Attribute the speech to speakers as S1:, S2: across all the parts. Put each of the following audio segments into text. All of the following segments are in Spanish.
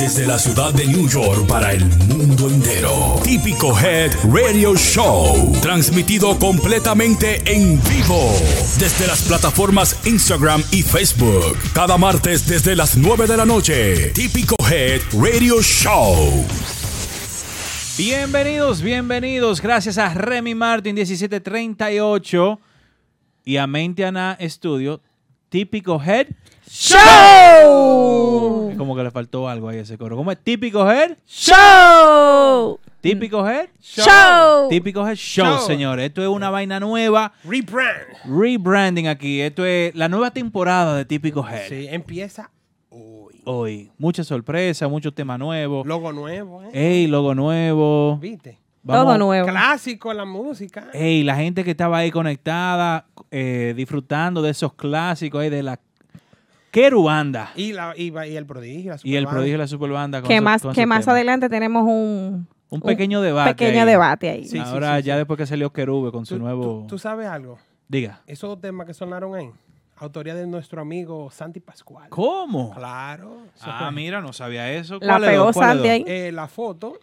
S1: Desde la ciudad de New York para el mundo entero. Típico Head Radio Show. Transmitido completamente en vivo. Desde las plataformas Instagram y Facebook. Cada martes desde las 9 de la noche. Típico Head Radio Show.
S2: Bienvenidos, bienvenidos. Gracias a Remy Martin 1738 y a Mentiana Studio. Típico Head
S3: Show.
S2: Como que le faltó algo ahí a ese coro. ¿Cómo es? Típico Head
S3: Show.
S2: Típico Head
S3: Show.
S2: Típico Head Show,
S4: Show.
S2: señores. Esto es una vaina nueva.
S4: Rebrand.
S2: Rebranding aquí. Esto es la nueva temporada de Típico Head.
S4: Sí, empieza hoy.
S2: Hoy, mucha sorpresa, muchos temas nuevos.
S4: Logo nuevo, ¿eh?
S2: Ey, logo nuevo.
S4: ¿Viste?
S3: Todo
S2: Vamos- Eh.
S3: nuevo.
S4: Clásico en la música.
S2: Ey, la gente que estaba ahí conectada, eh, disfrutando de esos clásicos ahí de la Querubanda
S4: Y, la, y, va- y el prodigio. la
S2: y el
S4: superbanda.
S2: prodigio de la Superbanda. con
S3: Que
S2: su-
S3: más,
S2: con
S3: que
S2: su
S3: más
S2: tema.
S3: adelante tenemos un,
S2: Un pequeño debate.
S3: pequeño
S2: ahí.
S3: debate ahí.
S4: Sí.
S2: Ahora, ya después que salió Querube con su
S4: Tú-
S2: nuevo.
S4: Tú, tú sabes algo.
S2: Diga.
S4: Esos dos temas que sonaron ahí. Autoría de nuestro amigo Santi Pascual.
S2: ¿Cómo?
S4: Claro. eso
S2: Ah,
S4: fue.
S2: mira, no sabía eso.
S3: La
S2: ¿Cuál es
S3: pegó
S2: dos? ¿Cuál es
S3: Sandy
S2: dos?
S3: ahí.
S4: Eh, la foto,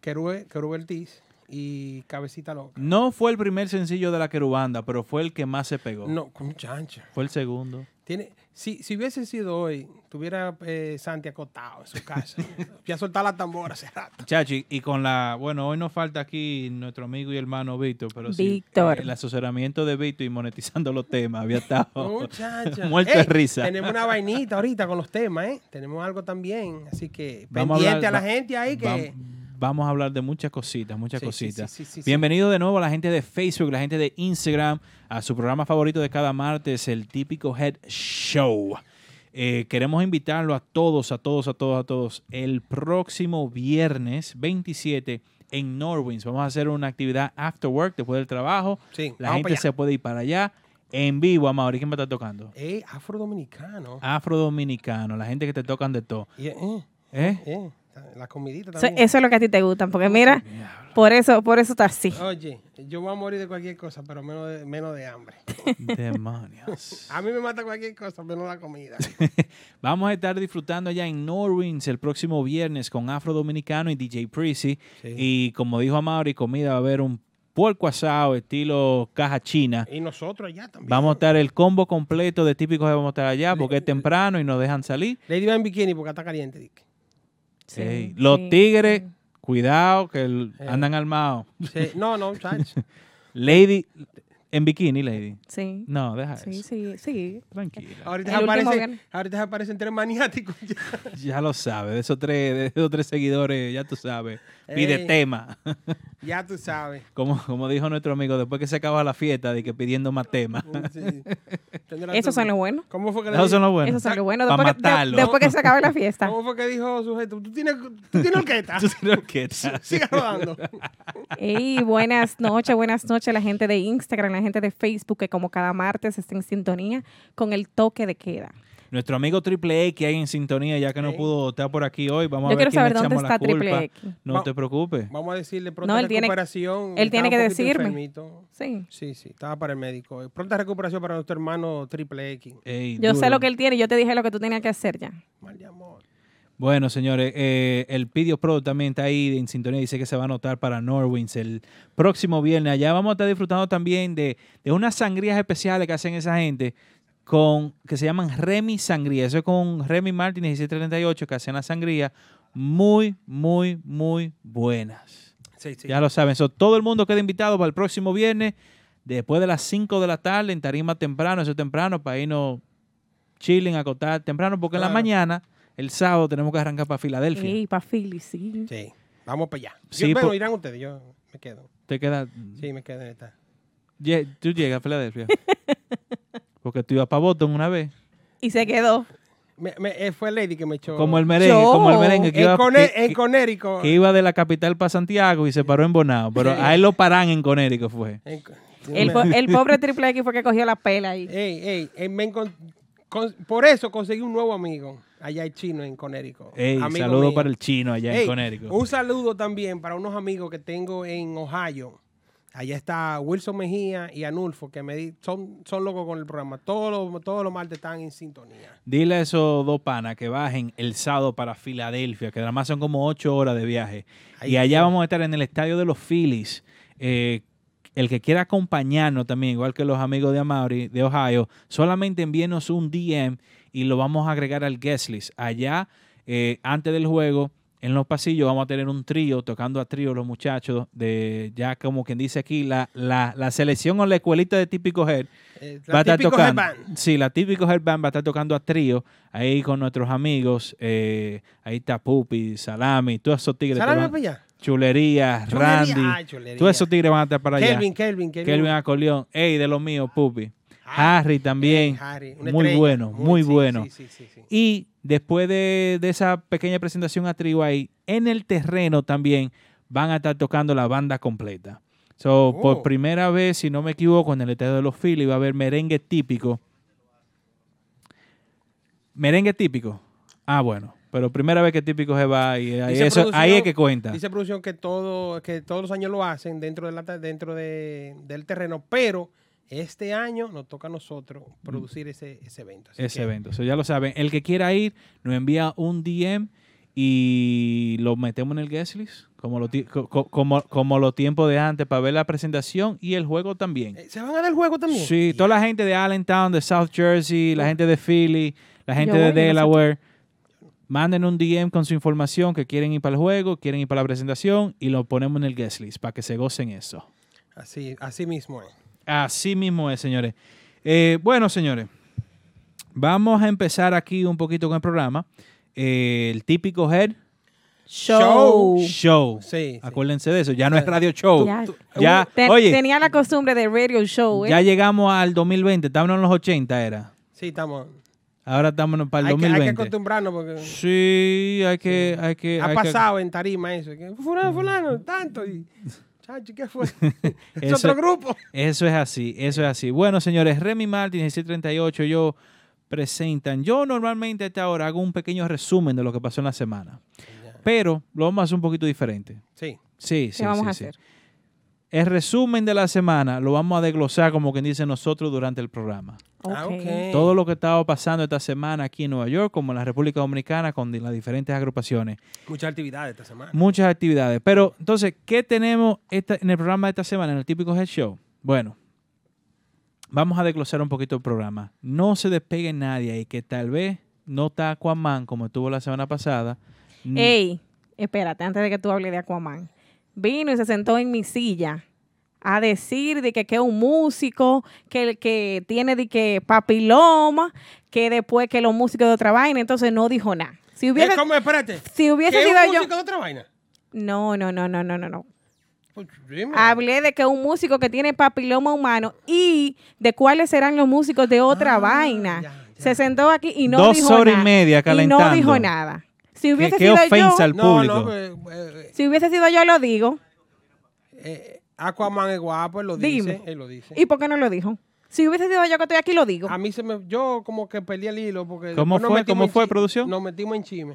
S4: Querube Querube Ortiz y Cabecita Loca.
S2: No fue el primer sencillo de la Querubanda, pero fue el que más se pegó.
S4: No, con chancha.
S2: Fue el segundo.
S4: Tiene, si, si hubiese sido hoy, tuviera eh, Santi acotado en su casa. Voy a soltar la tambora hace rato.
S2: Chachi, y con la, bueno, hoy nos falta aquí nuestro amigo y hermano Víctor, pero sí,
S3: Víctor.
S2: eh, el asesoramiento de Víctor y monetizando los temas había estado
S4: Muchacha.
S2: muerto
S4: Ey,
S2: de risa.
S4: Tenemos una vainita ahorita con los temas, ¿eh? Tenemos algo también. Así que
S2: Vamos
S4: pendiente a,
S2: hablar-
S4: la
S2: va-
S4: gente ahí que.
S2: vam- Vamos a hablar de muchas cositas, muchas
S4: Sí, sí,
S2: cositas.
S4: sí, sí, sí, sí.
S2: Bienvenido de nuevo a la gente de Facebook, la gente de Instagram, a su programa favorito de cada martes, el típico Head Show. Eh, queremos invitarlo a todos, a todos, a todos, a todos. El próximo viernes 27 en Norwins vamos a hacer una actividad after work, después del trabajo.
S4: Sí,
S2: La
S4: vamos
S2: gente
S4: para allá.
S2: se puede ir para allá en vivo. Amaury, ¿quién va a estar tocando?
S4: Ey, afrodominicano.
S2: Ah. Afrodominicano, la gente que te tocan de todo.
S4: Y, eh, eh,
S2: ¿Eh?
S4: eh, la comidita
S3: Eso,
S4: también.
S3: eso es lo que a ti te gustan, porque mira, por eso, por eso está así.
S4: Oye, yo voy a morir de cualquier cosa, pero menos de, menos de hambre.
S2: Demonios.
S4: A mí me mata cualquier cosa, menos la comida.
S2: Vamos a estar disfrutando allá en Norwins el próximo viernes con Afro Dominicano y DJ Prezi.
S4: Sí.
S2: Y como dijo Amaury, comida va a haber un puerco asado estilo caja china.
S4: y nosotros allá también.
S2: ah. Vamos a estar el combo completo de típicos que vamos a estar allá porque es temprano y nos dejan salir.
S4: Lady va en bikini porque está caliente. dice.
S3: Sí,
S2: Ey, Los
S3: sí.
S2: tigres, cuidado que el-
S4: Eh.
S2: andan armados.
S4: Sí, No, no, chacho.
S2: Lady, en bikini, Lady.
S3: Sí.
S2: No, deja
S3: Sí,
S2: eso.
S3: sí, sí.
S2: Tranquila.
S4: Ahorita
S3: El último
S4: aparecen,
S3: que-
S4: ahorita se aparecen tres maniáticos.
S2: Ya lo sabes, de esos tres, de esos tres seguidores, ya tú sabes. Pide
S4: Ey.
S2: tema.
S4: ya tú sabes.
S2: Como, como dijo nuestro amigo, después que se acaba la fiesta, de que pidiendo más temas.
S4: Sí. Tendrá
S3: Esos
S4: tu-
S3: son los buenos.
S4: ¿Cómo fue que le
S2: Esos son
S4: dijo-
S2: los buenos.
S3: Esos son los buenos.
S2: Pa'
S3: Después, que- de-
S2: matarlo.
S3: después que se acabe la fiesta.
S4: ¿Cómo fue que dijo sujeto? Tú tienes, tú tienes orquesta.
S2: Tú tienes orquesta.
S4: Sigue rodando.
S3: Y buenas noches, buenas noches a la gente de Instagram, la gente de Facebook, que como cada martes está en sintonía con el toque de queda.
S2: Nuestro amigo Triple X ahí en sintonía, ya que no
S4: Ey.
S2: pudo estar por aquí hoy. Vamos
S3: Yo
S2: a ver
S3: quiero
S2: quién le
S3: saber dónde
S2: echamos la
S3: está Triple
S2: culpa.
S3: X.
S2: No
S4: Va-
S2: te preocupes.
S4: Vamos a decirle pronta
S3: No, él tiene-
S4: recuperación.
S3: él tiene
S4: Estaba
S3: que
S4: un poquito
S3: decirme.
S4: enfermito.
S3: Sí.
S4: Sí, sí, estaba para el médico. Eh, Pronta recuperación para nuestro hermano Triple X.
S2: Ey,
S3: Yo sé
S2: duro.
S3: lo que él tiene, yo te dije lo que tú tenías que hacer ya.
S4: Mal de amor.
S2: Bueno, señores, eh, el Pidio Pro también está ahí en sintonía. Dice que se va a anotar para Norwins el próximo viernes. Allá vamos a estar disfrutando también de, de unas sangrías especiales que hacen esa gente con que se llaman Remy Sangría. Eso es con Remy Martínez 1738 que hacen las sangrías muy, muy, muy buenas.
S4: Sí, sí.
S2: Ya lo saben. So, todo el mundo queda invitado para el próximo viernes después de las 5 de la tarde en Tarima temprano. Eso es temprano para irnos chilling, acotar temprano porque en la
S4: Claro.
S2: mañana... El sábado tenemos que arrancar para Filadelfia.
S3: Ey, pa' Philly, sí.
S4: Sí. Vamos para allá.
S2: Sí, Mm.
S4: yo, bueno,
S2: po-
S4: irán ustedes. Yo me quedo.
S2: Te queda.
S4: Sí, me quedo en esta.
S2: Ye- Tú llegas a Filadelfia. Porque tú ibas para Boston una vez.
S3: Y se quedó.
S4: Me- me- eh, fue Lady que me echó. Eh, E,
S2: Como el merengue,
S3: Yo.
S2: como el merengue que
S4: en,
S2: iba,
S4: Cone-
S2: que-
S4: en Conérico.
S2: que- que iba de la capital para Santiago y se paró en Bonao. Pero a él lo paran en Conérico fue.
S4: En co-
S3: El, po- el pobre Triple X fue que cogió la pela ahí.
S4: Ey, ey, ey, eh, me encon- Con- por eso conseguí un nuevo amigo allá en Chino, en Conérico.
S2: Ey, saludo para el chino allá en Conérico.
S4: Un saludo también para unos amigos que tengo en Ohio. Allá está Wilson Mejía y Anulfo, que me di- son, son locos con el programa. Todos los, todos los martes están en sintonía.
S2: Dile a esos dos panas que bajen el sábado para Filadelfia, que además son como ocho horas de viaje.
S4: Ahí
S2: y allá
S4: está.
S2: vamos a estar en el estadio de los Phillies. Eh, el que quiera acompañarnos también, igual que los amigos de Amaury, de Ohio, solamente envíenos un DM y lo vamos a agregar al guest list. Allá, eh, antes del juego, en los pasillos vamos a tener un trío, tocando a trío los muchachos de, ya como quien dice aquí, la, la, la selección o la escuelita de típico head
S4: Eh,
S2: va a
S4: la
S2: estar
S4: típico
S2: tocando.
S4: headband.
S2: Sí, la típico headband va a estar tocando a trío ahí con nuestros amigos. eh, ahí está Pupi, Salami, todos esos tigres. que
S4: Sálame
S2: van-
S4: para allá.
S2: Chulería,
S4: Chulería, ah,
S2: Randy.
S4: chulería.
S2: Todos esos tigres van a estar para
S4: Kelvin,
S2: allá.
S4: Kelvin, Kelvin.
S2: Kelvin Acorleón. Ey, de lo mío, Pupi.
S4: Ah,
S2: Harry también.
S4: eh, Harry, una
S2: muy
S4: estrella.
S2: bueno, muy
S4: sí,
S2: bueno.
S4: sí, sí, sí, sí.
S2: Y después de, de esa pequeña presentación a trío ahí, en el terreno también van a estar tocando la banda completa. So, por
S4: Oh.
S2: primera vez, si no me equivoco, en el Estadio de los Phillies va a haber merengue típico. Merengue típico. Ah, bueno. Pero primera vez que típico se va y ahí,
S4: Dice
S2: eso-
S4: producción-
S2: ahí es que cuenta.
S4: Dice producción que todo, que todos los años lo hacen dentro de la ta- dentro de- del terreno, pero este año nos toca a nosotros
S2: Mm.
S4: producir ese, ese evento. Así
S2: ese
S4: que,
S2: evento. So, ya lo saben. El que quiera ir, nos envía un DM y lo metemos en el guest list, como, lo ti- co- co- como, como los tiempos de antes, para ver la presentación y el juego también.
S4: eh, ¿Se van a dar el juego también?
S2: Sí, toda la gente de Allentown, de South Jersey, la gente de Philly, la gente
S3: Yo
S2: de
S3: voy, yo no sé
S2: Delaware. Manden un DM con su información que quieren ir para el juego, quieren ir para la presentación y lo ponemos en el guest list para que se gocen eso.
S4: Así, así mismo es.
S2: Así mismo es, señores. Eh, bueno, señores, vamos a empezar aquí un poquito con el programa. Eh, el típico head
S3: Show.
S2: show.
S4: Sí, sí.
S2: Acuérdense de eso. Ya no es radio show.
S3: Ya.
S2: Ya,
S3: Te-
S2: oye,
S3: Tenía la costumbre de radio show, ¿eh?
S2: ya llegamos al 2020. Estábamos en los 80, era.
S4: Sí, estamos.
S2: Ahora estamos en- para el
S4: hay, que, hay que
S2: 2020.
S4: acostumbrarnos porque
S2: sí, hay que, hay que.
S4: ha
S2: hay que- Mm.
S4: pasado en tarima eso. que, fulano, fulano, tanto. Y, chacho, ¿qué fue? es
S2: Eso-
S4: otro grupo.
S2: Eso es así, eso es así. Bueno, señores, Remy Martin, 1638, yo presentan. Yo normalmente a esta hora hago un pequeño resumen de lo que pasó en la semana. Pero lo vamos a hacer un poquito diferente.
S4: Sí.
S2: Sí, sí,
S3: ¿Qué vamos
S2: sí,
S3: a
S2: sí.
S3: hacer?
S2: El resumen de la semana lo vamos a desglosar como quien dice nosotros durante el programa.
S4: Ah,
S3: Ok.
S4: ok.
S2: Todo lo que estaba pasando esta semana aquí en Nueva York, como en la República Dominicana, con las diferentes agrupaciones.
S4: Muchas actividades esta semana.
S2: Muchas actividades. Pero entonces, ¿qué tenemos esta- en el programa de esta semana, en el típico Head Show? Bueno, vamos a desglosar un poquito el programa. No se despegue nadie ahí, que tal vez no está Aquaman como estuvo la semana pasada. Mm, N-
S3: Ey, espérate, antes de que tú hables de Aquaman. Vino y se sentó en mi silla a decir de que que un músico, que el que tiene de que papiloma, que después que los músicos de otra vaina, entonces no dijo nada. Si hubiera,
S4: Eh, ¿Cómo? Espérate.
S3: si hubiese
S4: ¿Qué es
S3: sido
S4: un
S3: yo...
S4: músico de otra vaina?
S3: No, no, no, no, no, no, no.
S4: Pues, dime.
S2: Ah.
S3: Hablé de que un músico que tiene papiloma humano y de cuáles serán los músicos de otra
S4: Ah,
S3: vaina.
S4: ya, ya.
S3: Se sentó aquí y no
S2: Dos
S3: dijo
S2: horas y
S3: nada.
S2: media
S3: Y no
S2: calentando.
S3: dijo nada. Si
S2: Qué,
S3: hubiese
S2: qué
S3: sido
S2: ofensa
S3: yo,
S2: al
S4: No,
S2: público.
S4: no, pues, eh,
S3: si hubiese sido yo lo digo.
S4: eh, Aquaman es guapo, él lo
S3: Dime.
S4: dice. Él lo dice.
S3: ¿Y por qué no lo dijo? Si hubiese sido yo que estoy aquí lo digo.
S4: A mí se me, yo como que perdí el hilo porque.
S2: ¿Cómo
S4: después nos
S2: fue?
S4: metimos
S2: ¿Cómo
S4: en
S2: fue,
S4: chi-
S2: producción?
S4: Nos metimos en chisme.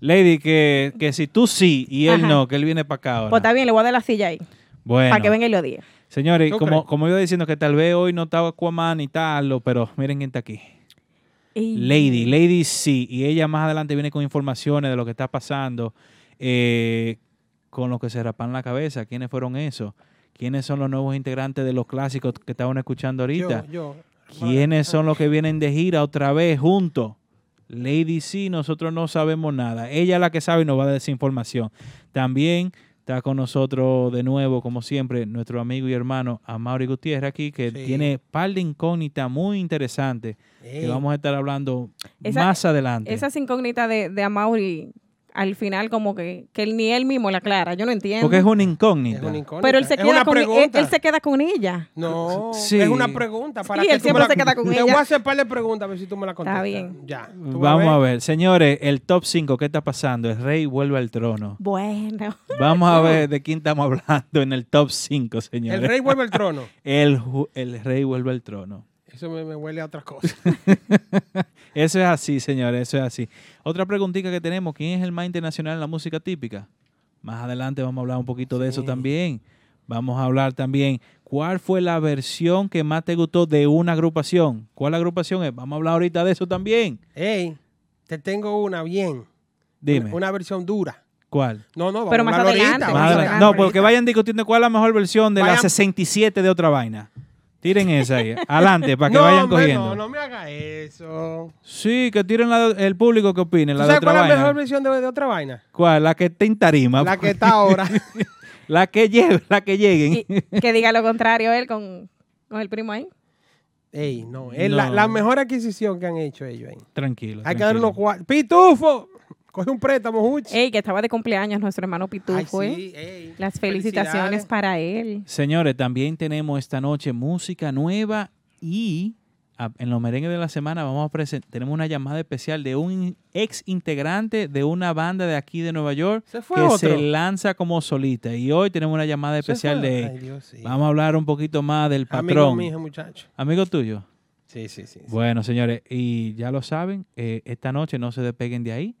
S2: Lady, que, que si tú sí y él
S3: Ajá.
S2: no, que él viene para acá ahora.
S3: Pues está bien, le voy a dar la silla ahí.
S2: bueno,
S3: Para que venga y lo diga.
S2: señores,
S4: ¿Tú
S2: como,
S4: crees?
S2: como iba diciendo que tal vez hoy no estaba Aquaman y tal, pero miren quién está aquí.
S3: Y-
S2: Lady, Lady sí, y ella más adelante viene con informaciones de lo que está pasando, eh, con los que se rapan la cabeza, quiénes fueron esos, quiénes son los nuevos integrantes de los clásicos que estaban escuchando ahorita,
S4: Yo, yo.
S2: quiénes son los que vienen de gira otra vez juntos. Lady sí, nosotros no sabemos nada. Ella es la que sabe y nos va a dar esa información. También está con nosotros de nuevo, como siempre, nuestro amigo y hermano Amaury Gutiérrez aquí, que
S4: Sí.
S2: tiene par de incógnitas muy interesantes
S4: Ey,
S2: que vamos a estar hablando
S3: Esa-
S2: más adelante.
S3: Esas incógnitas de, de Amaury, al final como que, que él, ni él mismo la aclara. Yo no entiendo.
S2: porque es una
S4: es
S2: incógnita.
S4: una incógnita.
S3: Pero él se,
S4: Es
S3: queda
S4: una
S3: con, e-, Oh, él,
S4: pregunta.
S3: él se queda con ella.
S4: No,
S2: Sí.
S4: es una pregunta. Para
S3: Sí,
S4: que
S3: él
S4: tú
S3: siempre
S4: me la-
S3: se queda con
S4: Te
S3: ella.
S4: voy a hacer par de preguntas a ver si tú me la contestas.
S3: bien.
S4: Ya. tú vas
S2: Vamos a ver, señores, el top 5, ¿qué está pasando? El rey vuelve al trono.
S3: Bueno.
S2: Vamos a ver de quién estamos hablando en el top 5, señores.
S4: El rey vuelve al trono.
S2: El ju- el rey vuelve al trono.
S4: Eso me, me huele a otras cosas.
S2: Eso es así, señores, eso es así. Otra preguntita que tenemos, ¿quién es el más internacional en la música típica? Más adelante vamos a hablar un poquito de eso
S4: Sí.
S2: también. Vamos a hablar también, ¿cuál fue la versión que más te gustó de una agrupación? ¿Cuál agrupación es? Vamos a hablar ahorita de eso también.
S4: Ey, te tengo una bien.
S2: Dime,
S4: Una, una versión dura.
S2: ¿cuál?
S4: No, no, vamos
S3: Pero
S4: a
S3: más
S4: hablar
S3: adelante,
S4: ahorita,
S3: más
S4: vamos a
S2: Más
S4: hablar
S2: adelante. No, pues,
S4: ahorita.
S2: porque vayan discutiendo cuál es la mejor versión de la
S4: Vayan-
S2: 67 de otra vaina. Tiren esa ahí, adelante, para que
S4: no,
S2: vayan
S4: hombre,
S2: cogiendo.
S4: No, no me haga eso.
S2: Sí, que tiren la, el público que opine,
S4: ¿Tú
S2: la de
S4: sabes
S2: otra
S4: cuál es la
S2: vaina.
S4: mejor versión de, de otra vaina?
S2: ¿Cuál? La que está en tarima.
S4: La que está ahora.
S2: La que lleve, la que lleguen.
S3: Y que diga lo contrario él con, con el primo ahí.
S4: Ey, no. Es
S2: No.
S4: La, la mejor adquisición que han hecho ellos. ahí.
S2: Tranquilo.
S4: Hay que
S2: tranquilo.
S4: dar unos cuartos. ¡Pitufo! Coge un préstamo, Huch.
S3: Ey, que estaba de cumpleaños nuestro hermano
S4: Ay,
S3: Pitufo, ¿eh?
S4: sí, ey.
S3: Las felicitaciones
S4: Felicidades.
S3: para él.
S2: Señores, también tenemos esta noche música nueva y a- en los merengues de la semana vamos a presen- tenemos una llamada especial de un ex integrante de una banda de aquí de Nueva York
S4: Se fue
S2: que se
S4: otro.
S2: lanza como solista y hoy tenemos una llamada
S4: ¿Se
S2: especial
S4: fue?
S2: de
S4: Ay, Dios, sí.
S2: Vamos a hablar un poquito más del
S4: Amigo
S2: patrón.
S4: mío, muchacho.
S2: Amigo tuyo.
S4: Sí, sí, sí. sí.
S2: Bueno, señores, y ya lo saben, eh, esta noche no se despeguen de ahí.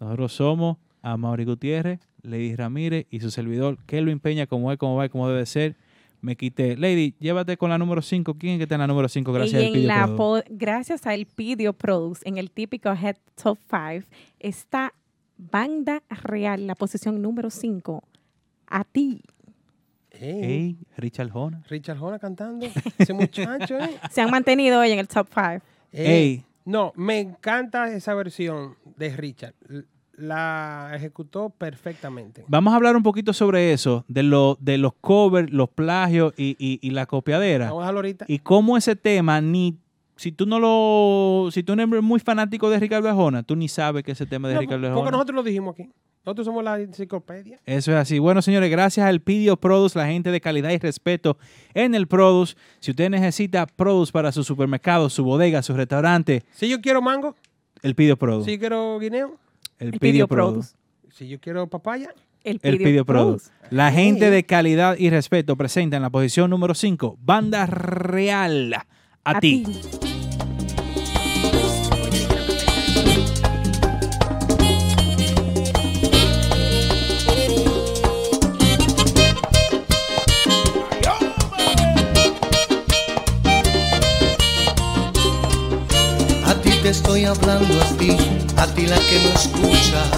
S2: Nosotros somos a Mauri Gutiérrez, Lady Ramírez y su servidor, que lo empeña como es, como va y como debe ser. Me quité. Lady, llévate con la número 5. ¿Quién es que está en la número 5? Gracias
S3: y
S2: al
S3: en
S2: Pillo
S3: la
S2: Codo?
S3: po- gracias a El Pidio Produce, en el típico Head Top 5, está Banda Real, la posición número 5. A ti.
S4: Ey,
S2: Ey, Richard Jona.
S4: Richard Jona cantando. Ese muchacho, ¿eh?
S3: Se han mantenido hoy en el top 5.
S4: Ey.
S2: Ey.
S4: Eh, No, me encanta esa versión de Richard. L- La ejecutó perfectamente.
S2: Vamos a hablar un poquito sobre eso, de, lo, de los covers, los plagios y, y- y la copiadera.
S4: Vamos a dejarlo ahorita.
S2: Y cómo ese tema, ni si tú no lo. Si tú no eres muy fanático de Ricardo Arjona, tú ni sabes que ese tema de
S4: No,
S2: Ricardo
S4: porque
S2: Arjona.
S4: nosotros lo dijimos aquí. Nosotros somos la enciclopedia.
S2: Eso es así. Bueno, señores, gracias al Pidio Produce, la gente de calidad y respeto en el Produce. Si usted necesita Produce para su supermercado, su bodega, su restaurante,
S4: Si yo quiero mango,
S2: el Pidio Produce.
S4: si yo quiero guineo,
S2: Oh. el,
S3: El
S2: Pidio,
S3: Pidio
S2: Produce.
S3: Produce.
S4: si yo quiero papaya,
S3: El Pidio,
S2: El Pidio Produce. La gente
S4: Hey.
S2: de calidad y respeto presenta en la posición número 5, Banda Real. A, ti.
S5: A ti te estoy hablando, a ti, a ti la que no escuchas.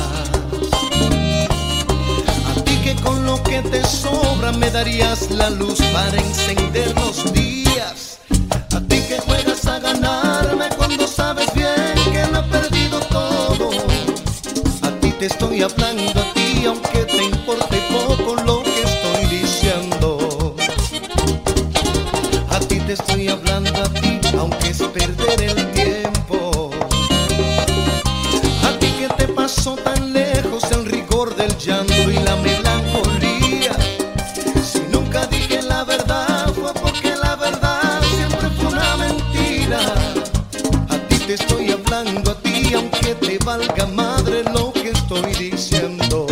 S5: A ti que con lo que te sobra me darías la luz para encender los días. A ti que juegas a ganarme cuando sabes bien que no he perdido todo. A ti te estoy hablando, a ti aunque te importe poco lo que estoy diciendo. A ti te estoy hablando a ti, aunque es perder el tiempo. A ti que te pasó tan lejos el rigor del llanto y la melancolía. Si nunca dije la verdad fue porque la verdad siempre fue una mentira. A ti te estoy hablando a ti, aunque te valga madre lo que estoy diciendo.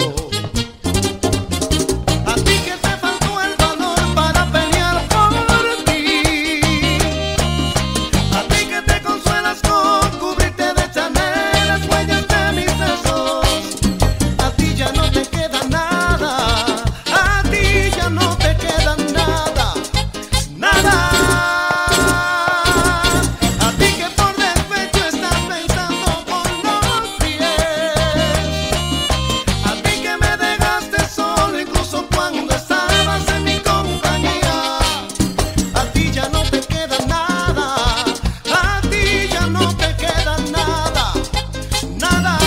S5: A ti que te faltó el valor para pelear por ti. A ti que te consuelas con cubrirte de chanel las huellas de mis besos. A ti ya no te queda nada. A ti ya no te queda nada. Nada. A ti que por despecho estás pensando con los pies. A ti que me dejaste solo incluso cuando estabas en mi compañía. A ti ya no te queda nada. A ti ya no te queda nada. Nada.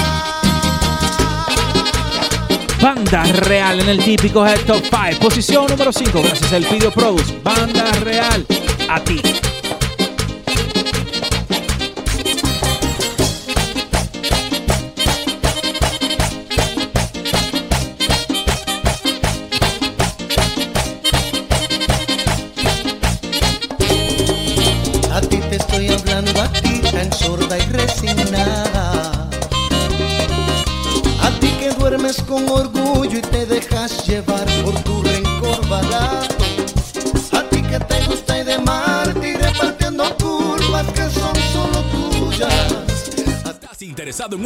S2: Banda Real en el típico Head Top 5. Posición número 5, gracias al Pidio Produce. Banda Real. A ti.
S5: A ti te estoy hablando a ti tan sorda y resignada. A ti que duermes con orgullo y te dejas llevar por tu rencor barato. A ti que te gusta y de mártir repartiendo tu
S1: interesado en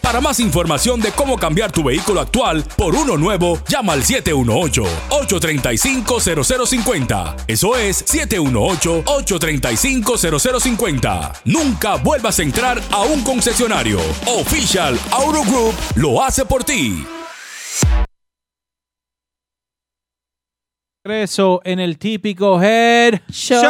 S1: Para más información de cómo cambiar tu vehículo actual por uno nuevo, llama al 718-835-0050. Eso es 718-835-0050. Nunca vuelvas a entrar a un concesionario. Official Auto Group lo hace por ti.
S2: Regreso en el típico Head
S3: Show.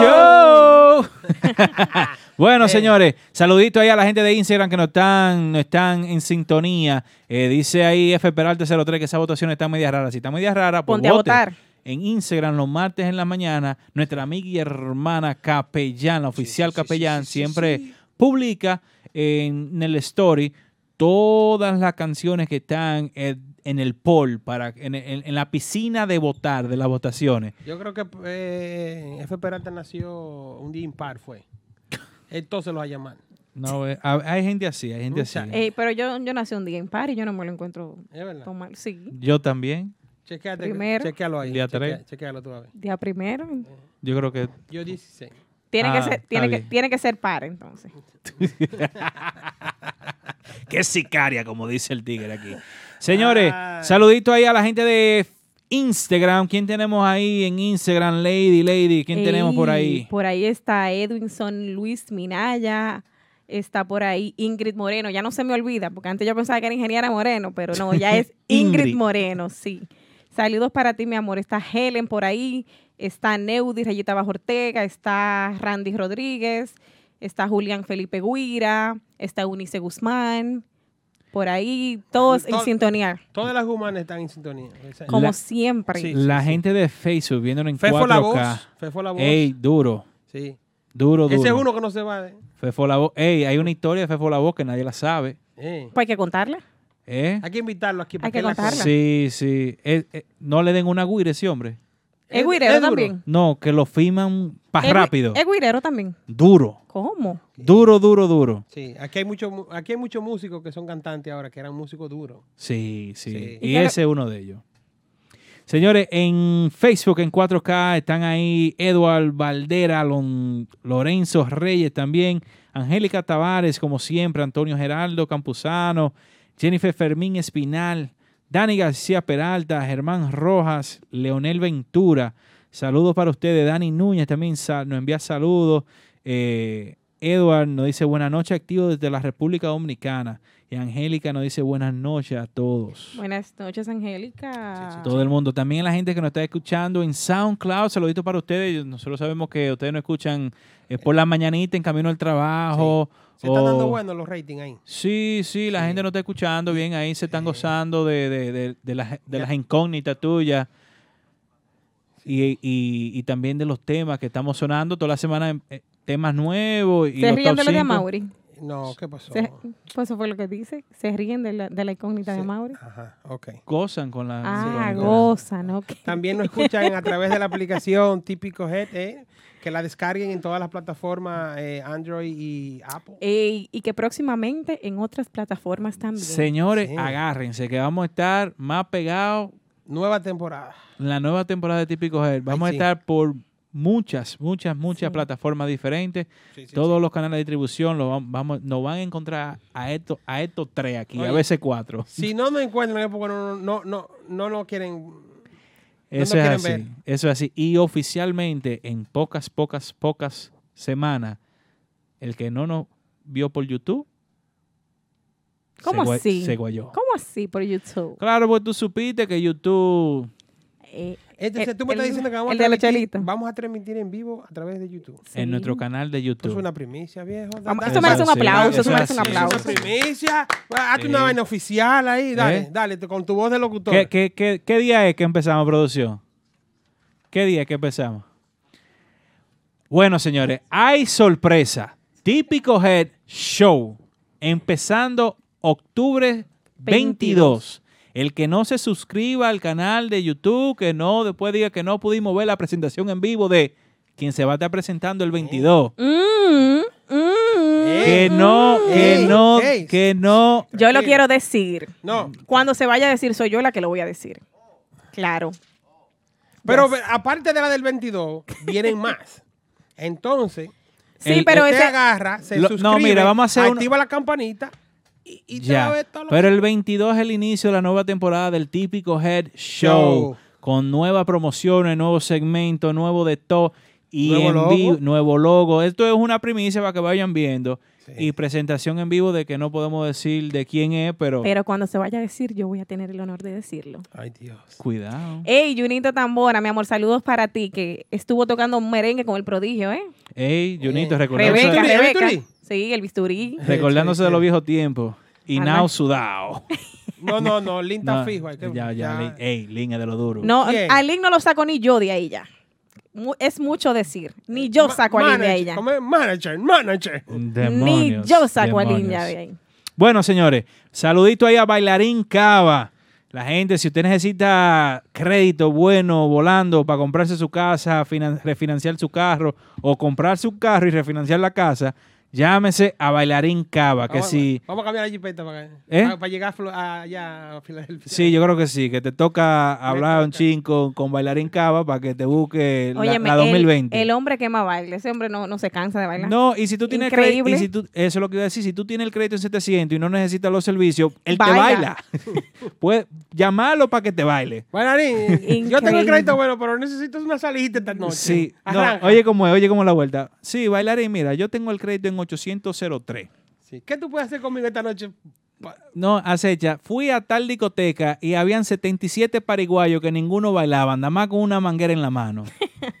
S2: Show.
S3: Eh.
S2: bueno, señores, saludito ahí a la gente de Instagram que no están, no están en sintonía. Eh, dice ahí F Peralta 03 que esa votación está media rara. Si está media rara, pues
S3: Ponte a
S2: vote.
S3: votar.
S2: En Instagram los martes en la mañana, nuestra amiga y hermana capellana, oficial capellán, siempre publica en el story todas las canciones que están en, en el poll, para, en, en- en la piscina de votar, de las votaciones.
S4: Yo creo que eh, F. Peralta nació un día impar, fue. Entonces lo va a llamar.
S2: No, eh, ha- hay gente así, hay gente así.
S4: Mucha-
S3: Ey, pero yo, yo nací un día en par y yo no me lo encuentro
S4: Es verdad.
S3: tomar. Sí,
S2: Yo también,
S4: Chequéate,
S3: Primero.
S4: chequéalo ahí.
S2: Día
S4: chequea-
S2: tres.
S4: chequéalo tú a ver. Eh,
S3: día primero.
S2: yo creo que...
S4: Yo 16.
S3: Tiene,
S2: Ah,
S3: que, ser,
S2: está
S3: tiene, que,
S2: bien.
S3: tiene que ser par, entonces.
S2: Que es sicaria, como dice el tigre aquí. Señores,
S4: Ah.
S2: saludito ahí a la gente de Instagram. ¿Quién tenemos ahí en Instagram? Lady, Lady, ¿quién tenemos por
S3: Ey, pues,
S2: ahí?
S3: Por ahí está Edwinson Luis Minaya. Está por ahí Ingrid Moreno. Ya no se me olvida, porque antes yo pensaba que era ingeniera Moreno, pero no, ya es Ingrid,
S2: Ingrid.
S3: Moreno, sí. Saludos para ti, mi amor. Está Helen por ahí. Está Neudi Rayita Bajo Ortega. Está Randy Rodríguez. Está Julián Felipe Guira. Está Eunice Guzmán. Por ahí, todos en
S4: Todo-
S3: sintonía,
S4: Todas las humanas están en sintonía. Esa-
S3: Ah. como
S2: La-
S3: siempre.
S4: Sí.
S2: La gente de Facebook viéndonos en
S4: Fefo la voz.
S2: 4K.
S4: Fefo la voz.
S2: Ey, duro,
S4: Sí.
S2: duro, duro.
S4: Ese es uno que no se va. ¿eh?
S2: Fefo la voz. Ey, hay una historia de Fefo la voz que nadie la sabe.
S4: Eh.
S3: Pues hay que contarla.
S2: ¿Eh?
S4: Hay que invitarlo aquí. para
S3: que
S4: él la
S3: contarla.
S4: conozca.
S2: Sí, sí. Eh, eh, no le den una guira ese hombre.
S3: Es,
S4: Es-
S3: guirero
S4: es duro.
S3: también.
S2: No, que lo firman más
S3: Es gui-
S2: rápido.
S3: Es guirero también.
S2: Duro,
S3: ¿Cómo?
S2: duro, duro, duro.
S4: Sí, aquí hay muchos aquí hay muchos músicos que son cantantes ahora, que eran músicos duros.
S2: Sí, sí.
S4: Sí.
S2: Y,
S3: Y que-
S2: ese es uno de ellos. Señores, en Facebook, en 4K, están ahí Eduard Valdera, Lon- Lorenzo Reyes también, Angélica Tavares, como siempre, Antonio Geraldo Campuzano, Jennifer Fermín Espinal, Dani García Peralta, Germán Rojas, Leonel Ventura. Saludos para ustedes. Dani Núñez también sa- nos envía saludos. Eh, Edward nos dice buenas noches, activo desde la República Dominicana. Y Angélica nos dice buenas noches a todos.
S3: Buenas noches, Angélica.
S2: Todo el mundo. También la gente que nos está escuchando en SoundCloud, saludito para ustedes. Nosotros sabemos que ustedes nos escuchan eh, por la mañanita en camino al trabajo.
S4: Se están dando
S2: o-
S4: buenos los ratings ahí.
S2: Sí, sí, la gente no está escuchando bien ahí, se están gozando de, de- de- de las, de las incógnitas tuyas y, y- y también de los temas que estamos sonando toda la semana, eh, temas nuevos. Y
S3: Se
S2: los
S3: ríen
S2: top
S3: de la de
S2: cinco.
S3: Mauri.
S4: No, ¿qué pasó?
S3: Se- pues eso fue lo que dice. Se ríen de la, de la incógnita de
S4: Sí.
S3: Mauri.
S4: Ajá, ok.
S2: Gozan con la...
S3: Ah,
S2: con-
S3: gozan, ok.
S4: También nos escuchan a través de la aplicación Típico Head, eh, que la descarguen en todas las plataformas eh, Android y Apple.
S3: Ey, y que próximamente en otras plataformas también.
S2: Señores,
S4: Sí.
S2: agárrense que vamos a estar más pegados
S4: Nueva temporada.
S2: en la nueva temporada de Típico Head. Vamos
S4: sí.
S2: a estar por muchas, muchas, muchas plataformas diferentes. Todos los canales de distribución los vam- vamos, nos van a encontrar a estos a estos tres aquí, a
S4: Oye.
S2: veces cuatro.
S4: Si no nos encuentran es porque no no no no, no quieren
S2: Eso
S4: lo
S2: es
S4: quieren
S2: así.
S4: ver.
S2: Eso es así. Y oficialmente, en pocas, pocas, pocas semanas, el que no nos vio por YouTube. se
S3: ¿Cómo
S2: gua-
S3: así?
S2: Se guayó.
S3: ¿Cómo así por YouTube?
S2: Claro, pues tú supiste que YouTube.
S3: Eh, eh,
S4: Entonces tú me estás
S3: el-
S4: diciendo que vamos
S3: el
S4: a
S3: de los
S4: transmitir,
S3: chelitos.
S4: vamos a transmitir en vivo a través de YouTube.
S3: Sí.
S2: En nuestro canal de
S4: Esto es
S2: YouTube.
S4: una primicia, viejo. Da-
S3: Vamos-
S4: da-
S3: Esto merece un
S2: Eso sí,
S3: aplauso,
S2: eso
S3: eso merece un
S2: así.
S4: Eso
S3: aplauso.
S4: Es una primicia. Va, Hazte una
S2: Sí.
S4: vaina oficial ahí, dale,
S2: ¿Eh?
S4: dale, te- con tu voz de locutor.
S2: ¿Qué, qué, qué, qué día es que empezamos producción? ¿Qué día es que empezamos? Bueno, señores, hay sorpresa. Típico Head Show. Empezando octubre 22. El que no se suscriba al canal de YouTube, que no, después diga que no pudimos ver la presentación en vivo de quien se va a estar presentando el 22.
S3: Mm, mm.
S2: Que no, que
S4: Ey,
S2: no,
S4: ey.
S2: que no.
S3: Yo lo
S4: Tranquila.
S3: quiero decir.
S4: No,
S3: Cuando se vaya a decir, soy yo la que lo voy a decir. Claro.
S4: pero ve- aparte de la del 22, vienen más. Entonces,
S3: Sí,
S2: El-
S3: pero
S4: usted
S3: ese.
S4: agarra, se
S2: Lo- no,
S4: suscribe,
S2: mira, vamos a hacer una-
S4: activa la campanita y, y te va a
S2: Ya.
S4: ver todo lo
S2: Pero el 22 es el inicio de la nueva temporada del típico Head Show.
S4: Show.
S2: Con nuevas promociones, nuevos segmentos, nuevo de todo. Y
S4: Nuevo
S2: en
S4: logo.
S2: vivo, nuevo logo. Esto es una primicia para que vayan viendo.
S4: Sí.
S2: Y presentación en vivo de que no podemos decir de quién es, pero,
S3: Pero cuando se vaya a decir, yo voy a tener el honor de decirlo.
S4: Ay, Dios.
S2: cuidado.
S3: Ey, Junito Tambora, mi amor, saludos para ti, que estuvo tocando merengue con el prodigio, ¿eh?
S2: Ey, Junito,
S4: Eh,
S2: recordándose,
S3: Rebeca,
S4: ¿El bisturí, el
S3: Rebeca.
S4: bisturí?
S3: Sí, el bisturí.
S2: recordándose de los viejos tiempos. Y
S3: Arranca.
S2: now sudao.
S4: No, no, no, linda
S2: No,
S4: fijo. hay que-
S2: ya, ya. Lin- Ey, Lin es de lo duro.
S3: No,
S4: Bien.
S3: a Lin no lo saco ni yo de ahí ya. Mu- es mucho decir. Ni yo
S4: Ma-
S3: saco a Lin de ahí
S4: manager,
S3: ya.
S4: ¿cómo es? Manager, manager.
S3: Ni
S2: Demonios,
S3: yo saco a Lin ya
S2: demonios.
S3: de ahí.
S2: Bueno, señores, saludito ahí a Bailarín Cava. La gente, si usted necesita crédito bueno volando para comprarse su casa, finan- refinanciar su carro o comprarse un carro y refinanciar la casa, llámese a Bailarín Cava, que
S4: Vamos-
S2: sí.
S4: Vamos a cambiar la jipeta para, acá.
S2: ¿Eh?
S4: Ah, para llegar a Flo- a- allá a Filadelfia.
S2: Sí, yo creo que sí, que te toca hablar un
S4: toca.
S2: chin con, con Bailarín Cava para que te busque la-
S3: Oye,
S2: la, 2020.
S3: El, hombre que más baila. Ese hombre no, no se cansa de bailar.
S2: no, y si tú tienes crédito,
S3: Increíble.
S2: y si tú- eso es lo que iba a decir, si tú tienes el crédito en 700 y no necesitas los servicios, él
S3: Baila.
S2: te baila. pues llamarlo para que te baile.
S4: Bailarín, yo tengo
S3: Increíble.
S4: el crédito bueno, pero necesito una salida esta noche.
S2: Sí, no,
S4: Arranca.
S2: oye cómo es, oye cómo es la vuelta. Sí, bailarín, mira, yo tengo el crédito en 803.
S4: Sí. ¿Qué tú puedes hacer conmigo esta noche? Pa-
S2: No, acecha, fui a tal discoteca y habían 77 paraguayos que ninguno bailaba, nada más con una manguera en la mano.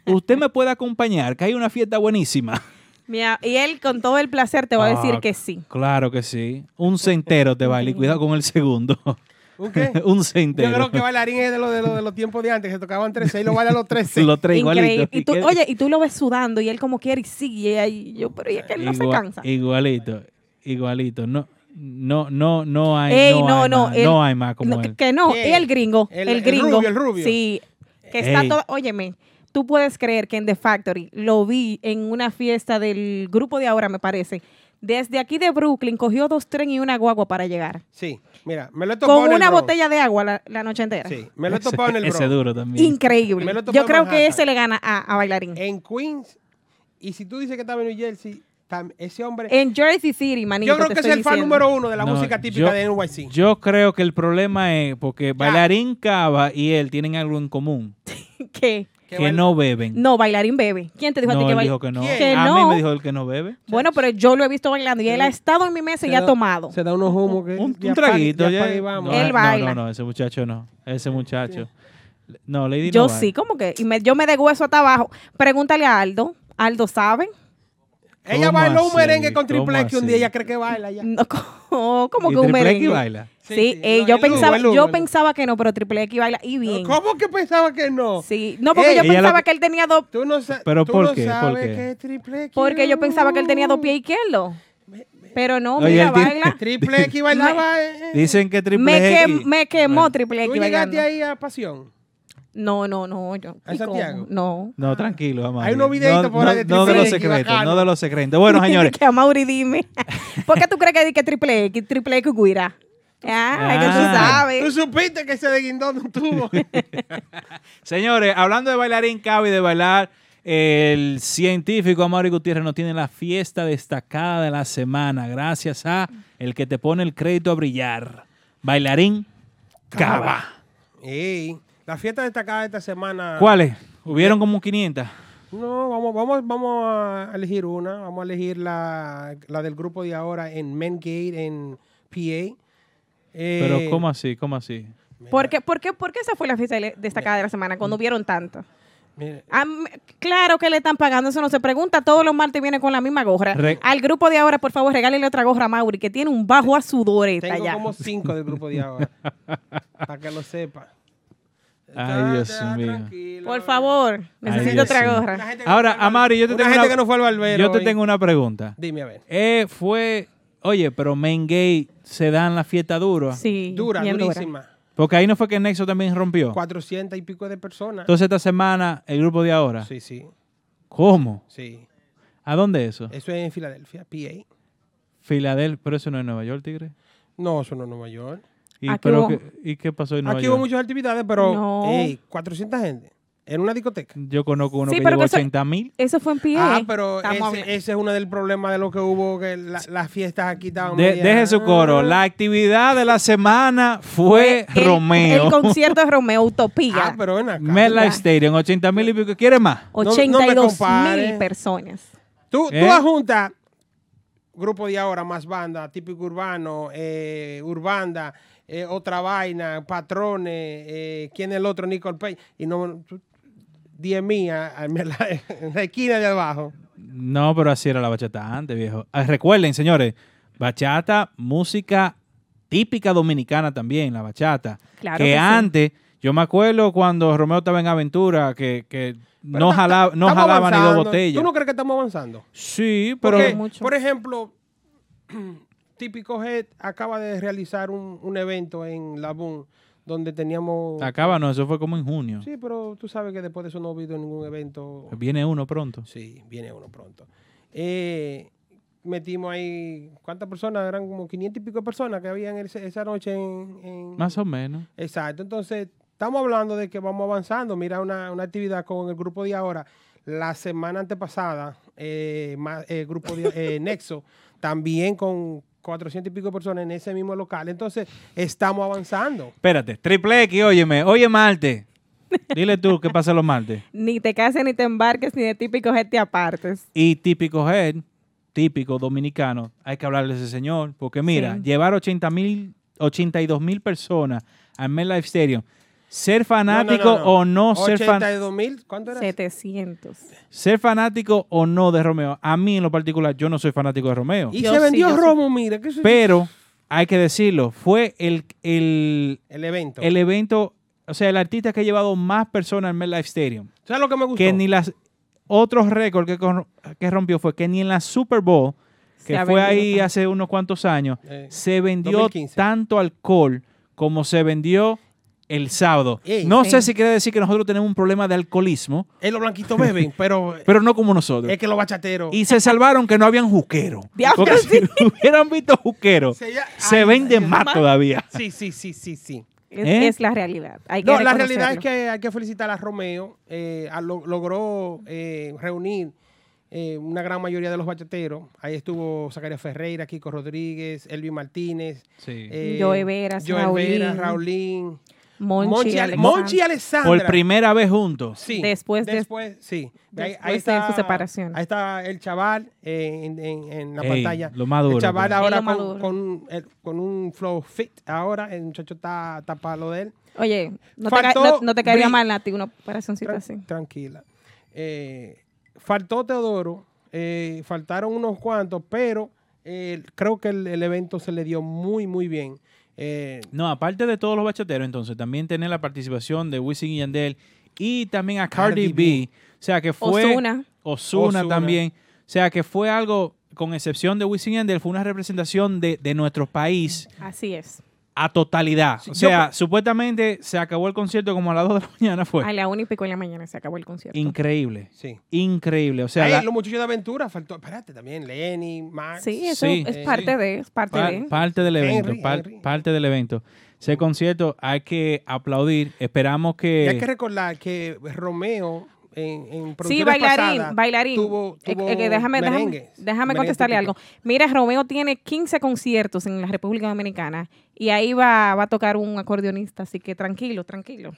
S2: Usted me puede acompañar, que hay una fiesta buenísima.
S3: Mira, y él con todo el placer te va a decir
S2: Ah,
S3: que sí.
S2: Claro que sí. Un centero te baila y cuidado con el segundo.
S4: ¿Un qué?
S2: Un
S4: Yo
S2: centero.
S4: creo que bailarín es de los de, lo, de los tiempos de antes, que se tocaban tres seis, lo baila los tres seis.
S2: Los tres
S3: Increíble.
S2: igualitos.
S3: Y tú, oye, y tú lo ves sudando y él como quiere y sigue ahí. Yo, pero ¿y es que él no se
S2: Igua-
S3: cansa?
S2: Igualito, igualito. No, no, no, no hay,
S3: Ey,
S2: no, hay más,
S3: él-
S2: no hay más como
S3: no,
S2: él.
S3: Que no,
S4: ¿Quién?
S3: y el gringo. El,
S4: El- el
S3: gringo.
S4: rubio, el rubio.
S3: Sí. Que está
S2: Ey.
S3: todo. Óyeme, tú puedes creer que en The Factory lo vi en una fiesta del grupo de ahora, me parece. Desde aquí de Brooklyn cogió dos trenes y una guagua para llegar.
S4: Sí, mira, me lo he topado
S3: Con
S4: en el
S3: una
S4: Bronx.
S3: botella de agua la, la noche entera.
S4: Sí, me lo he topado en el
S2: Ese
S4: Bronx.
S2: duro también.
S3: Increíble.
S4: Me lo he topado
S3: Yo
S4: en
S3: creo que
S4: Manhattan.
S3: ese le gana a, a bailarín.
S4: En Queens, y si tú dices que estaba en New Jersey, tam- ese hombre...
S3: En Jersey City, manito.
S4: yo creo
S3: te
S4: que es
S3: estoy
S4: el fan
S3: diciendo.
S4: número uno de la
S2: No,
S4: música típica
S2: yo-
S4: de NYC.
S2: Yo creo que el problema es porque Bailarín Cava y él tienen algo en común,
S3: ¿Qué?
S2: que,
S4: Que baila-
S2: no beben.
S3: No, bailarín bebe. ¿Quién te dijo a ti
S2: No,
S3: que
S2: él
S3: bail-
S2: dijo que no.
S4: ¿Quién?
S3: Que
S2: a
S3: no.
S2: mí me dijo él que no bebe.
S3: Bueno, pero yo lo he visto bailando y él ha estado en mi mesa y ya ha tomado.
S4: Se da unos humos que...
S2: Un, un
S4: ya pa-
S2: traguito.
S4: ya
S2: ya.
S4: pa' ahí vamos.
S2: No,
S3: Él
S2: no,
S3: baila.
S2: No, no, ese muchacho no. Ese muchacho. No, Lady
S3: Yo
S2: no baila.
S3: sí, como que. Y me- yo me de hueso hasta abajo. Pregúntale a Aldo. Aldo sabe.
S4: Ella
S2: ¿Cómo
S4: bailó un
S2: así?
S4: merengue con
S2: ¿Cómo
S4: Triple X un día,
S2: así?
S4: ella cree que baila ya.
S3: No, co- como
S2: ¿Y
S3: que un
S2: Triple X
S3: merengue.
S2: baila?
S3: Sí,
S4: Sí, sí,
S3: eh,
S4: no,
S3: yo
S4: el Hugo,
S3: pensaba,
S4: el Hugo,
S3: yo
S4: el-
S3: pensaba que no, pero Triple X baila y bien.
S4: ¿Cómo que pensaba que no?
S3: Sí, no porque
S4: Ey,
S3: yo
S2: ella lo
S3: pensaba
S2: que-
S3: que él tenía dos,
S4: Tú no, sa-
S2: ¿Pero
S4: tú
S2: por
S4: no
S2: qué? ¿Por
S4: sabes
S2: qué?
S4: que es Triple X. uh.
S3: porque yo pensaba que él tenía dos pies izquierdos. Pero no,
S2: Oye,
S3: mira,
S2: él tiene-
S3: baila.
S4: Triple X bailaba. eh, eh.
S2: Dicen que Triple
S3: Me,
S2: X.
S3: quem- me quemó Triple
S4: ¿Tú
S3: X
S4: llegaste
S3: bailando.
S4: ahí a Pasión?
S3: No, no, no, yo.
S4: ¿A
S3: ¿y cómo?
S4: Santiago?
S3: No.
S2: No, tranquilo, Amari.
S4: Hay unos videitos
S2: no,
S4: por ahí de
S2: no, no de
S4: Triple
S2: los
S4: X,
S2: secretos,
S4: bacano.
S2: no de los secretos. Bueno, señores,
S3: que a Mauri dime. ¿Por qué tú crees que di que Triple X, Triple X guira? Ah, que tú
S2: Ah.
S3: sabes.
S4: Tú supiste que se desguindó de un tubo.
S2: Señores, hablando de bailar Cava y de bailar, el científico Amaury Gutiérrez nos tiene la fiesta destacada de la semana, gracias a el que te pone el crédito a brillar, Bailarín Cava.
S4: Ey, la fiesta destacada de esta semana.
S2: ¿Cuáles? Hubieron como 500.
S4: No, vamos, vamos, vamos a elegir una. Vamos a elegir la, la del grupo de ahora en Men Gate, en PA. Eh,
S2: Pero ¿cómo así? ¿Cómo así?
S3: ¿Por qué, por, qué, ¿Por qué esa fue la fiesta de- destacada de la semana
S2: Mm.
S3: cuando hubieron tanto?
S4: mira,
S3: Ah, mm, claro que le están pagando, eso no se pregunta. Todos los martes viene con la misma gorra.
S2: Re-
S3: Al grupo de ahora, por favor, regálele otra gorra a Mauri, que tiene un bajo a sudoreta
S4: tengo
S3: ya.
S4: como cinco del grupo de ahora. para que lo sepa.
S2: Ay, Dios
S4: Está- está
S2: mío.
S4: tranquila,
S3: Por
S4: oye.
S3: favor, necesito
S2: Dios
S3: otra
S2: mío.
S4: La
S3: gorra.
S4: gente que
S2: Ahora,
S4: no fue al bar-
S2: Amaury, yo te
S4: una
S2: tengo
S4: gente
S2: una-
S4: que no fue al barbero.
S2: Yo te
S4: hoy.
S2: tengo una pregunta.
S4: Dime a ver.
S2: Eh, fue, oye, pero Men Gay se dan la fiesta dura.
S3: Sí,
S4: Dura,
S3: bien
S4: durísima.
S2: Porque ahí no fue que Nexo también rompió.
S4: 400 y pico de personas.
S2: Entonces esta semana, el grupo de ahora.
S4: Sí, sí,
S2: ¿Cómo?
S4: sí.
S2: ¿A dónde eso?
S4: Eso es en Filadelfia, PA.
S2: Filadelfia, pero eso no es Nueva York, Tigre.
S4: No, eso no es Nueva York.
S2: ¿Y,
S3: Aquí
S2: pero
S3: hubo-
S2: qué, ¿y qué pasó en Nueva
S4: Aquí
S2: York?
S4: hubo muchas actividades, pero
S3: No.
S4: ey, 400 gente en una discoteca.
S2: Yo conozco uno
S3: Sí,
S2: que
S3: pero
S2: llevó
S3: que eso-
S2: 80 mil.
S3: Eso fue en pie.
S4: Ah, pero
S3: Estamos
S4: ese,
S3: hablando.
S4: ese es uno del problema de lo que hubo, que la- las fiestas aquí estaban...
S2: De-
S4: media-
S2: deje su coro. La actividad de la semana fue
S3: el-
S2: Romeo.
S3: El concierto de Romeo, Utopía.
S4: Ah, pero ven acá.
S2: MetLife
S3: Ya.
S2: Stadium, 80 mil y pico. ¿Quiere más?
S4: no me
S3: 82
S4: compare.
S3: mil personas.
S4: Tú,
S2: ¿Eh?
S4: tú adjuntas grupo de ahora, más banda, típico urbano, eh, urbanda, eh, otra vaina, patrones, eh, ¿quién es el otro? Nicole Pay. Y no, tú- 10 mías en la, en la esquina de abajo.
S2: No, pero así era la bachata antes, viejo. Ah, recuerden, señores, bachata, música típica dominicana también, la bachata.
S3: Claro
S2: que,
S3: que sí.
S2: antes, yo me acuerdo cuando Romeo estaba en Aventura, que, que
S4: Pero
S2: no,
S4: ta- ta-
S2: jala- no
S4: estamos
S2: jalaba ni dos
S4: avanzando.
S2: botellas.
S4: ¿Tú no crees que estamos avanzando?
S2: Sí, pero...
S4: Pero,
S3: Mucho.
S4: por ejemplo, Típico Head acaba de realizar un, un evento en La Boom donde teníamos...
S2: Acaba, no, eso fue como en junio.
S4: Sí, pero tú sabes que después de eso no ha habido ningún evento.
S2: Viene uno pronto.
S4: Sí, viene uno pronto. Eh, metimos ahí, ¿cuántas personas? Eran como 500 y pico de personas que habían ese- esa noche en... en-
S2: Más o menos.
S4: Exacto, entonces estamos hablando de que vamos avanzando. Mira, una, una actividad con el grupo de ahora. La semana antepasada, eh, ma- el grupo de eh, Nexo, también con 400 y pico de personas en ese mismo local. Entonces, estamos avanzando.
S2: Espérate, Triple X, óyeme, oye Marte. Dile tú qué pasa los martes.
S3: Ni te cases, ni te embarques, ni de típico gente apartes.
S2: Y típico head, típico dominicano, hay que hablarle a ese señor, porque mira,
S3: Sí.
S2: llevar 80 mil, 82 mil personas al MetLife Stadium, ser fanático o no ser, fan-
S4: 82 mil, ¿cuánto era?
S3: 700.
S2: ser fanático o no de Romeo. A mí en lo particular, yo no soy fanático de Romeo,
S4: Y
S3: Yo
S4: se
S3: sí,
S4: vendió
S3: yo sí.
S4: Romo, mira. Que eso-
S2: pero hay que decirlo, fue el, el,
S4: el evento.
S2: el evento, o sea, el artista que ha llevado más personas al MetLife Stadium.
S4: ¿Sabes lo que me gustó?
S2: que ni las otros récords que, con- que rompió fue que ni en la Super Bowl
S3: Se
S2: que
S3: ha
S2: fue
S3: vendido
S2: ahí
S3: tanto.
S2: hace unos cuantos años
S4: Eh,
S2: se vendió
S4: 2015.
S2: tanto alcohol como se vendió el sábado.
S4: Ey.
S2: no sé
S3: Ey.
S2: si quiere decir que nosotros tenemos un problema de alcoholismo,
S4: Eh, los blanquitos beben, pero,
S2: pero no como nosotros.
S4: es que los bachateros.
S2: Y se salvaron que no habían juquero.
S3: Diablo,
S2: Porque
S3: sí.
S2: si hubieran visto juquero,
S4: Se ya-
S2: se
S4: ay,
S2: vende
S4: Dios.
S2: más todavía.
S4: Sí, sí, sí, sí, sí.
S3: Es,
S2: ¿Eh?
S3: es la realidad. Hay que
S4: No, la realidad es
S3: reconocerlo.
S4: que hay que felicitar a Romeo. eh, a lo- logró eh, reunir eh, una gran mayoría de los bachateros. Ahí estuvo Zacarías Ferreira, Kiko Rodríguez, Elvin Martínez. eh,
S3: Joe Veras,
S4: Joe
S3: Raulín,
S4: Veras, Raulín.
S3: Monchi,
S4: Monchi, Ale-
S3: Alexandra,
S4: Monchi Alexandra.
S2: Por primera vez juntos.
S4: Sí,
S3: Después de-
S4: después, sí.
S3: después de su separación.
S4: Ahí está el chaval eh, en, en- en la
S2: Ey,
S4: pantalla.
S2: lo pues. más duro,
S4: El chaval
S2: pero-
S4: ahora
S3: Es lo
S4: con,
S3: más duro.
S4: con el- con un flow fit. Ahora el muchacho está, está para lo de él.
S3: Oye, no te, ca-
S4: Faltó
S3: no- no te caería
S4: Bri-
S3: mal a ti una operacioncita
S4: Tran-
S3: así.
S4: Tranquila. Eh, faltó Teodoro. eh, faltaron unos cuantos, pero eh, creo que el, el evento se le dio muy, muy bien. Eh,
S2: No, aparte de todos los bachateros, entonces también tener la participación de Wisin y Yandel y también a Cardi,
S4: Cardi
S2: B.
S4: B.
S2: O sea que fue.
S3: Ozuna.
S2: Ozuna
S4: Ozuna.
S2: también. O sea que fue algo, con excepción de Wisin y Yandel, fue una representación de, de nuestro país
S3: Así es.
S2: a totalidad.
S4: Sí,
S2: O
S4: yo
S2: sea, supuestamente se acabó el concierto como a las 2 de la mañana,
S3: a
S2: fue.
S3: la una y pico de la mañana se acabó el concierto.
S2: Increíble.
S4: sí.
S2: Increíble. O sea,
S4: Ahí
S2: la-
S4: los muchachos de aventura faltó. Espérate, también Lenny, Max.
S3: sí, eso
S2: Sí.
S3: es
S4: Sí.
S3: parte de, es parte
S2: pa-
S3: de.
S2: parte del evento.
S4: Henry,
S2: par-
S4: Henry.
S2: Parte del evento. Ese concierto hay que aplaudir. Esperamos
S4: Y
S2: que.
S4: hay que recordar que Romeo en, en
S3: Eh, Sí,
S4: producciones
S3: bailarín,
S4: pasadas
S3: bailarín.
S4: Tuvo,
S3: Eh,
S4: tuvo
S3: eh, que déjame, déjame-
S4: merengues,
S3: déjame
S4: merengue
S3: contestarle
S4: típico.
S3: algo. Mira, Romeo tiene 15 conciertos en la República Dominicana y ahí va, va a tocar un acordeonista, así que tranquilo, tranquilo.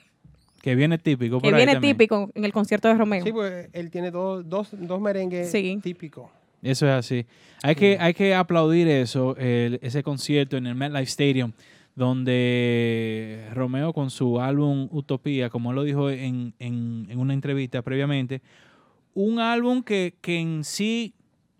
S2: que viene típico.
S3: Que
S2: por ahí
S3: viene
S2: también.
S3: típico en el concierto de Romeo.
S4: Sí, pues él tiene dos, dos, dos merengues
S3: Sí.
S4: típicos.
S2: Eso es así. Hay
S3: Mm.
S2: que, hay que aplaudir eso, el- ese concierto en el MetLife Stadium, donde Romeo con su álbum Utopía, como él lo dijo en, en- en una entrevista previamente, un álbum que, que en sí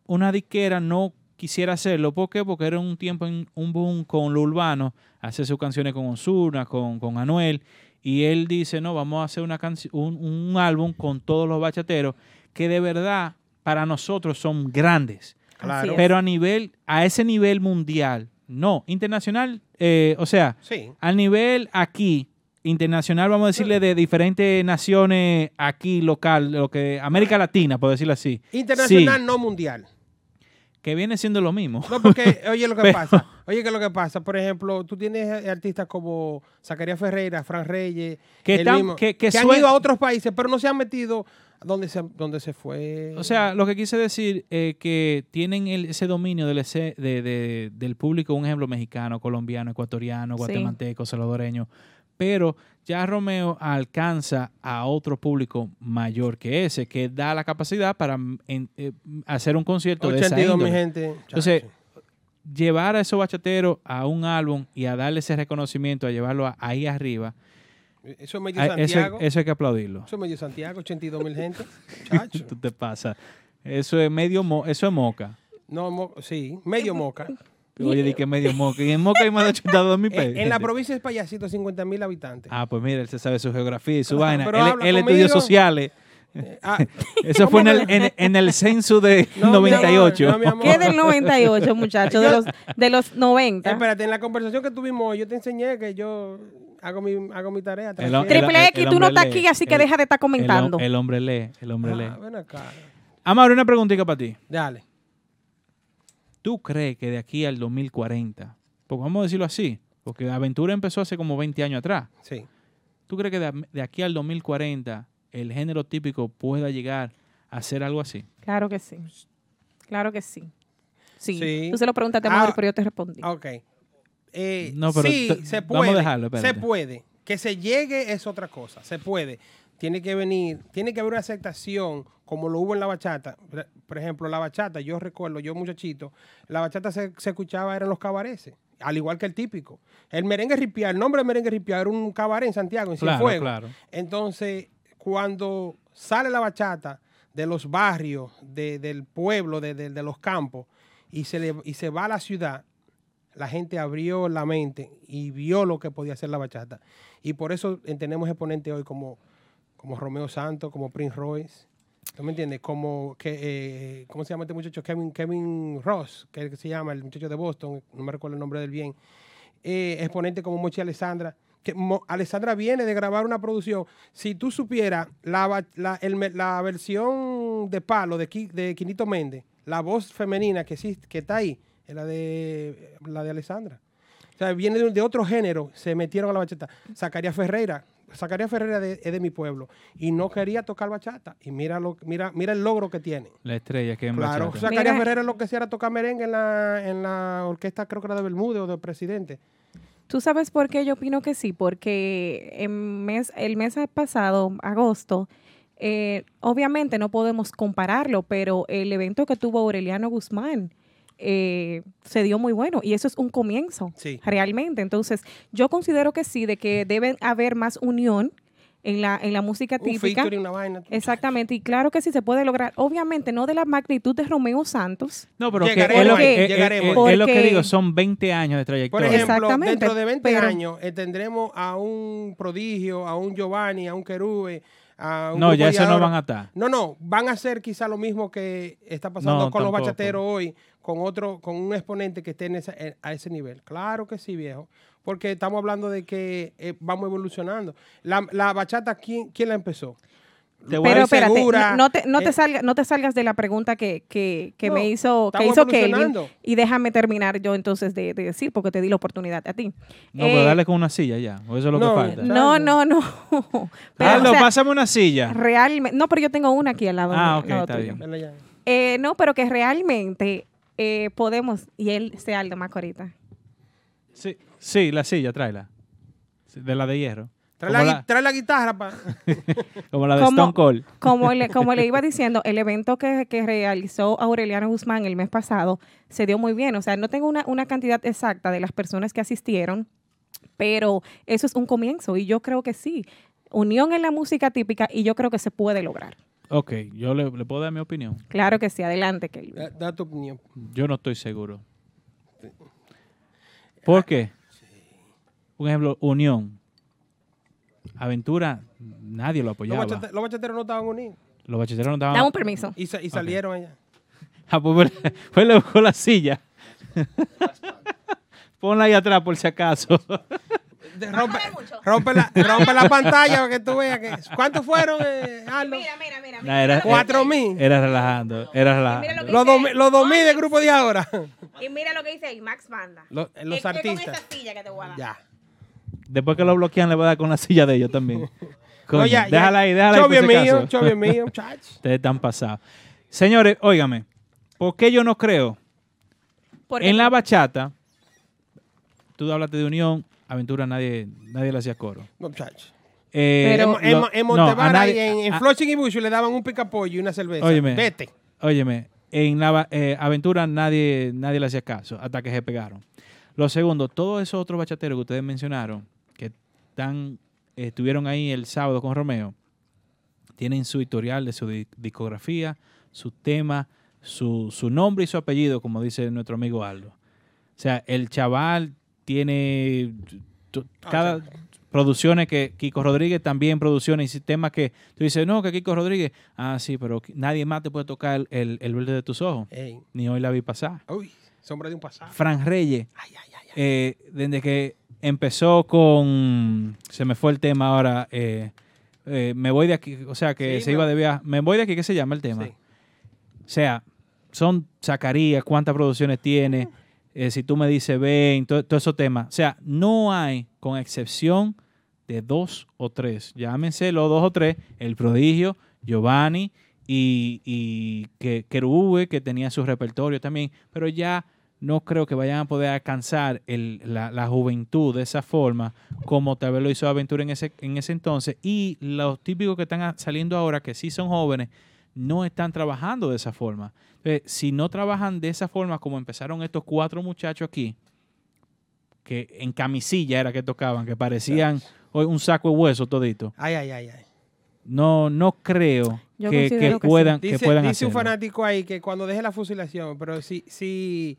S2: una disquera no quisiera hacerlo. ¿Por qué? Porque era un tiempo en un boom con lo urbano, hace sus canciones con Ozuna, con, con Anuel, y él dice, no, vamos a hacer una canci- un, un álbum con todos los bachateros que de verdad para nosotros son grandes.
S3: Así
S4: Claro.
S3: es.
S2: Pero a nivel, a ese nivel mundial, No, internacional, eh, o sea,
S4: Sí.
S2: a nivel aquí, internacional, vamos a decirle de diferentes naciones aquí, local, lo que América Latina, por decirlo así.
S4: Internacional,
S2: Sí,
S4: no mundial.
S2: que viene siendo lo mismo.
S4: No, porque, oye lo que
S2: Pero-
S4: pasa. Oye, que lo que pasa. Por ejemplo, tú tienes eh, artistas como Zacarías Ferreira, Fran Reyes,
S2: Que
S4: el
S2: están-
S4: mismo,
S2: que- que
S4: han
S2: suen-
S4: ido a otros países, pero no se han metido donde se, donde se fue.
S2: O sea, lo que quise decir eh, que tienen el- ese dominio del, ese- de- de- del público, un ejemplo mexicano, colombiano, ecuatoriano,
S3: Sí.
S2: guatemalteco, salvadoreño, pero ya Romeo alcanza a otro público mayor que ese, que da la capacidad para mm, en- eh, hacer un concierto de esa
S4: 82, mi
S2: índole.
S4: gente.
S2: Entonces,
S4: Chacho.
S2: llevar a esos bachateros a un álbum y a darle ese reconocimiento, a llevarlo a- ahí arriba,
S4: eso es medio
S2: a- eso,
S4: Santiago.
S2: eso hay que aplaudirlo.
S4: Eso es medio Santiago, 82 mil gente. Chacho.
S2: Tú te pasa. Eso es medio mo- eso es moca.
S4: No, mo- sí, medio moca.
S2: Oye, di que medio moca. Y en moca hay más de 82 mil pesos.
S4: en, en la provincia de Payasito, 50 mil habitantes.
S2: Ah, pues mira, él se sabe su geografía y su
S4: Claro,
S2: vaina.
S4: pero
S2: Él,
S4: habla
S2: él
S4: conmigo.
S2: estudió sociales.
S4: Ah,
S2: Eso fue en el, en, en el censo de
S4: no, mi amor,
S2: 98.
S4: no, mi amor.
S3: ¿Qué es del 98, muchachos? De los, de los 90.
S4: Espérate, en la conversación que tuvimos hoy, yo te enseñé que yo hago mi, hago mi tarea.
S2: El- el-
S4: tranquila.
S3: Triple X,
S2: el
S3: tú no
S2: hombre
S3: estás
S2: lee.
S3: aquí, así que deja de estar comentando.
S2: El, el hombre lee, el hombre lee.
S4: Ah, ven acá.
S2: Amaro, una preguntita para ti.
S4: Dale.
S2: ¿Tú crees que de aquí al 2040, porque vamos a decirlo así, porque Aventura empezó hace como 20 años atrás,
S4: Sí.
S2: ¿tú crees que de, de aquí al 2040 el género típico pueda llegar a ser algo así?
S3: Claro que sí. Claro que sí. Sí.
S4: Sí.
S3: Tú se lo preguntaste a
S4: Ah,
S3: Mauri, pero yo te respondí.
S4: Ok. Eh,
S2: No, pero
S4: sí,
S2: t-
S4: se puede.
S2: vamos a dejarlo,
S4: se
S2: espérate.
S4: puede. Que se llegue es otra cosa. Se puede. Tiene que venir, tiene que haber una aceptación como lo hubo en la bachata. Por- Por ejemplo, la bachata, yo recuerdo, yo muchachito, la bachata se, se escuchaba era en los cabareces, al igual que el típico. El merengue ripiado, el nombre de merengue ripiado era un cabaret en Santiago, en
S2: Claro,
S4: Cienfuegos.
S2: claro.
S4: Entonces, cuando sale la bachata de los barrios, de- del pueblo, de, de- de los campos, y se, le- y se va a la ciudad, la gente abrió la mente y vio lo que podía hacer la bachata. Y por eso eh, tenemos exponentes hoy como, como Romeo Santos, como Prince Royce. ¿Tú me entiendes? Como, que, eh, ¿cómo se llama este muchacho? Kevin, Kevin Ross, que es el que se llama, el muchacho de Boston, no me recuerdo el nombre del bien. Eh, exponente como Mochi Alessandra. Que Mo- Alessandra viene de grabar una producción. Si tú supieras la, ba- la- el me- la versión de palo de, Qui- de Quinito Méndez, la voz femenina que, existe, que está ahí, es la de, eh, la de Alessandra. O sea, viene de, de otro género, se metieron a la bachata. Zacarías Ferreira, Zacarías Ferreira de- es de mi pueblo y no quería tocar bachata. Y mira, lo, mira, mira el logro que tiene.
S2: La estrella que es en
S4: Claro,
S2: bachata.
S4: Zacarías
S3: Mira.
S4: Ferreira lo que hacía era tocar merengue en la, en la orquesta, creo que era de Bermúdez o del presidente.
S3: ¿Tú sabes por qué yo opino que sí? Porque en mes, el mes pasado, agosto, eh, obviamente no podemos compararlo, pero el evento que tuvo Aureliano Guzmán eh, se dio muy bueno y eso es un comienzo,
S4: Sí.
S3: realmente. Entonces, yo considero que sí, de que debe haber más unión en la, en la música
S4: Un
S3: típica.
S4: featuring, una vaina.
S3: Exactamente, y claro que sí se puede lograr, obviamente no de la magnitud de Romeo Santos,
S2: No, pero
S4: Llegaremos
S2: que es, lo,
S3: ahí,
S2: que- es-
S4: llegaremos
S2: es-
S3: ahí.
S2: es lo que
S3: eh, Porque-
S2: digo, son 20 años de
S4: Por
S2: trayectoria.
S4: ejemplo,
S3: Exactamente,
S4: dentro de 20
S3: pero-
S4: años eh, tendremos a un prodigio, a un Giovanni, a un Querube, a un
S2: no,
S4: grupo
S2: ya
S4: de
S2: eso no
S4: ahora.
S2: van a estar.
S4: No, no, van a hacer quizá lo mismo que está pasando
S2: No,
S4: con los
S2: tampoco.
S4: bachateros hoy, con otro, con un exponente que esté en esa- en- a ese nivel. Claro que sí, viejo, porque estamos hablando de que eh, vamos evolucionando. La, la bachata, ¿quién, quién la empezó?
S2: Te voy a
S3: Pero
S2: decir-
S3: espérate,
S4: segura,
S3: no, no te, no, te
S4: eh.
S3: salga- no te salgas de la pregunta que, que, que
S4: No,
S3: me hizo, que
S4: estamos
S3: hizo Kelvin.
S4: evolucionando.
S3: Y déjame terminar yo entonces de, de decir, porque te di la oportunidad a ti.
S2: no,
S3: Eh,
S2: pero dale con una silla ya. o Eso es lo
S4: no,
S2: que falta.
S4: no,
S3: no, no, no. Pero,
S2: Carlos,
S3: o sea,
S2: pásame una silla.
S3: realmente. No, pero yo tengo una aquí al lado.
S2: Ah,
S3: mío,
S2: ok,
S3: al lado
S2: está
S3: tuyo.
S2: bien.
S4: Vela ya.
S3: Eh, no, pero que realmente eh, podemos. Y él se alda más ahorita.
S2: Sí, sí, la silla, tráela. Sí, De la de hierro.
S4: Trae,
S2: como,
S4: la,
S2: la,
S4: gui- trae la guitarra, pa.
S2: como la de
S3: Como-
S2: Stone Cold.
S3: Como le, como le iba diciendo, el evento que, que realizó Aureliano Guzmán el mes pasado se dio muy bien. O sea, no tengo una, una cantidad exacta de las personas que asistieron, pero eso es un comienzo y yo creo que sí. Unión en la música típica y yo creo que se puede lograr.
S2: Ok, yo le, le puedo dar mi opinión.
S3: Claro que sí, adelante, Kelvin.
S4: Da, da tu opinión.
S2: Yo no estoy seguro. ¿Por qué? Un ejemplo, Unión. Aventura, nadie lo
S4: Los,
S2: apoyaba.
S4: bachate- los bachateros no estaban unidos
S2: Los bacheteros no estaban...
S3: Dame un permiso.
S4: y, sa- y salieron allá.
S2: pues, Ah, pues fue, fue y le buscó la silla. Ponla ahí atrás por si acaso.
S4: De- Rompe, rompe la, rompe la pantalla para que tú veas que. ¿Cuántos fueron, eh, Arlo?
S3: Mira, mira, mira.
S2: Nah, era,
S4: Cuatro mil.
S2: era relajando, era relajando.
S3: lo que-
S4: Los dos mil- los dos mil del grupo de ahora.
S3: Y mira lo que dice ahí, Max Banda.
S4: Los, eh, los
S3: Es que con
S4: artistas.
S3: esa silla que te voy a dar.
S4: Ya.
S2: Después que lo bloquean, le voy a dar con la silla de ellos también. Coño,
S4: No, ya, ya.
S2: déjala ahí, déjala
S4: Chovio
S2: ahí. Por si
S4: mío,
S2: acaso.
S4: chovio mío, chach.
S2: Ustedes están pasados. Señores, óigame, ¿por qué yo no creo?
S3: Porque
S2: En la bachata, tú hablaste de unión, aventura, nadie, nadie le hacía coro.
S4: No, chach.
S2: Eh,
S4: En,
S3: Pero-
S2: lo-
S4: en- en
S2: no, a
S4: Montevara y
S2: nadie-
S4: en, en
S2: a-
S4: Flushing y Bush le daban un picapollo y una cerveza.
S2: Óyeme.
S4: Vete.
S2: Óyeme, en la ba- eh, aventura nadie, nadie le hacía caso hasta que se pegaron. Lo segundo, todos esos otros bachateros que ustedes mencionaron, que están, eh, estuvieron ahí el sábado con Romeo, tienen su historial de su di- discografía, su tema, su, su nombre y su apellido, como dice nuestro amigo Aldo. O sea, el chaval tiene t- t-
S4: Ah,
S2: cada producciones que Kiko Rodríguez también producciones y temas que tú dices, no, que Kiko Rodríguez, ah, sí, pero qui- nadie más te puede tocar el, el, el verde de tus ojos.
S4: Ey.
S2: Ni hoy la vi pasar.
S4: Uy, sombra de un pasado.
S2: Fran Reyes,
S4: Ay, ay, ay, ay.
S2: eh, desde que empezó con, se me fue el tema ahora, eh, eh, me voy de aquí, o sea, que
S4: Sí,
S2: se
S4: me-
S2: iba de viaje, me voy de aquí, ¿qué se llama el tema?
S4: Sí.
S2: O sea, son Zacarías, cuántas producciones tiene, eh, si tú me dices ven, to- todos esos temas. O sea, no hay, con excepción de dos o tres, llámense los dos o tres, El Prodigio, Giovanni y, y que, Kerube, que tenía su repertorio también, pero ya no creo que vayan a poder alcanzar el- la, la juventud de esa forma como tal vez lo hizo Aventura en ese, en ese entonces. Y los típicos que están a- saliendo ahora, que sí son jóvenes, no están trabajando de esa forma. Entonces, si no trabajan de esa forma como empezaron estos cuatro muchachos aquí, que en camisilla era que tocaban, que parecían hoy un saco de hueso todito,
S4: Ay, ay, ay, ay.
S2: no, no creo
S3: Yo
S2: que,
S3: considero
S2: que
S3: que sí.
S2: puedan, que
S4: Dice,
S2: puedan
S4: dice un
S2: hacerlo.
S4: fanático ahí que cuando deje la fusilación, pero si, si,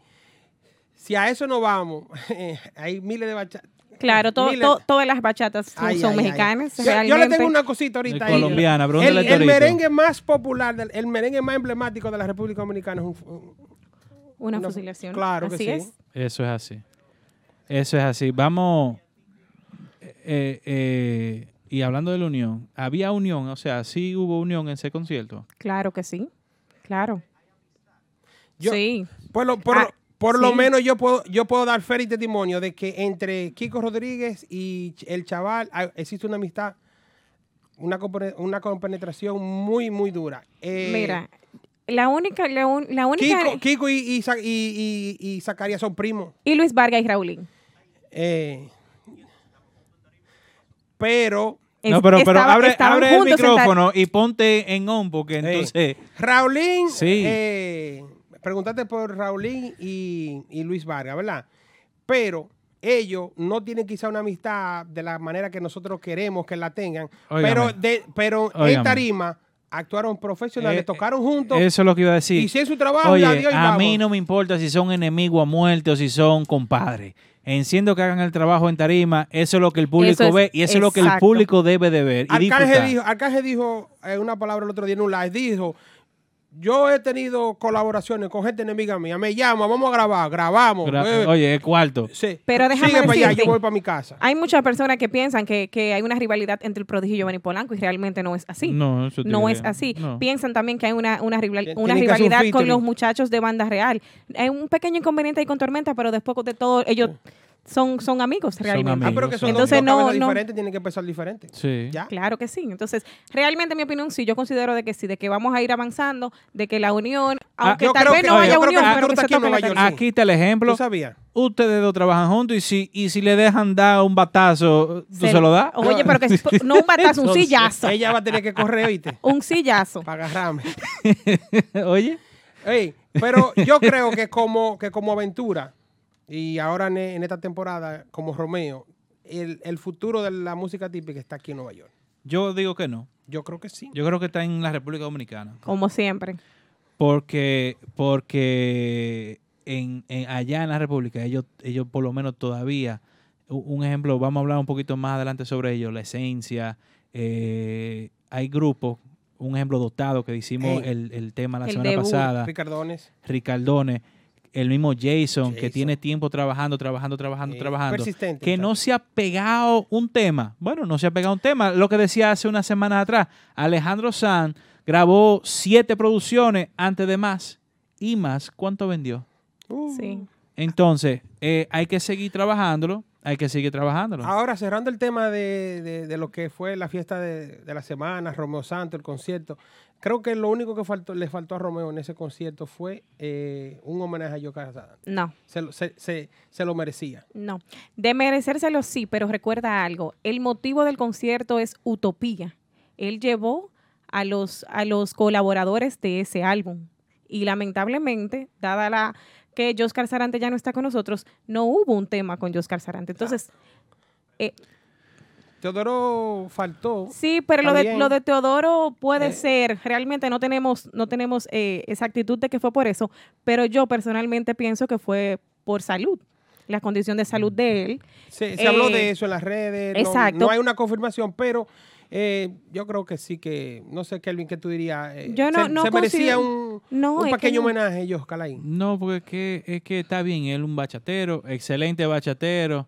S4: si a eso no vamos, hay miles de bachatas.
S3: Claro, to-
S4: Miles.
S3: to- todas las bachatas son,
S4: Ay,
S3: son
S4: ay, ay.
S3: mexicanas.
S4: Yo- Yo,
S3: realmente.
S4: le tengo una cosita ahorita.
S2: De
S4: ahí.
S2: colombiana, pero ¿dónde
S4: el,
S2: la
S4: el
S2: torito?
S4: merengue más popular, del- el merengue más emblemático de la República Dominicana es un- un-
S3: Una
S4: una-
S3: fusilación.
S4: claro que
S3: Así
S4: sí.
S3: es.
S2: Eso es así. Eso es así. Vamos. eh, eh, y hablando de la unión, había unión, o sea, sí hubo unión en ese concierto.
S3: Claro que sí. Claro.
S4: Yo-
S3: sí.
S4: Por lo, por, lo-
S3: Ah,
S4: por lo
S3: sí.
S4: menos yo puedo, yo puedo dar fe y testimonio de que entre Kiko Rodríguez y Ch- el chaval ah, existe una amistad, una, compone- una compenetración muy, muy dura. Eh,
S3: Mira, la única, la, un- la única.
S4: Kiko, Kiko y, y, Sa- y- y- y Zacarías son primos.
S3: Y Luis Vargas y Raulín.
S4: Eh, pero
S3: Es-
S2: no, pero, pero
S3: estaban-
S2: abre,
S3: estaban
S2: abre el
S3: juntos sentados.
S2: micrófono y ponte en on, porque entonces.
S4: Raulín,
S2: Sí.
S4: eh, preguntaste por Raulín y, y Luis Vargas, ¿verdad? Pero ellos no tienen quizá una amistad de la manera que nosotros queremos que la tengan,
S2: Óigame.
S4: pero de, pero en
S2: Óigame.
S4: tarima actuaron profesionales,
S2: Eh,
S4: tocaron juntos,
S2: Eso es lo que iba a decir.
S4: hicieron su trabajo y
S2: Oye,
S4: adiós y
S2: a
S4: vamos.
S2: mí no me importa si son enemigos a muerte o si son compadres. Enciendo que hagan el trabajo en tarima, eso es lo que el público
S3: Eso es-
S2: ve y eso es lo que el
S3: exacto.
S2: público debe de ver. Y
S4: Arcángel
S2: disfrutar.
S4: dijo, Arcángel dijo eh, una palabra el otro día en un live, dijo, yo he tenido colaboraciones con gente enemiga mía, me llama, vamos a grabar, grabamos.
S2: Gra-
S4: eh,
S2: Oye, el cuarto.
S4: sí.
S3: Pero déjame
S4: Sigue para allá,
S3: decirte-
S4: yo voy para mi casa.
S3: Hay muchas personas que piensan que, que hay una rivalidad entre el prodigio y Giovanni Polanco y realmente no es así.
S2: No, eso te
S3: No
S2: diría.
S3: es así.
S2: No.
S3: Piensan también que hay una, una, rival-
S4: Tien-
S3: una
S4: tienen que hacer un
S3: rivalidad con
S4: featuring.
S3: los muchachos de banda real. Hay un pequeño inconveniente ahí con Tormenta, pero después de todo, ellos son, son amigos realmente.
S4: Ah,
S2: amigos.
S4: pero que son
S3: Entonces,
S4: dos, dos
S3: no,
S4: cabezas
S3: no.
S4: diferentes, tienen que pensar diferente.
S2: Sí.
S4: ¿Ya?
S3: Claro que sí. Entonces, realmente mi opinión sí, yo considero de que sí, de que vamos a ir avanzando, de que la unión,
S2: Ah,
S3: aunque
S4: yo
S3: tal
S4: creo
S3: vez
S4: que-
S3: no
S4: oye,
S3: haya
S4: yo creo que
S3: unión,
S4: el
S3: pero
S4: futuro
S3: que
S4: está
S3: se
S4: aquí en
S3: toque la
S4: Nueva York.
S3: tarima.
S2: Aquí está el ejemplo.
S4: ¿Tú sabías?
S2: Ustedes dos trabajan juntos y si, y si le dejan dar un batazo, ¿tú se,
S3: Se-
S2: lo das?
S3: Oye, pero que es- no un batazo, un
S2: Entonces,
S3: sillazo.
S4: Ella va a tener que correr, oíste,
S3: Un sillazo.
S4: para agarrarme.
S2: Oye.
S4: Ey, pero yo creo que como, que como aventura, y ahora en, en esta temporada, como Romeo, el, el futuro de la música típica está aquí en Nueva York.
S2: Yo digo que no.
S4: Yo creo que sí.
S2: Yo creo que está en la República Dominicana.
S3: Como siempre.
S2: Porque, porque en, en- allá en la República, ellos, ellos por lo menos todavía, u- un ejemplo, vamos a hablar un poquito más adelante sobre ellos, la esencia. eh, hay grupos, un ejemplo dotado que hicimos
S4: Ey.
S2: el, el tema la
S3: El
S2: semana
S3: debut,
S2: pasada.
S4: Ricardones.
S2: Ricardones, el mismo Jason, que
S4: Jason.
S2: tiene tiempo trabajando, trabajando, trabajando,
S4: Sí,
S2: trabajando.
S4: persistente,
S2: Que
S4: está.
S2: no se ha pegado un tema. Bueno, no se ha pegado un tema. Lo que decía hace unas semanas atrás, Alejandro Sanz grabó siete producciones antes de más. ¿Y más cuánto vendió?
S4: Uh.
S3: Sí.
S2: Entonces, eh, hay que seguir trabajándolo. Hay que seguir trabajándolo.
S4: Uh. Ahora, cerrando el tema de, de- de lo que fue la fiesta de, de la semana, Romeo Santo, el concierto, creo que lo único que faltó, le faltó a Romeo en ese concierto fue eh, un homenaje a Joe Casada.
S3: No,
S4: Se, lo- se- se- se lo merecía.
S3: no. De merecérselo sí, pero recuerda algo. El motivo del concierto es utopía. Él llevó a los, a los colaboradores de ese álbum. Y lamentablemente, dada la que Joscar Sarante ya no está con nosotros, no hubo un tema con Joscar Sarante. Entonces, eh,
S4: Teodoro faltó.
S3: Sí, pero lo de,
S4: También.
S3: lo de Teodoro puede
S4: Eh.
S3: ser. Realmente no tenemos, no tenemos eh, exactitud de que fue por eso, pero yo personalmente pienso que fue por salud, la condición de salud de él.
S4: Se, se
S3: Eh,
S4: habló de eso en las redes. no-
S3: exacto.
S4: No, hay una confirmación, pero eh, yo creo que sí que, no sé, Kelvin, ¿qué tú dirías? Eh,
S3: Yo no-
S4: se,
S3: no
S4: se merecía
S3: considero-
S4: un,
S3: No,
S4: un
S3: es que
S4: pequeño
S3: no.
S4: homenaje a Joe Calaín.
S2: No, porque es que, es que está bien, él un bachatero, excelente bachatero,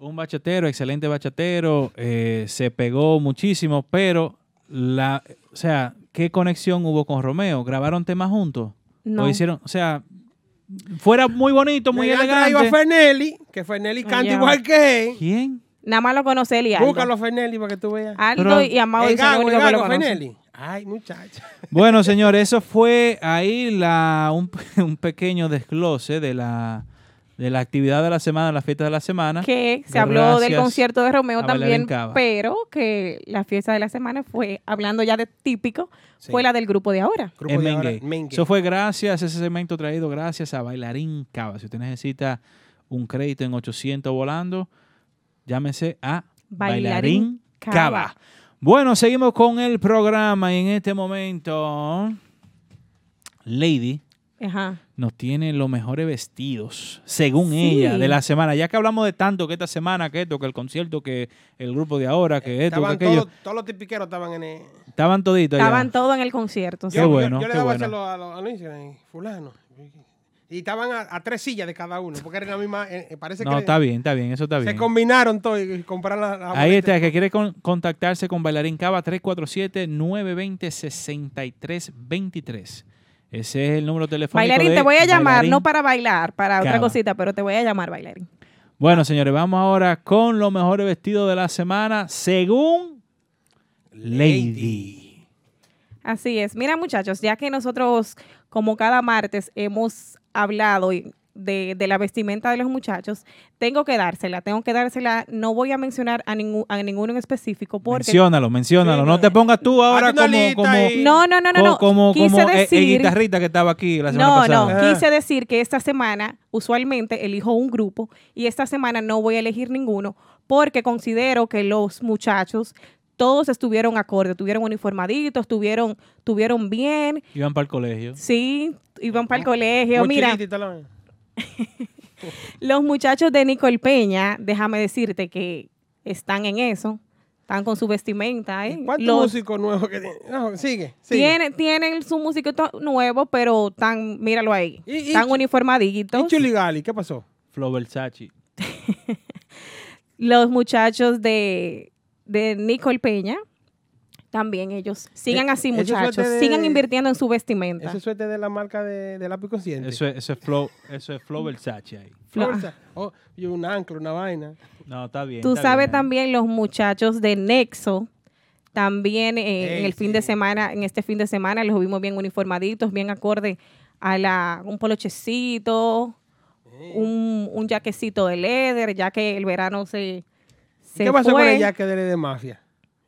S2: un bachatero, excelente bachatero, eh, se pegó muchísimo, pero la, o sea, ¿qué conexión hubo con Romeo? ¿Grabaron temas juntos?
S3: No.
S2: ¿O hicieron, o sea, fuera muy bonito, muy
S4: Iba a
S2: elegante?
S4: Fernelli, que Fernelli canta
S3: Ah, Ya.
S4: igual que él.
S2: ¿Quién?
S3: Nada más lo conoce él y Aldo.
S4: Búscalo a Fernelli para que tú veas.
S3: Aldo
S2: Pero-
S3: y Amado
S4: el
S3: y
S4: gago, el
S3: que lo
S4: gago,
S3: conocen.
S4: Fenelli. Ay, muchacha.
S2: Bueno, señores, eso fue ahí la, un, un pequeño desglose de la, de la actividad de la semana, la fiesta de la semana.
S3: Que se habló del
S2: Gracias
S3: concierto de
S2: a
S3: Romeo
S2: Belén
S3: también,
S2: Cava.
S3: pero que la fiesta de la semana fue, hablando ya de típico,
S4: Sí.
S3: fue la del grupo de ahora.
S4: Grupo
S2: en
S4: de
S2: Main
S4: ahora,
S2: Gate.
S4: Main Gate.
S2: Eso fue gracias, ese segmento traído gracias a Bailarín Cava. Si usted necesita un crédito en 800 volando, llámese a Bailarín,
S3: Bailarín
S2: Cava.
S3: Cava.
S2: Bueno, seguimos con el programa y en este momento Lady
S3: Ajá.
S2: nos tiene los mejores vestidos, según
S3: Sí.
S2: ella, de la semana. Ya que hablamos de tanto que esta semana, que esto, que el concierto, que el grupo de ahora, que esto, que
S4: Estaban
S2: aquello,
S4: todos, todos los tipiqueros estaban en el...
S2: estaban toditos. allá.
S3: Estaban todos en el concierto. sí.
S2: Qué bueno,
S4: yo, le
S2: qué
S4: daba
S2: bueno.
S4: a los a los- a los Instagram, y fulano. Y estaban a, a tres sillas de cada uno, porque era la misma, eh, eh, parece
S2: No,
S4: que
S2: está bien, está bien, eso está
S4: se este
S2: bien.
S4: combinaron todos y compraron las las
S2: Ahí
S4: boletas.
S2: está, que quiere con- contactarse con Bailarín Cava 347-920-6323. Ese es el número telefónico.
S3: Bailarín,
S2: de
S3: te voy a llamar,
S2: Bailarín.
S3: no para bailar, para otra
S2: Cava.
S3: cosita, pero te voy a llamar, bailarín.
S2: Bueno, señores, vamos ahora con los mejores vestidos de la semana, según Lady.
S3: Así es. Mira, muchachos, ya que nosotros, como cada martes, hemos hablado y- de, de la vestimenta de los muchachos, tengo que dársela, tengo que dársela. No voy a mencionar a, ningún a ninguno en específico porque...
S2: Menciónalo, menciónalo.
S4: Sí,
S2: no
S4: no.
S2: te pongas tú ahora
S4: Haz una
S2: como,
S4: lista
S2: como,
S4: y-
S3: No, no, no, no, no.
S2: como,
S3: Quise
S2: como el- el,
S3: decir-
S2: guitarrista que estaba aquí la semana
S3: No,
S2: pasada. Ah.
S3: no,
S4: Ajá.
S3: quise decir que esta semana usualmente elijo un grupo y esta semana no voy a elegir ninguno porque considero que los muchachos todos estuvieron acorde, estuvieron uniformaditos, estuvieron, estuvieron bien,
S2: Iban para el colegio.
S3: sí, iban para el colegio. Mira,
S4: Mochilita y toda la-
S3: los muchachos de Nicole Peña, déjame decirte que están en eso, están con su vestimenta. ¿eh?
S4: ¿Cuántos
S3: Los-
S4: músicos nuevos que tienen? No, sigue, sigue.
S3: tienen, tienen su músico nuevo, pero tan, míralo ahí,
S4: Y- y
S3: están
S4: Chu-
S3: uniformaditos.
S4: ¿Y Chuligali? ¿Qué pasó?
S2: Flo Versace.
S3: los muchachos de, de Nicole Peña, también ellos sigan
S4: E-
S3: así,
S4: ese
S3: muchachos,
S4: suéter de-
S3: sigan invirtiendo en su vestimenta.
S4: Ese suéter de la marca de, de lápiz consciente.
S2: Eso es, eso es Flo, eso es Flo Versace ahí.
S3: No.
S4: Fuerza. Oh, y un ancla, una vaina.
S2: No, está bien.
S3: Tú
S2: está
S3: sabes
S2: bien.
S3: también los muchachos de Nexo, también eh, en
S4: Ey,
S3: el fin
S4: sí.
S3: de semana, en este fin de semana los vimos bien uniformaditos, bien acorde a la un polochecito, un, un jaquecito de leather, ya que el verano se, se
S4: ¿Qué pasó
S3: fue.
S4: con el jaque de, de mafia?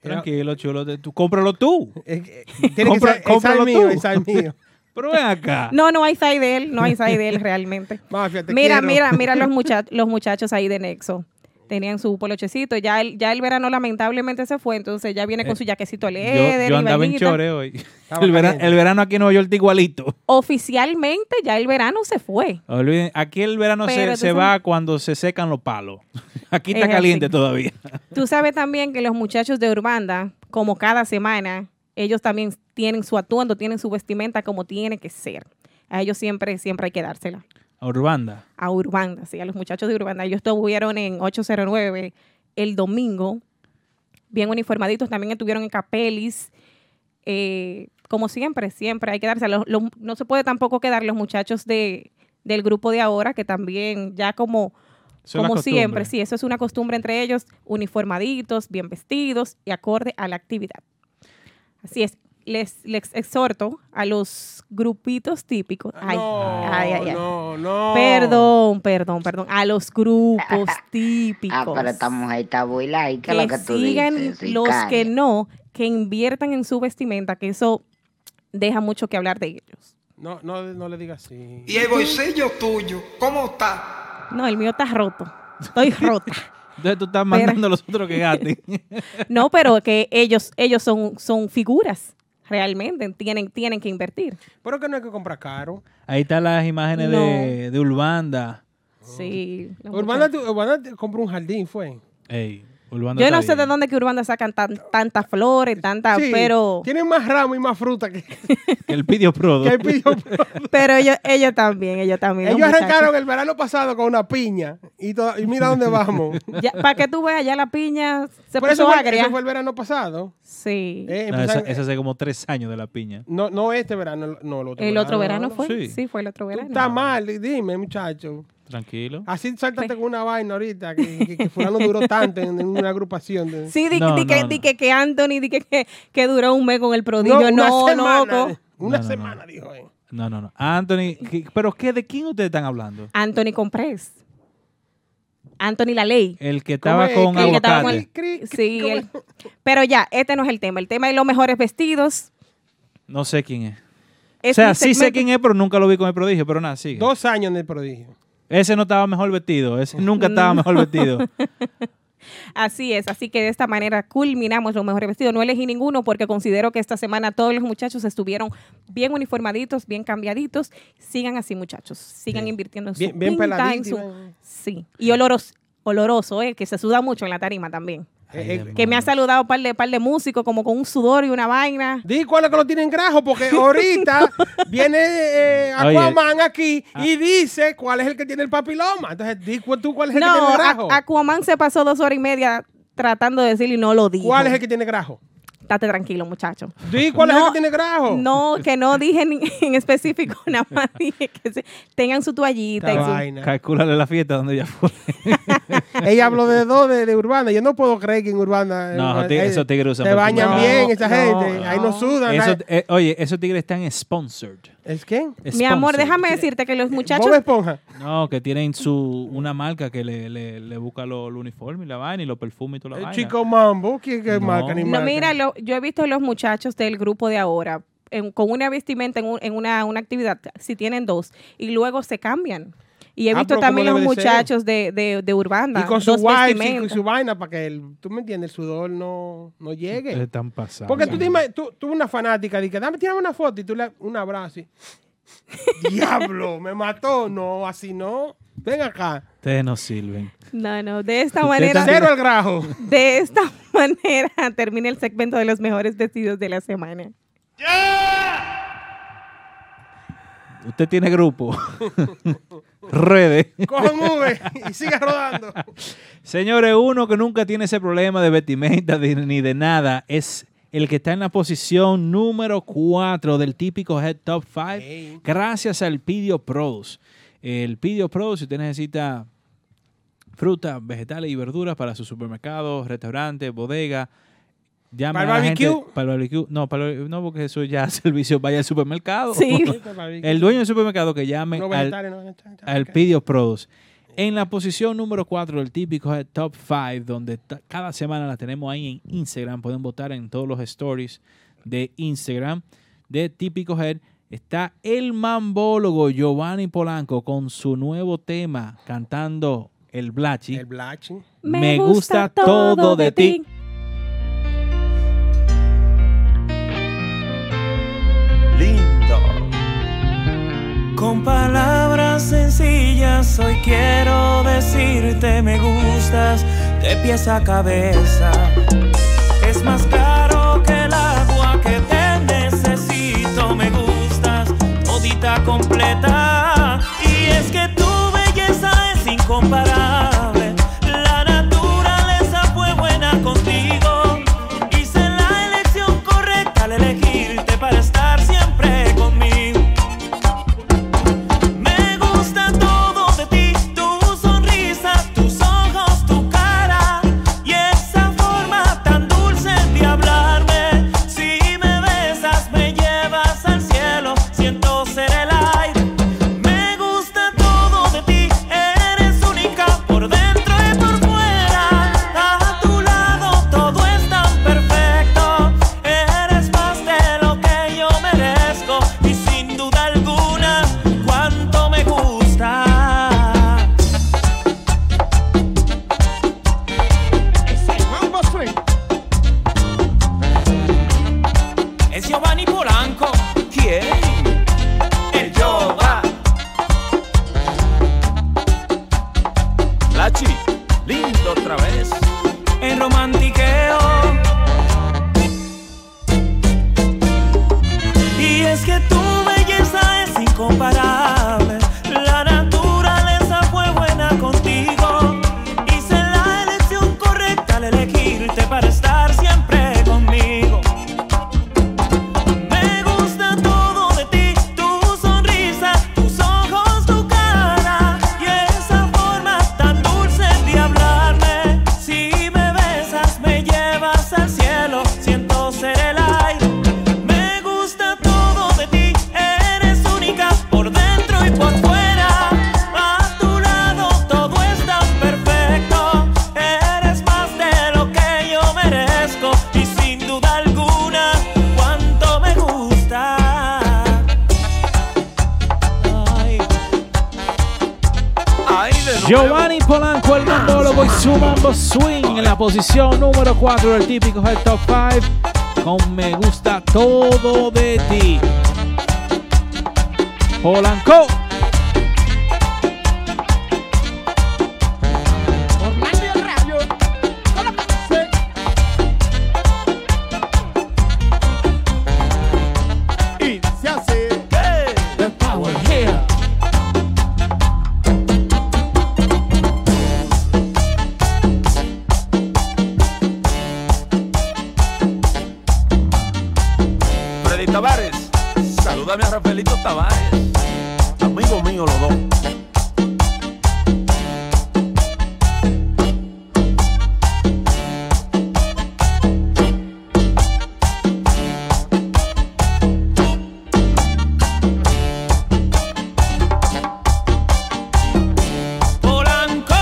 S4: Era-
S2: Tranquilo, chulo. te- Tú, cómpralo tú.
S4: Es que- eh, tiene
S2: Compra-
S4: que ser, esa es
S2: cómpralo tú.
S4: mío, esa es mío.
S2: Pero ven acá.
S3: No, no hay side de él, no hay side de él realmente.
S4: Mafia, te
S3: mira,
S4: quiero.
S3: mira, mira los, mucha- los muchachos ahí de Nexo. Tenían su polochecito. Ya el, ya el verano lamentablemente se fue, entonces ya viene con
S4: Eh,
S3: su jaquecito
S2: Yo,
S3: leather.
S2: yo
S3: y
S2: andaba en
S3: vainita.
S2: chore hoy. El vera- el verano,
S4: caliente.
S2: aquí en Nueva York está igualito.
S3: Oficialmente ya el verano se fue.
S2: Olviden, aquí el verano
S3: Pero tú
S2: se, se va
S3: sabes-
S2: cuando se secan los palos. Aquí
S3: Es
S2: está
S3: así.
S2: caliente todavía.
S3: Tú sabes también que los muchachos de Urbanda, como cada semana, ellos también tienen su atuendo, tienen su vestimenta como tiene que ser. a ellos siempre, siempre hay que dársela.
S2: A Urbanda.
S3: A Urbanda, sí, a los muchachos de Urbanda. Ellos estuvieron en 809 el domingo, bien uniformaditos. También estuvieron en Capelis. Eh, como siempre, siempre hay que darse. Los- los- no se puede tampoco quedar los muchachos de, del grupo de ahora, que también ya como,
S2: Eso es la
S3: como
S2: costumbre.
S3: siempre, sí, eso es una costumbre entre ellos, uniformaditos, bien vestidos y acorde a la actividad. Así es. Les, les exhorto a los grupitos típicos. Ay,
S4: Ah, no,
S3: ay, ay, ay.
S4: no, no.
S3: Perdón, perdón, perdón. A los grupos típicos.
S6: Ah, pero esta mujer está buila y que,
S3: que
S6: lo que tú
S3: sigan
S6: dices.
S3: los que
S6: sicaria.
S3: no, que inviertan en su vestimenta, que eso deja mucho que hablar de ellos.
S4: No, no, no le digas así.
S7: Y el bolsillo tuyo, ¿cómo está?
S3: No, el mío está roto. Estoy rota.
S2: Entonces tú estás mandando a los otros que gaten.
S3: No, pero que ellos, ellos son, son figuras. Realmente tienen, tienen que invertir.
S4: Pero que no hay que comprar caro.
S2: Ahí están las imágenes de, de Urbanda.
S3: Sí. los
S4: Urbana,
S3: muchachos.
S4: tu- Urbana te compró un jardín, fue.
S2: Ey, Urbanda
S3: Yo
S2: está
S3: no sé
S2: bien.
S3: de dónde que Urbanda sacan tan- tantas flores, tantas,
S4: Sí,
S3: pero,
S4: Tienen más ramos y más fruta que, que
S2: El Pidio Prodo.
S4: el pillo.
S3: pero ellos, ellos también, ellos también. los
S4: Ellos arrancaron
S3: muchachos.
S4: el verano pasado con una piña. Y, to- y mira dónde vamos.
S3: Ya, Para que tú veas, ya la piña se
S4: Por eso
S3: puso
S4: fue,
S3: agria.
S4: eso fue el verano pasado.
S3: Sí.
S4: Eh,
S2: No, esa,
S4: empezaron-
S2: esa hace como tres años de la piña.
S4: no, no este verano, no el otro
S3: El otro verano
S4: no.
S3: fue.
S2: Sí.
S3: Sí. fue el otro
S4: Tú
S3: verano.
S4: estás mal, dime, muchacho.
S2: Tranquilo.
S4: Así sáltate
S3: Pues
S4: con una vaina ahorita, que, que, que fulano duró tanto en, en una agrupación. de-
S3: Sí, di,
S2: No,
S3: di que,
S2: no,
S3: di
S2: no.
S3: que, que Anthony, di que, que, que duró un mes con el prodigio.
S4: una
S3: No,
S4: semana,
S3: loco.
S4: Una
S2: No, no, no.
S4: semana, dijo él.
S2: No, no, no. Anthony, ¿qué- ¿pero qué? ¿De quién ustedes están hablando?
S3: Anthony Comprés. Anthony La Ley.
S2: El que estaba
S4: es?
S2: con
S4: El
S3: que estaba
S2: aguacate.
S3: con Sí, él- pero ya, este no es el tema. El tema es los mejores vestidos.
S2: No sé quién es.
S3: Es
S2: o sea,
S3: un
S2: sí sé
S3: segmento-
S2: quién es, pero nunca lo vi con el prodigio. Pero nada, sigue.
S4: Dos años en el prodigio.
S2: Ese no estaba mejor vestido. Ese nunca estaba mejor vestido.
S3: Mm. Así es, así que de esta manera culminamos los mejores vestidos. No elegí ninguno porque considero que esta semana todos los muchachos estuvieron bien uniformaditos, bien cambiaditos. Sigan así, muchachos. Sigan invirtiendo en su
S4: Bien- bien
S3: pinta, en
S4: peladito,
S3: su-
S4: eh.
S3: Sí. Y oloros, oloroso, eh, que se suda mucho en la tarima también.
S2: Ay,
S4: Eh, eh,
S2: demonio.
S3: Que me ha saludado un par de, par de músicos como con un sudor y una vaina.
S4: Di cuál es que lo tienen grajo, porque ahorita viene eh,
S2: Oye. Ah.
S4: Aquaman aquí y dice cuál es el que tiene el papiloma. Entonces, di cu- tú cuál es el que
S3: No,
S4: tiene
S3: Ac-
S4: grajo.
S3: Aquaman se pasó dos horas y media tratando de decirlo y no lo dijo.
S4: ¿Cuál es el que tiene grajo?
S3: Estate tranquilo, muchacho.
S4: Di cuál es el
S3: No,
S4: que tiene grajo.
S3: No, que no dije ni- en específico, nada más dije que se- tengan su toallita. y
S4: Esta
S3: su-
S4: vaina.
S2: Calcúlale la fiesta donde ya fue.
S4: Ella habló de dos de, de Urbana. Yo no puedo creer que en Urbana.
S2: No,
S4: eh,
S2: ti-
S4: eh,
S2: esos tigres usan
S4: Se bañan
S2: perfume.
S4: bien,
S3: No,
S4: esa
S3: no,
S4: gente. Ahí no sudan.
S2: Eso-
S4: nadie-
S2: eh, oye, esos tigres están sponsored.
S4: ¿Es quién?
S3: Mi amor,
S2: Sponsored.
S3: déjame decirte que los
S4: Eh, Bob
S3: muchachos,
S4: Esponja.
S2: No, que tienen su una marca que le, le, le busca los uniformes y la vaina y los perfumes y toda la
S4: El
S2: vaina.
S4: chico Mambo. ¿Quién que
S2: No.
S4: marca ni
S3: no,
S4: marca?
S3: mira, lo- yo he visto a los muchachos del grupo de ahora en- con una vestimenta en, un- en una, una actividad, si tienen dos, y luego se cambian. Y he
S4: Ah,
S3: visto
S4: pero
S3: también
S4: ¿cómo
S3: los
S4: debe de ser?
S3: muchachos de, de, de Urbanda.
S4: Y con su
S3: dos
S4: wife y con
S3: vestimentas.
S4: su vaina para que, el, tú me entiendes, el sudor no, no llegue.
S2: Se Están pasando.
S4: Porque tú, dime, tú, tú una fanática, di que dame, tírame una foto y tú le un abrazo y... ¡Diablo! ¡Me mató! No, así no. Ven acá.
S2: Ustedes no sirven.
S3: No, no, de esta
S2: Ustedes
S3: manera.
S4: Cero al grajo.
S3: De esta manera termina el segmento de los mejores vestidos de la semana.
S2: Usted tiene grupo. Redes.
S4: Cojan V y siga rodando.
S2: Señores, uno que nunca tiene ese problema de vestimenta de- ni de nada es el que está en la posición número 4 del típico Head Top 5
S4: Ey.
S2: gracias al Pidio Produce. El Pidio Produce, si usted necesita frutas, vegetales y verduras para su supermercado, restaurante, bodega, llame
S4: ¿Para el
S2: a la gente-
S4: barbecue?
S2: para el barbecue. No, para el- no, porque eso ya es servicio. Vaya al supermercado.
S3: Sí.
S2: El dueño del supermercado que llame
S4: No
S2: al,
S4: vegetales, no vegetales.
S2: al Pidio Produce. En la posición número 4 del típico Head Top 5, donde ta- cada semana la tenemos ahí en Instagram. Pueden votar en todos los stories de Instagram de Típico Head. Está el mambólogo Giovanni Polanco con su nuevo tema cantando el Blachi.
S4: El blaching.
S2: Me gusta todo de ti.
S8: lindo. Con palabras sencillas hoy quiero decirte me gustas de pies a cabeza. Es más claro que el agua que te necesito me gustas todita completa.
S9: Giovanni Polanco. ¿Quién? El Giova. Lachi, lindo otra vez. En romantiqueo. Y es que tu belleza es incomparable. La naturaleza fue buena contigo. Hice la elección correcta al elegirte para estar siempre conmigo. Me gusta todo de ti, tu sonrisa, tus ojos, tu cara y esa forma tan dulce de hablarme. Si me besas, me llevas al cielo, siento ser el aire. Me gusta todo de ti, eres única por dentro y por fuera. A tu lado todo está perfecto, eres más de lo que yo merezco y sin duda alguna cuánto me gusta. Ay, Ay de
S2: Giovanni Polanco, el mambólogo y su mambo swing en la posición número 4 del típico Head Top 5 con Me Gusta Todo de Ti. Polanco.
S10: Y se hace The Power
S9: Freddy Tavares, salúdame a Rafaelito Tavares, amigo mío los dos. Polanco.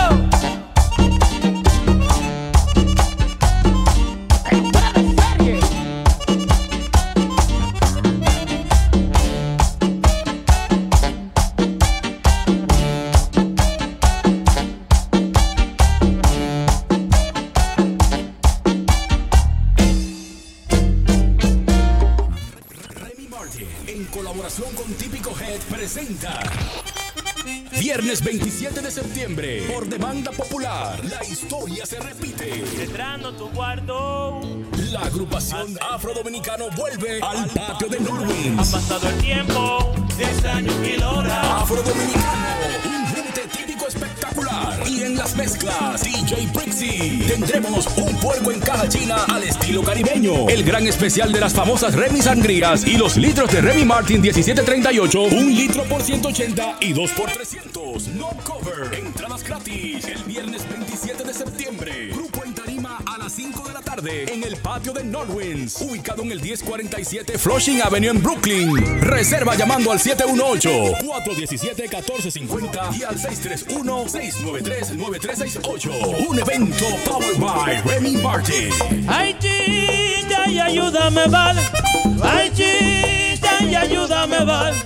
S1: En colaboración con Típico Head presenta Viernes 27 de septiembre por demanda popular. La historia se repite.
S9: Entrando tu cuarto,
S1: La agrupación afrodominicano vuelve al patio de
S9: ha
S1: Norwins.
S9: pasado el tiempo, 10 años mil horas.
S1: Afrodominicano, un gente típico espectacular. Y en las mezclas, DJ Prixie. Tendremos un puerco en caja china al estilo caribeño. El gran especial de las famosas Remy Sangrías y los litros de Remy Martin 1738. Un litro por 180 y dos por 300. No cover. Entradas gratis. El viernes 27 de septiembre. Grupo en Tarima a las 5 de la tarde en el patio de Norwins, ubicado en el 1047 Flushing Avenue en Brooklyn. Reserva llamando al 718-417-1450 y al 631-693-9368. Un evento powered by Remy Martin.
S9: Ay, chita, y ayúdame, vale. Ay, chita, y ayúdame, vale.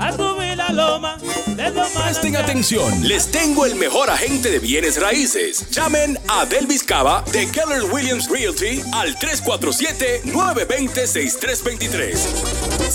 S9: A subir la loma, de loma.
S8: Este
S1: Presten atención, les tengo el mejor agente de bienes raíces. Llamen a Delvis Cava de Keller Williams Realty al 347-920-6323.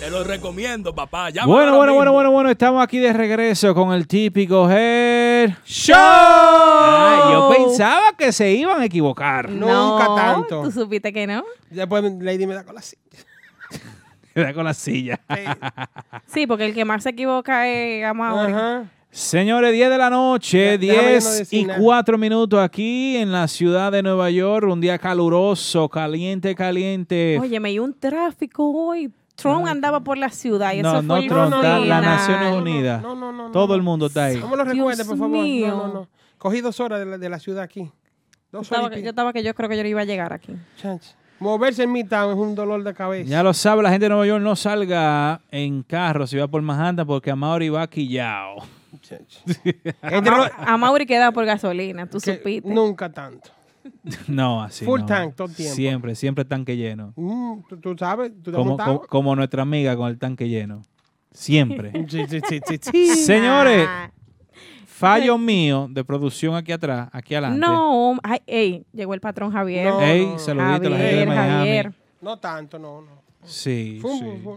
S9: Te lo recomiendo, papá. Llama
S2: Bueno, bueno,
S9: ahora
S2: bueno,
S9: mismo.
S2: bueno, bueno, estamos aquí de regreso con el típico Head.
S9: ¡Show!
S2: Ay, yo pensaba que se iban a equivocar.
S4: Nunca tanto.
S3: ¿Tú supiste que no?
S4: Después Lady me da con la silla.
S2: Era con la silla.
S3: Sí, porque el que más se equivoca es Amaury.
S4: Ajá.
S2: Señores, 10 de la noche,
S4: Ya, déjame yo no
S2: 10
S4: decir
S2: y
S4: nada.
S2: 4 minutos aquí en la ciudad de Nueva York. Un día caluroso, caliente, caliente.
S3: Oye, me dio un tráfico hoy. Trump andaba por la ciudad y
S2: No,
S3: eso
S2: no
S3: fue
S2: Trump,
S4: está
S3: infernal.
S4: la
S2: Naciones
S4: No, no,
S2: Unidas.
S4: No, no, no.
S2: Todo
S4: no.
S2: el mundo está ahí.
S4: ¿Cómo lo recuerde,
S3: Dios
S4: por favor?
S3: mío.
S4: No, no, no. Cogí dos horas de la, de la ciudad aquí.
S3: Yo
S4: Dos
S3: estaba,
S4: horas. y
S3: que,
S4: pi-
S3: yo estaba que yo creo que yo no iba a llegar aquí.
S4: Chanch. Moverse en Midtown es un dolor de cabeza.
S2: Ya lo sabe, la gente de Nueva York no salga en carro si va por Manhattan porque Amaury va quillao.
S4: Entre lo-
S3: A Mauri queda por gasolina, tú
S4: que
S3: supiste.
S4: nunca tanto.
S2: No, así
S4: Full
S2: no.
S4: tank todo el tiempo.
S2: Siempre, siempre tanque lleno.
S4: Mm, ¿tú, tú sabes, tú te has
S2: Como,
S4: montado?
S2: co- como nuestra amiga con el tanque lleno. Siempre.
S4: Sí, sí, sí, sí, sí.
S2: Señores,
S3: Ah,
S2: fallo mío de producción aquí atrás, aquí adelante.
S3: no, ay, ey, llegó el patrón Javier.
S4: No,
S2: Ey,
S4: no, no.
S2: saludito a la gente de
S3: Javier,
S2: Miami.
S3: Javier.
S4: No tanto, no, no.
S2: Sí,
S4: Fue un,
S2: sí.
S4: fue-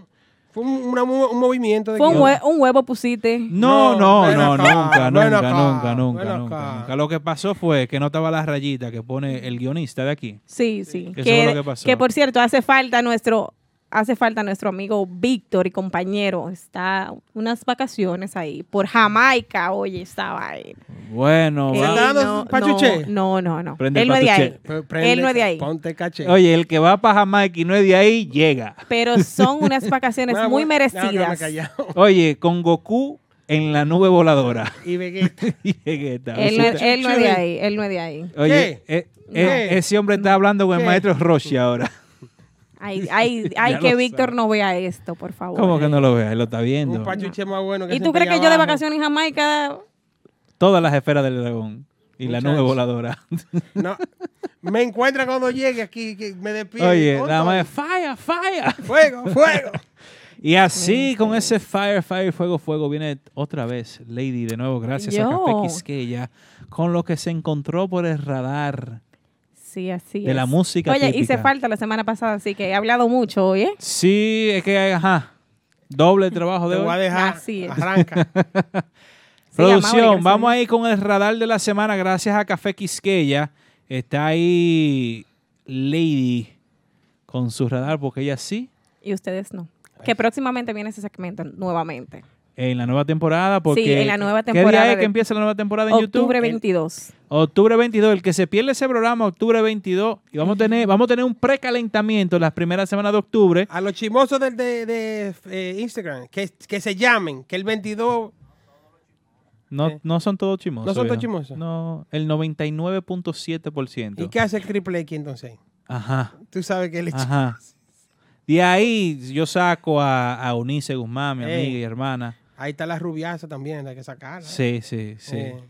S4: fue un- una- un movimiento de
S3: Fue un,
S4: guión.
S3: hue- un huevo pusiste.
S2: No, no,
S4: ven
S2: no,
S4: acá,
S2: nunca,
S4: ven
S2: nunca,
S4: acá,
S2: nunca,
S4: ven
S2: nunca,
S4: acá.
S2: nunca, nunca. Lo que pasó fue que no estaba la rayita que pone el guionista de aquí.
S3: Sí, sí.
S2: Que
S3: Que,
S2: eso fue lo que pasó.
S3: que, por cierto, hace falta nuestro hace falta nuestro amigo Víctor y compañero. Está unas vacaciones ahí por Jamaica, oye, estaba ahí.
S2: Bueno,
S3: Ey,
S2: va-
S4: ¿Nada,
S3: no,
S4: Pachuche?
S3: No, no, no.
S2: Prende
S3: Él no es de ahí.
S2: Pachuche.
S4: Pero prende,
S3: Él no es de ahí.
S4: Ponte caché.
S2: oye, el que va para Jamaica y no es de ahí, llega.
S3: Pero son unas vacaciones
S4: Bueno,
S3: muy
S4: bueno, déjame
S3: merecidas.
S4: callado.
S2: Oye, con Goku en la nube voladora.
S4: Y Vegeta.
S2: Y Vegeta.
S3: Él no, es- él no es de
S4: Chuy.
S3: ahí, él no es de ahí.
S2: Oye,
S4: ¿Qué?
S2: eh,
S4: ¿Qué?
S2: eh, ese hombre está hablando con el
S4: ¿Qué?
S2: maestro Roshi ahora.
S3: Ay, ay, ay,
S2: Ya
S3: que
S2: lo
S3: Víctor
S2: sabe.
S3: no vea esto, por favor.
S2: ¿Cómo que no lo ve? Él lo está
S4: Un
S2: viendo.
S4: pachuche más bueno que
S3: ¿Y tú
S4: siempre
S3: crees que
S4: allá
S3: yo de
S4: abajo.
S3: vacaciones en Jamaica?
S2: Todas las esferas del dragón y la nube
S4: Muchacho.
S2: voladora.
S4: No. Me encuentra cuando llegue aquí, que me despide.
S2: Oye,
S4: Con
S2: la
S4: todo.
S2: madre, fire, fire.
S4: Fuego, fuego.
S2: Y así, con
S3: pues.
S2: ese fire, fire, fuego, fuego, viene otra vez Lady de nuevo, gracias a Café
S3: Yo.
S2: Quisqueya, con lo que se encontró por el radar.
S3: Sí, así
S2: De la
S3: es.
S2: música
S3: Oye,
S2: típica.
S3: hice falta la semana pasada, así que he hablado mucho hoy, ¿eh?
S2: Sí, es que, ajá, doble trabajo
S4: Te
S2: de
S4: voy a
S2: hoy.
S4: dejar.
S3: Así es.
S4: Arranca.
S3: Sí, amable,
S2: Producción,
S3: gracias.
S2: vamos ahí con el radar de la semana, gracias a Café Quisqueya. Está ahí Lady con su radar, porque ella sí,
S3: Y ustedes no. Que próximamente viene ese segmento nuevamente.
S2: en la nueva temporada. Porque,
S3: en la nueva
S2: ¿Qué día
S3: temporada
S2: es
S3: de
S2: que empieza la nueva temporada en YouTube?
S3: Octubre 22.
S2: Octubre 22, el que se pierde ese programa, octubre 22, y vamos a tener, vamos a tener un precalentamiento las primeras semanas de octubre.
S4: A los chimosos del- de, de, eh, Instagram, que, que se llamen, que el 22.
S2: No,
S4: Sí.
S2: no son todos chimosos.
S4: eh. ¿No son todos
S2: viejo.
S4: chimosos?
S2: No, el 99.7%.
S4: ¿Y qué hace el triple X entonces?
S2: Ajá,
S4: Tú sabes que él es
S2: ajá. De ahí yo saco a, a Unice Guzmán, mi
S4: Ey.
S2: amiga y hermana.
S4: Ahí está la rubiaza también, hay que sacarla.
S2: Sí, sí, sí,
S4: Eh,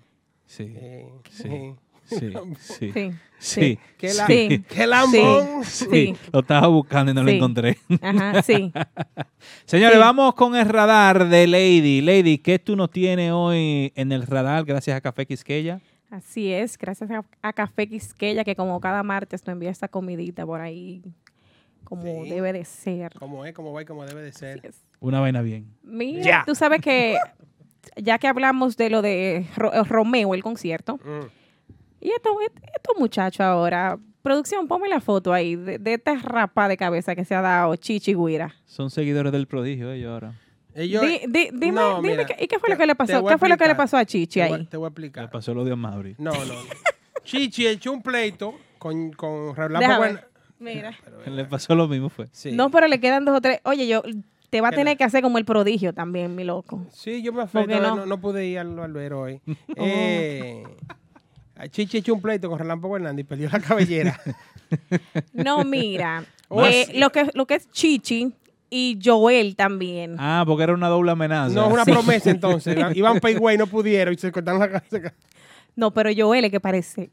S2: sí,
S4: eh,
S2: sí.
S4: eh.
S2: sí, sí,
S3: Sí.
S2: sí,
S4: Que la,
S3: Sí.
S4: que lambón.
S2: sí.
S3: Sí.
S2: Lo estaba buscando y no lo
S3: Sí.
S2: encontré.
S3: Ajá, sí.
S2: Señores,
S3: Sí.
S2: vamos con el radar de Lady. Lady, ¿qué tú nos tienes hoy en el radar gracias a Café Quisqueya?
S3: Así es. Gracias a, a Café Quisqueya, que como cada martes nos envía esta comidita por ahí, como
S4: Sí.
S3: debe de ser.
S4: Como es, como va y como debe de ser.
S2: Una vaina bien.
S3: Mira,
S2: Ya.
S3: tú sabes que ya que hablamos de lo de Ro- eh, Romeo, el concierto,
S4: Mm.
S3: Y estos esto muchachos ahora, producción, ponme la foto ahí de, de esta rapa de cabeza que se ha dado Chichi Guira.
S2: Son seguidores del prodigio ellos ahora.
S4: Ellos-
S3: Di- di- dime,
S4: No,
S3: dime
S4: mira,
S3: qué- ¿y qué fue
S4: te-
S3: lo que le
S4: te
S3: pasó?
S4: voy a
S3: ¿Qué fue lo que le
S4: explicar.
S3: pasó a Chichi
S4: te, voy,
S3: ahí?
S4: eh, te voy a
S2: Le
S4: explicar.
S2: pasó lo de Mauri.
S4: No, no. no. Chichi echó un pleito con, con Raulán
S3: Déjame
S4: Pagüen-
S3: ver. Mira.
S2: Le pasó lo mismo fue.
S4: Sí.
S3: No, pero le quedan dos o tres. Oye, yo te va a
S4: Que
S3: tener que hacer como el prodigio también, mi loco.
S4: Sí, yo me afecto,
S3: qué no?
S4: no? No, pude ir al albero hoy. eh, Chichi echó un pleito con Relámpago Hernández y perdió la cabellera.
S3: No, mira.
S4: Oh,
S3: eh,
S4: sí.
S3: lo, que, lo que es Chichi y Joel también.
S2: Ah, porque era una doble amenaza.
S4: no, es una
S2: Sí.
S4: promesa entonces. Iban- Iban Payway, no pudieron y se cortaron la cabeza.
S3: No, pero Joel es que parece.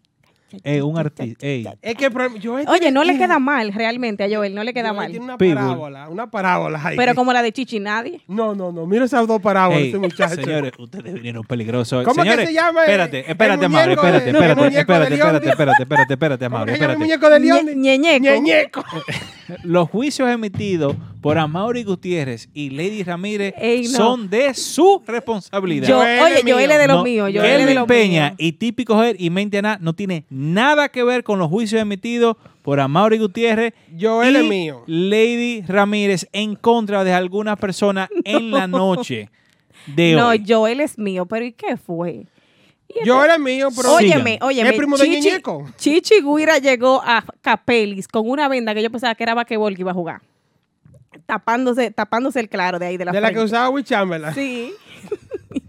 S2: Eh, un artista. Ey,
S4: Es que el problema- yo
S3: Oye, no le queda mal realmente a Joel, no le queda
S4: yo-
S3: mal.
S4: Tiene una
S2: Pitbull.
S4: parábola, una parábola ahí.
S3: Pero como la de Chichi, nadie.
S4: No, no, no. Mira esas dos parábolas,
S2: ey,
S4: Ah, ese muchacho.
S2: señores, ustedes vinieron peligrosos.
S4: ¿Cómo
S2: señores,
S4: que se llama el-
S2: Espérate,
S4: el
S2: espérate, Mauri,
S4: muñeco de-
S2: espérate,
S4: no, el
S2: espérate,
S4: muñeco
S2: espérate,
S4: de León?
S2: espérate, espérate, espérate, espérate,
S4: ¿Cómo
S2: Mauri,
S4: que se llama el
S2: espérate.
S4: muñeco de León?
S3: Ñe- Ñeñeco.
S4: Ñeñeco.
S2: Los juicios emitidos por Amaury Gutiérrez y Lady Ramírez
S3: Ey, no.
S2: son de su responsabilidad.
S3: Yo,
S4: Joel
S3: oye,
S4: es mío.
S3: Joel es de los
S2: No,
S3: míos. Joel es de
S2: Kelvin
S3: los
S2: Peña
S3: míos.
S2: y Típico Her y Mente Aná no tiene nada que ver con los juicios emitidos por Amaury Gutiérrez
S4: Joel
S2: y
S4: es mío.
S2: Lady Ramírez en contra de algunas personas en la noche de
S3: No,
S2: hoy.
S3: Joel es mío, pero ¿y qué fue? Y
S4: Yo
S3: este-
S4: era mío, pero.
S3: Óyeme,
S2: Sigan.
S3: óyeme.
S4: Es primo de
S3: Chichi-
S4: Ñeñeco.
S3: Chichi Guira llegó a Capelis con una venda que yo pensaba que era vaquebol que iba a jugar. Tapándose, tapándose el claro de ahí de la
S4: de la que
S3: frente.
S4: usaba Will Chamberlain.
S3: Sí.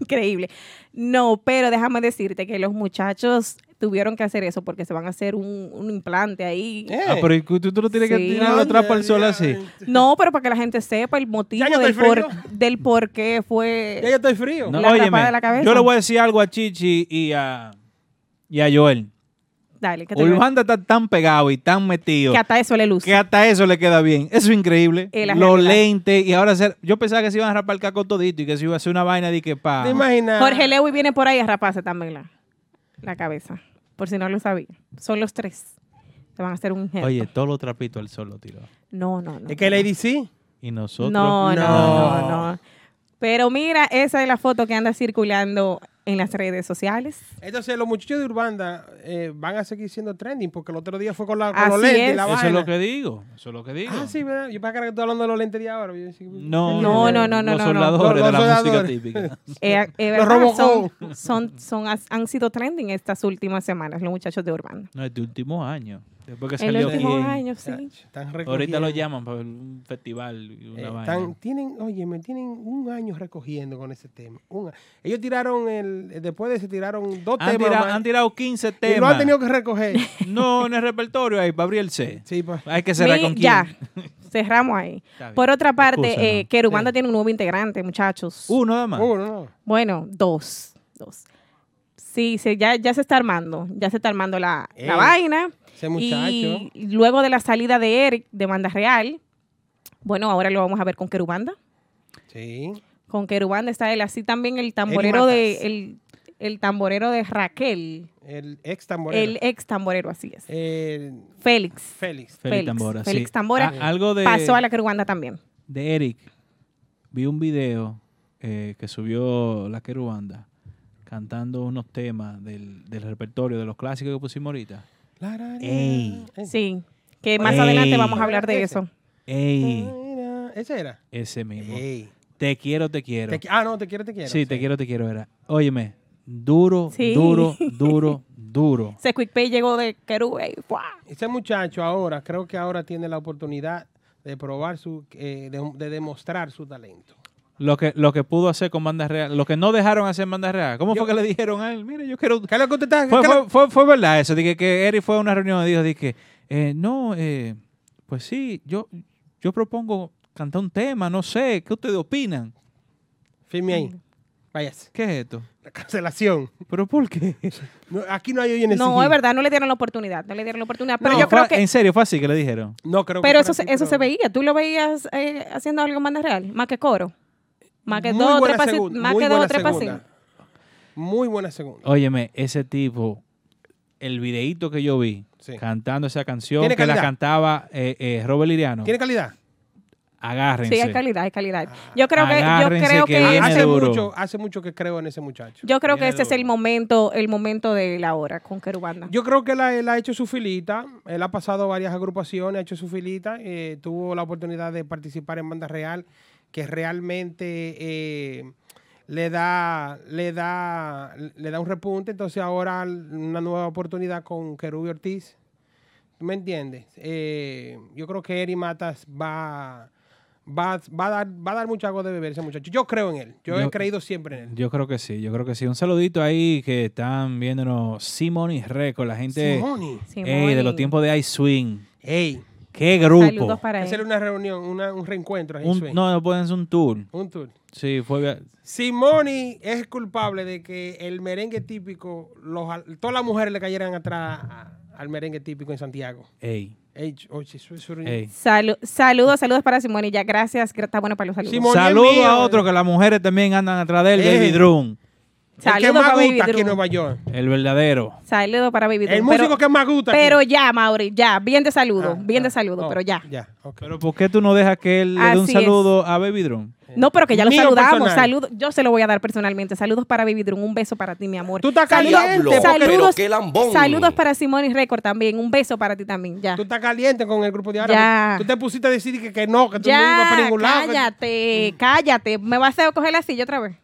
S3: Increíble. No, pero déjame decirte que los muchachos tuvieron que hacer eso porque se van a hacer un, un implante ahí.
S4: Eh,
S2: Ah, pero ¿y tú, tú no tienes que
S3: Sí.
S2: tirar atrás para el sol así.
S3: No, pero para que la gente sepa el motivo
S4: Ya yo
S3: del
S4: estoy
S3: por,
S4: frío.
S3: del por qué fue.
S4: Ya yo estoy frío.
S2: No,
S3: La
S2: óyeme,
S3: tapada de la cabeza.
S2: yo le voy a decir algo a Chichi y a, y a Joel.
S3: Dale, que, te
S2: Urbanda está tan pegado y tan metido
S3: que hasta eso le luce.
S2: que hasta eso le queda bien. Eso es increíble.
S3: Es la
S2: Los
S3: realidad.
S2: lentes y ahora hacer... Yo pensaba que se iban a rapar el caco todito y que se iba a hacer una vaina de que pa...
S4: ¿Te imaginas?
S3: Jorge Lewis viene por ahí a raparse también la, la cabeza. Por si no lo sabía. Son los tres. Te van a hacer un injerto.
S2: Oye, todos los trapitos al sol lo tiró.
S3: No, no, no.
S4: Es que Lady sí.
S2: Y nosotros...
S3: No, no,
S4: No.
S3: no, no. Pero mira, esa es la foto que anda circulando en las redes sociales.
S4: Entonces los muchachos de Urbanda eh, van a seguir siendo trending porque el otro día fue con, la, con
S3: Así
S4: los lentes y
S3: es.
S4: la
S2: Eso
S4: vaina.
S2: es lo que digo. Eso es lo que digo.
S4: Ah, sí, ¿verdad? Yo para que estoy hablando de los lentes de ahora. yo decía-
S2: No,
S3: No, no, no, no,
S2: Los
S3: no, no.
S2: soldadores
S4: Los-
S2: de la
S4: los
S2: música
S4: soldadores.
S2: típica.
S3: Eh, eh,
S4: Los
S3: ¿verdad?
S4: Robocop.
S3: son, son, son- has- han sido trending estas últimas semanas los muchachos de Urbana.
S2: No, es de último año. Después que
S3: En los
S2: salió
S3: últimos
S2: bien.
S3: años, sí.
S4: Ach, están
S2: Ahorita lo
S4: recogiendo.
S2: llaman para un festival y una
S4: Eh,
S2: vaina.
S4: están- tienen, oye, me tienen un año recogiendo con ese tema. un a- ellos tiraron el, eh, después de se tiraron dos
S2: Han,
S4: temas
S2: tirado,
S4: más,
S2: han tirado 15
S4: y
S2: temas.
S4: lo han tenido que recoger.
S2: No, en el repertorio ahí, para abrirse.
S4: sí, pues.
S2: Hay que cerrar
S3: Mi-
S2: con quién.
S3: ya, cerramos ahí.
S2: Está bien.
S3: Por otra parte,
S2: Excusa,
S3: eh,
S2: no.
S3: que Urbana tiene un nuevo integrante, muchachos.
S2: Uno nada más.
S4: Uh, no, no.
S3: Bueno, dos. Dos. Sí, se, ya, ya se está armando. Ya se está armando la, la
S4: Ey,
S3: vaina.
S4: Eh, Ese muchacho.
S3: Y luego de la salida de Eric de Banda Real, bueno, ahora lo vamos a ver con Querubanda.
S4: Sí.
S3: Con Querubanda está él, así también el tamborero
S4: Matas.
S3: de el, el tamborero de Raquel,
S4: El ex tamborero.
S3: el ex tamborero, así es.
S4: El
S3: Félix.
S4: Félix.
S2: Félix
S3: Félix,
S2: Tambora. sí.
S3: Félix Tambora
S2: Ah, algo de,
S3: pasó a la Querubanda también.
S2: de Eric. Vi un video eh, que subió la querubanda cantando unos temas del, del repertorio, de los clásicos que pusimos ahorita.
S4: La, ra, ra,
S2: Ey.
S4: eh.
S3: Sí, que más
S2: Ey.
S3: adelante vamos a hablar de
S4: Ese.
S3: eso.
S2: ¡Ey!
S4: Era- Ese era.
S2: Ese mismo.
S4: Ey.
S2: Te quiero, te quiero.
S4: Te qui- ah, no, te quiero, te quiero.
S2: sí, te quiero, te quiero, era. Óyeme, duro,
S3: Sí.
S2: duro, duro, duro.
S3: Ese Quick Pay llegó de eh, Querubanda.
S4: Ese muchacho ahora, creo que ahora tiene la oportunidad de probar su, eh, de, de demostrar su talento.
S2: Lo que, lo que pudo hacer con Banda Real, lo que no dejaron hacer en Banda Real. ¿Cómo
S4: Yo-
S2: fue que le dijeron a él? Mire, yo quiero...
S4: ¿Qué es lo que usted está?
S2: Fue,
S4: qué es lo-
S2: fue, fue, fue verdad eso, dije que Eric fue a una reunión y dijo, dije, eh, no, eh, pues sí, yo, yo propongo cantar un tema, no sé, ¿qué ustedes opinan?
S4: Firme ahí. Váyase.
S2: ¿Qué es esto?
S4: La cancelación.
S2: ¿Pero por qué?
S4: No, aquí no hay hoy en el
S3: No,
S4: CG.
S3: es verdad, no le dieron la oportunidad, no le dieron la oportunidad, pero
S2: No,
S3: yo creo
S2: fue-
S3: que
S2: En serio, fue así que le dijeron.
S4: No, creo que
S3: Pero
S4: fuera
S3: eso, se-
S4: así,
S3: eso
S4: pero-
S3: se veía, tú lo veías eh, haciendo algo en banda real, más que coro, más que
S4: Muy
S3: dos o tres
S4: buena
S3: pasitos,
S4: segunda,
S3: más
S4: muy
S3: que dos o
S4: buena
S3: tres
S4: segunda.
S3: pasitos.
S4: Muy buena segunda.
S2: Óyeme, ese tipo, el videíto que yo vi
S4: Sí.
S2: cantando esa canción que
S4: Tiene
S2: la
S4: calidad.
S2: cantaba eh, eh, Robert Liriano,
S4: ¿Tiene calidad?
S2: agárrense.
S3: Sí, hay calidad, hay calidad.
S4: Ah,
S3: Yo creo que, yo
S2: Agárrense
S3: creo
S2: que
S3: que,
S2: viene
S3: ese-
S4: hace,
S2: duro.
S4: mucho, hace mucho que creo en ese muchacho.
S3: yo creo que
S2: Viene
S3: este es el
S2: duro.
S3: momento, el momento de la hora con Querubanda.
S4: Yo creo que él ha, él ha hecho su filita, él ha pasado varias agrupaciones, ha hecho su filita, eh, tuvo la oportunidad de participar en Banda Real, que realmente eh, le da le da le da un repunte, entonces ahora una nueva oportunidad con Kerubi Ortiz. ¿Tú me entiendes? Eh, yo creo que Eri Matas va, va, va, a dar, va a dar mucho agua de beber ese muchacho. Yo creo en él, yo,
S2: Yo-
S4: he creído siempre en él.
S2: Yo creo que sí, yo creo que sí. Un saludito ahí que están viéndonos Simon y Record, la gente
S4: Simone,
S2: ey, de los
S3: Simone.
S2: tiempos de iSwing.
S4: ey,
S2: ¡Qué grupo!
S3: Saludos para
S4: hacerle
S3: él.
S4: una reunión, una- un reencuentro. ahí,
S2: Un-
S4: Sue.
S2: no, no pueden hacer un tour.
S4: Un tour.
S2: Sí, fue...
S4: Simoni es culpable de que el merengue típico, los, al- todas las mujeres le cayeran atrás a- al merengue típico en Santiago.
S2: Ey,
S4: Ey, ch- oye, su- su-
S2: ey.
S3: Salu- saludos, saludos para Simón y ya, gracias, gra- está bueno para los saludos.
S4: Simón, Moni es
S2: Saludo
S4: mío. Eh.
S2: a otro que las mujeres también andan atrás de él,
S4: Ey.
S2: David Drum,
S4: El que
S3: Saludos
S4: más
S3: para Baby
S4: gusta aquí en
S3: Drew.
S4: Nueva York.
S2: el verdadero.
S3: Saludos para Baby
S4: El
S3: Drew,
S4: músico
S3: pero-
S4: que más gusta. aquí.
S3: Pero ya, Mauri, ya, bien de saludo,
S4: Ah,
S3: bien de
S4: ah,
S3: saludo,
S4: oh,
S3: pero ya.
S4: Ya, ok.
S2: Pero ¿por qué tú no dejas que él le dé un
S3: Así es.
S2: saludo a Baby Drum?
S3: No, pero que ya lo
S4: Mío
S3: saludamos.
S4: personal.
S3: Saludo, yo se lo voy a dar personalmente. Saludos para Baby Drum. Un beso para ti, mi amor.
S4: Tú estás
S3: Saludos-
S4: caliente,
S3: saludos,
S4: porque-
S11: pero qué lambón.
S3: saludos para Simón y Record también. Un beso para ti también. Ya.
S4: Tú estás caliente con el grupo de ahora.
S3: Ya.
S4: Tú te pusiste a decir que, que no, que tú no ibas
S3: Ya,
S4: para ningún lado. que-
S3: cállate, cállate. Me vas a coger la silla otra vez.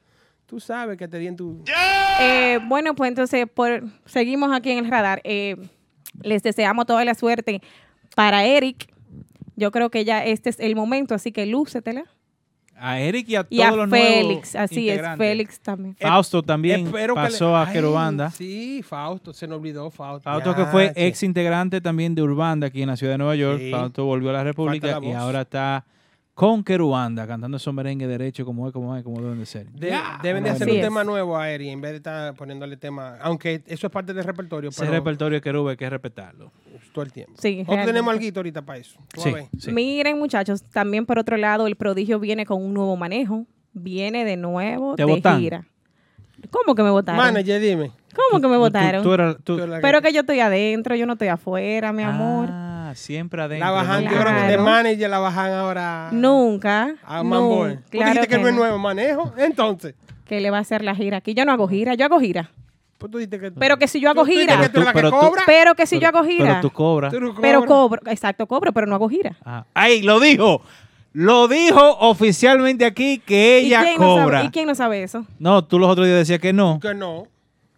S4: Tú sabes que te di en tu...
S3: Eh, bueno, pues entonces por, seguimos aquí en el radar. Eh, les deseamos toda la suerte para Eric. Yo creo que ya este es el momento, así que lúcetela.
S2: A Eric y a todos
S3: Y a
S2: los
S3: Félix,
S2: nuevos
S3: así es,
S2: integrantes.
S3: Félix también.
S2: Fausto también
S4: Espero que le-
S2: pasó a
S4: Ay,
S2: Querobanda.
S4: Sí, Fausto, se nos olvidó Fausto.
S2: Fausto que fue
S4: Ya,
S2: ex integrante también de Urbanda aquí en la ciudad de Nueva York.
S4: Sí.
S2: Fausto volvió a la República
S4: Falta la
S2: y
S4: voz.
S2: ahora está con Querubanda cantando esos merengue derecho como es, como es, como deben de ser.
S4: de- deben de
S2: Así
S4: hacer un
S3: es.
S4: tema nuevo a Eri en vez de estar poniéndole tema. Aunque eso es parte del repertorio,
S2: Ese
S4: pero
S2: repertorio de Querube hay que respetarlo.
S4: todo el tiempo.
S3: Sí,
S4: Nosotros tenemos
S3: realmente.
S4: algo ahorita para eso. Tú vas a
S2: Sí,
S4: ver.
S2: sí.
S3: Miren, muchachos, también por otro lado, el prodigio viene con un nuevo manejo. Viene de nuevo
S2: Te
S3: de
S2: botan.
S3: gira. ¿Cómo que me votaron?
S4: Manager, dime.
S3: ¿Cómo que me
S2: Tú-
S3: votaron?
S2: Tú, eras- tú-
S4: Tú la
S3: Pero que yo estoy adentro, yo no estoy afuera, mi amor.
S2: Ah, siempre adentro.
S4: La bajan
S2: ¿no?
S4: de, ahora, de
S3: Claro.
S4: manager, la bajan
S2: Ah.
S4: ahora
S3: Nunca.
S4: a
S3: nun-
S4: Manboy. Ah, Tú
S3: claro
S4: dijiste que, no es
S3: no.
S4: nuevo manejo, Eh, entonces.
S3: Que le va a hacer la gira aquí. Yo no hago gira, yo hago gira.
S4: Pues tú dijiste que
S3: Pero que si yo hago
S4: tú dijiste
S3: gira.
S4: que tú eres la
S2: Pero
S4: que
S2: tú-
S4: cobra.
S3: Pero que si yo hago
S2: Pero
S3: gira.
S2: tú cobras.
S4: tú no
S3: Pero cobro,
S4: cobras.
S3: exacto, cobro, pero no hago gira.
S2: Ah, ¡Ay, lo dijo! Lo dijo oficialmente aquí que
S3: ¿Y
S2: ella
S3: quién no sabe-
S2: cobra.
S3: ¿Y quién no sabe eso?
S2: No, tú los otros días decías que no.
S4: Que no.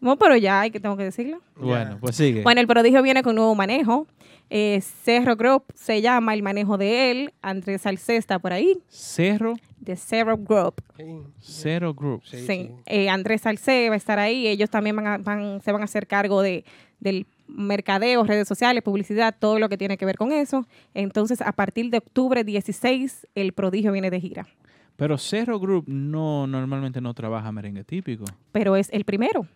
S3: No, pero ya, hay que tengo que decirlo.
S2: Bueno, pues sigue.
S3: Bueno, el prodigio viene con nuevo manejo. Eh, Cerro Group se llama el manejo de él. Andrés Salcé está por ahí,
S2: Cerro,
S3: de Cerro Group.
S4: Sí,
S2: Cerro Group.
S4: sí,
S3: Sí.
S4: sí.
S3: Eh, Andrés Salcé va a estar ahí. Ellos también van a- van- se van a hacer cargo de, del mercadeo, redes sociales, publicidad, todo lo que tiene que ver con eso. Entonces, a partir de octubre 16, el prodigio viene de gira.
S2: Pero Cerro Group no normalmente no trabaja merengue típico.
S3: Pero es el primero.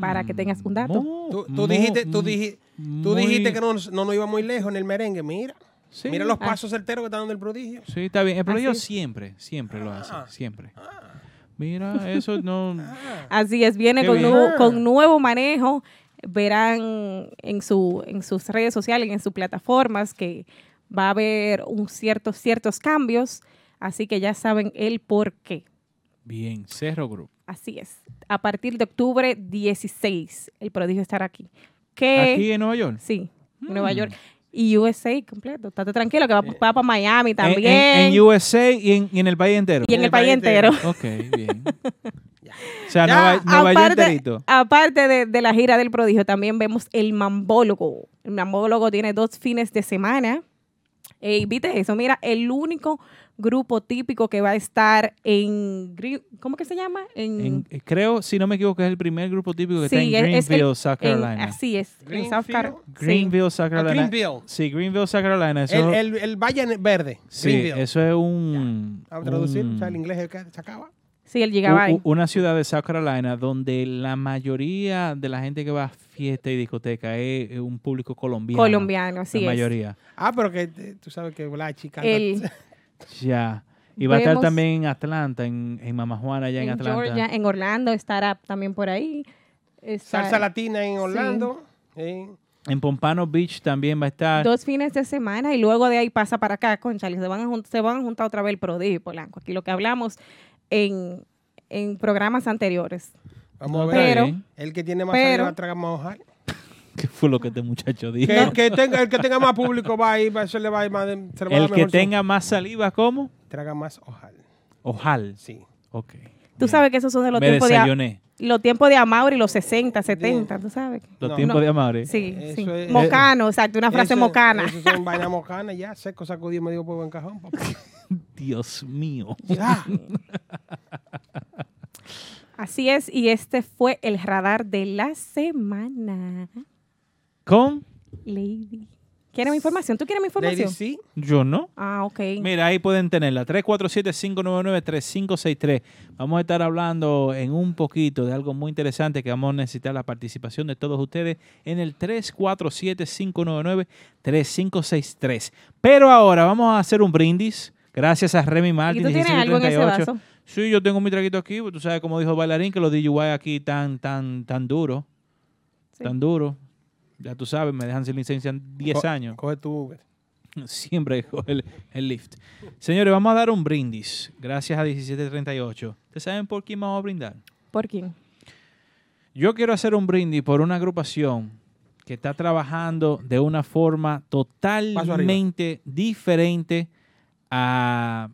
S3: Para que tengas un dato.
S2: Mo-
S4: Tú, tú
S2: mo-
S4: dijiste, tú dijiste, tú
S2: muy-
S4: dijiste que no, nos- no nos iba muy lejos en el merengue. Mira,
S2: Sí.
S4: mira los
S3: Ah.
S4: pasos certeros que está dando el prodigio.
S2: Sí, está bien. Pero
S3: Así
S2: ellos
S3: es.
S2: siempre, siempre lo
S3: Ah.
S2: hacen. Siempre. Mira, eso no.
S3: Así es, viene
S2: Qué
S3: con
S2: bien.
S3: nuevo,
S4: Ah.
S3: con nuevo manejo. Verán en, su, en sus redes sociales, en sus plataformas, que va a haber un cierto, ciertos cambios. Así que ya saben el por qué.
S2: Bien, Cerro Group.
S3: Así es. A partir de octubre 16, el prodigio estará aquí. Que,
S2: Aquí en Nueva York.
S3: Sí, en
S2: Mm. Eh,
S3: Nueva York. Y USA completo. Estate tranquilo que va, para Miami
S2: En- en-
S3: también.
S2: En, USA y en, y en el país entero.
S3: y en el país entero.
S2: Ok, bien. O sea,
S4: Ya,
S2: Nueva, Nueva York enterito.
S3: ah, aparte de, de la gira del prodigio, también vemos el mambólogo. El mambólogo tiene dos fines de semana. Y viste eso, mira, el único grupo típico que va a estar en... Gre- ¿Cómo que se llama?
S2: En- eh, creo, si no me equivoco, es el primer grupo típico que está en
S3: Sí, es- es el-
S2: Greenville, South
S3: en-
S2: Carolina.
S3: así es, en South
S4: Greenfield.
S3: Carolina. Sí.
S2: Greenville, South Carolina.
S4: Greenville.
S2: Sí, Greenville, South Carolina. Eso,
S4: El, el, el Valle Verde.
S2: sí,
S4: Greenville.
S2: eso es Mm. un.
S4: A traducir,
S2: un-
S4: o sea, el inglés que se acaba.
S3: Sí, él
S2: u-
S3: llegaba ahí.
S2: u- una ciudad de South Carolina donde la mayoría de la gente que va a fiesta y discoteca es, es un público colombiano.
S3: colombiano,
S2: La
S3: así es.
S2: mayoría.
S4: Ah, pero que eh, tú sabes que la chica. anda-
S3: El,
S2: Ya. Y va a estar
S3: Vemos-
S2: también en Atlanta, en, en Mama Juana, allá en,
S3: en
S2: Atlanta.
S3: Georgia, en Orlando estará también por ahí. Está-
S4: salsa latina en Orlando. eh.
S2: En Pompano Beach también va a estar.
S3: dos fines de semana y luego de ahí pasa para acá, con Charlie. Se van a, jun- se van a juntar otra vez el prodigio y Polanco. Aquí lo que hablamos en, en programas anteriores.
S4: Vamos a
S2: Está
S4: ver.
S3: pero-
S2: bien.
S4: el que tiene más
S3: pero-
S4: sangre va a tragar más hojas.
S2: ¿Qué fue lo que este muchacho dijo?
S4: Que, el, que tenga, el que tenga más público va a ir, va a- se le va a ir más. de- se le va a
S2: El
S4: dar
S2: que
S4: mejor
S2: tenga más saliva, ¿cómo?
S4: son- Traga más ojal.
S2: Ojal.
S4: Sí.
S2: Ok.
S3: Tú sabes que esos son de los
S2: Me
S3: tiempos de,
S2: desayuné.
S3: los tiempos de Amauri, los 60, 70, ¿tú sabes?
S2: Los
S4: No.
S2: tiempos
S3: No.
S2: de Amare.
S3: Sí,
S4: Eso
S3: sí.
S4: es-
S3: mocano, exacto, una frase
S4: Eso-
S3: mocana.
S4: Eso son vainas mocanas ya. Seco sacudido me digo por buen cajón. papá.
S2: Dios mío.
S4: Ya.
S3: Así es, y este fue el radar de la semana.
S2: ¿Con?
S3: Lady. ¿Quieres mi información? ¿Tú quieres mi
S4: Lady
S3: información?
S4: C.
S2: Yo no.
S3: Ah, ok.
S2: Mira, ahí pueden tenerla. 347-599-3563. Vamos a estar hablando en un poquito de algo muy interesante que vamos a necesitar la participación de todos ustedes en el 347-599-3563. Pero ahora vamos a hacer un brindis. Gracias a Remy
S3: ¿Y
S2: Martin.
S3: tú tienes algo en ese
S2: 1738.
S3: vaso?
S2: Sí, yo tengo mi traguito aquí. pues, Tú sabes, como dijo el Bailarín, que los DJY aquí tan, tan, tan duro.
S3: Sí.
S2: Tan duro. Ya tú sabes, me dejan sin licencia en 10
S4: Co-
S2: años.
S4: Coge tu Uber.
S2: Siempre hay que coger el, el lift. Señores, vamos a dar un brindis. Gracias a 1738. ¿Ustedes saben por quién vamos a brindar?
S3: ¿Por quién?
S2: Yo quiero hacer un brindis por una agrupación que está trabajando de una forma totalmente diferente a,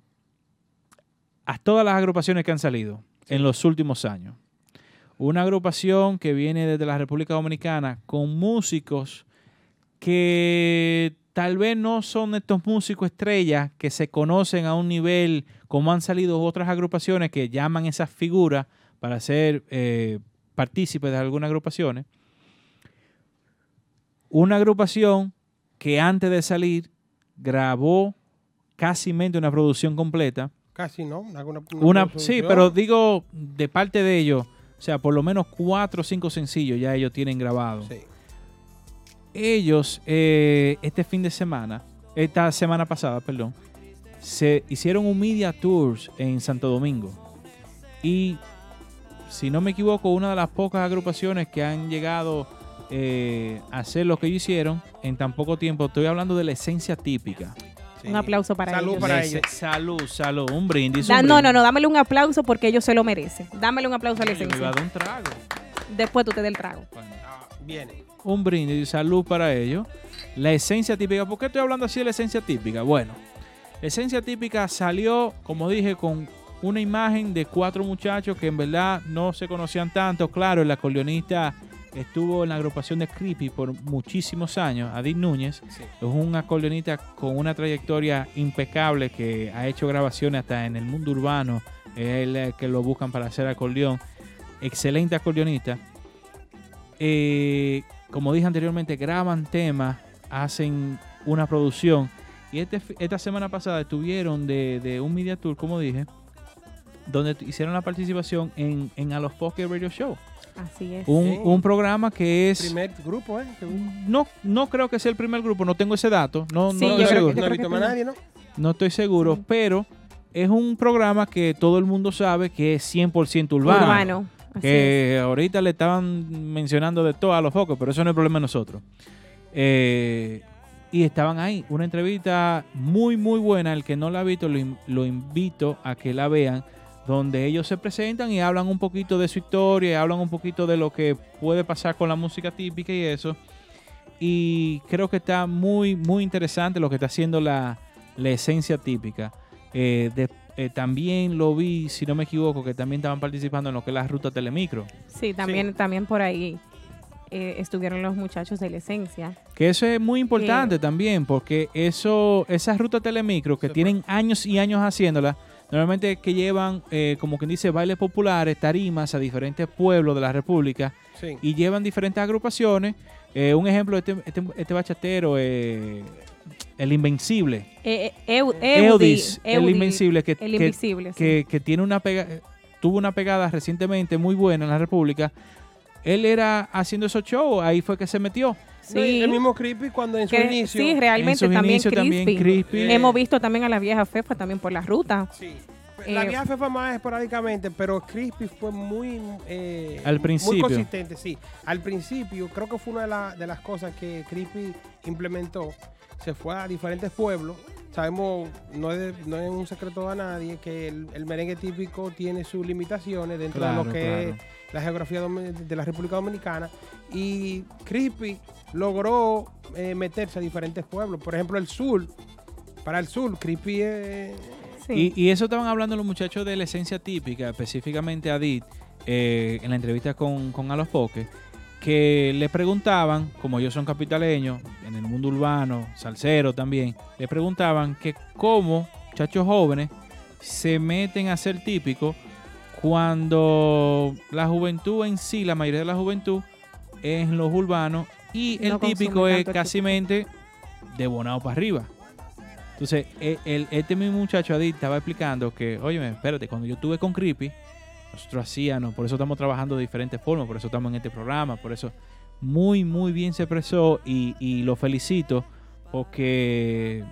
S2: a todas las agrupaciones que han salido en los últimos años. Una agrupación que viene desde la República Dominicana con músicos que tal vez no son estos músicos estrellas que se conocen a un nivel como han salido otras agrupaciones que llaman esas figuras para ser eh, partícipes de algunas agrupaciones. Una agrupación que antes de salir grabó casi una producción completa.
S4: Casi, ¿no? Una, una- una
S2: Una, sí,
S4: producción.
S2: pero digo de parte de ellos, o sea, por lo menos cuatro o cinco sencillos ya ellos tienen grabados
S4: Sí.
S2: ellos eh, este fin de semana, esta semana pasada, perdón, se hicieron un media tours en Santo Domingo. Y si no me equivoco, una de las pocas agrupaciones que han llegado eh, a hacer lo que ellos hicieron en tan poco tiempo. Estoy hablando de la esencia típica.
S4: sí.
S3: Un aplauso para
S4: Salud
S3: ellos.
S4: para
S2: La ese-
S4: ellos.
S2: Salud, salud. Un brindis. un
S3: Da- no,
S2: brindis.
S3: no, no, dámele un aplauso porque ellos se lo merecen. Dámele un aplauso a la
S2: Yo me iba
S3: esencia.
S2: a dar un trago.
S3: Después tú te des el trago.
S2: Bueno.
S4: Ah, viene.
S2: un brindis y salud para ellos. La esencia típica, ¿por qué estoy hablando así de la esencia típica? Bueno, la esencia típica salió, como dije, con una imagen de cuatro muchachos que en verdad no se conocían tanto. Claro, el acordeonista estuvo en la agrupación de Creepy por muchísimos años, Adit Núñez.
S4: Sí.
S2: Es un acordeonista con una trayectoria impecable que ha hecho grabaciones hasta en el mundo urbano. Es el que lo buscan para hacer acordeón. Excelente acordeonista. Eh, como dije anteriormente, graban temas, hacen una producción. Y este, fi- esta semana pasada estuvieron de, de un media tour, como dije, donde t- hicieron la participación en, en A los Pocket Radio Show.
S3: Así es.
S2: Un,
S4: Sí.
S2: un programa que es...
S4: Primer grupo, ¿eh? Que-
S2: No, no creo que sea el primer grupo, no tengo ese dato, no,
S3: Sí,
S2: no
S3: yo
S2: estoy
S3: creo
S2: seguro.
S3: que- yo
S4: no
S3: creo
S4: he visto
S3: que
S4: más
S3: sí.
S4: nadie, ¿no?
S2: No estoy seguro, pero es un programa que todo el mundo sabe que es 100% urbano.
S3: Urbano. Así es.
S2: que ahorita le estaban mencionando de todo a los focos, pero eso no es problema de nosotros. Eh, y estaban ahí, una entrevista muy, muy buena. El que no la ha visto, lo, in- lo invito a que la vean, donde ellos se presentan y hablan un poquito de su historia, y hablan un poquito de lo que puede pasar con la música típica y eso. Y creo que está muy, muy interesante lo que está haciendo la, la esencia típica. Eh, de- eh, también lo vi, si no me equivoco, que también estaban participando en lo que es la ruta Telemicro.
S3: Sí, también, también por ahí eh, estuvieron los muchachos de la esencia.
S2: Que eso es muy importante también, porque eso, esas rutas telemicro que tienen años y años haciéndolas, normalmente que llevan, eh, como quien dice, bailes populares, tarimas a diferentes pueblos de la República
S4: Sí.
S2: y llevan diferentes agrupaciones. Eh, un ejemplo, este, este, este bachatero, eh, el Invencible,
S3: Eh, eh, Eu-
S2: Eudis,
S3: Eudi, Eudi,
S2: el Invencible, que,
S3: el
S2: que-
S3: invisible. sí.
S2: que, que tiene una pega, tuvo una pegada recientemente muy buena en la República. Él era haciendo esos shows, ahí fue que se metió.
S4: No, y
S3: sí,
S4: El mismo Creepy cuando en su
S3: que-
S4: inicio.
S3: sí, realmente
S2: en sus
S3: también
S2: inicios
S3: crispy.
S2: también Crispy.
S4: Eh,
S3: Hemos visto también a la vieja Fefa también por la ruta.
S4: Sí. La
S3: Eh,
S4: vieja fue más esporádicamente, pero Crispy fue muy. eh,
S2: Al principio.
S4: Muy consistente, sí. Al principio, creo que fue una de, la- de las cosas que Crispy implementó. Se fue a diferentes pueblos. Sabemos, no es, no es un secreto a nadie, que el, el merengue típico tiene sus limitaciones dentro de
S2: Claro,
S4: lo que
S2: claro.
S4: es la geografía domi- de la República Dominicana. Y Crispy logró eh, meterse a diferentes pueblos. Por ejemplo, el sur. Para el sur, Crispy es.
S3: Sí.
S2: Y, y eso estaban hablando los muchachos de la esencia típica, específicamente Adit, eh, en la entrevista con, con A los Poques, que le preguntaban, como ellos son capitaleños, en el mundo urbano, salsero también, le preguntaban que cómo muchachos jóvenes se meten a ser típicos cuando la juventud en sí, la mayoría de la juventud, es en los urbanos y el
S3: No consume
S2: típico es
S3: tanto el
S2: casi mente de bonado para arriba. Entonces, e- el- este mismo muchacho Adi estaba explicando que, oye, espérate, cuando yo estuve con Creepy, nosotros hacíamos, por eso estamos trabajando de diferentes formas, por eso estamos en este programa, por eso muy, muy bien se expresó y, y lo felicito porque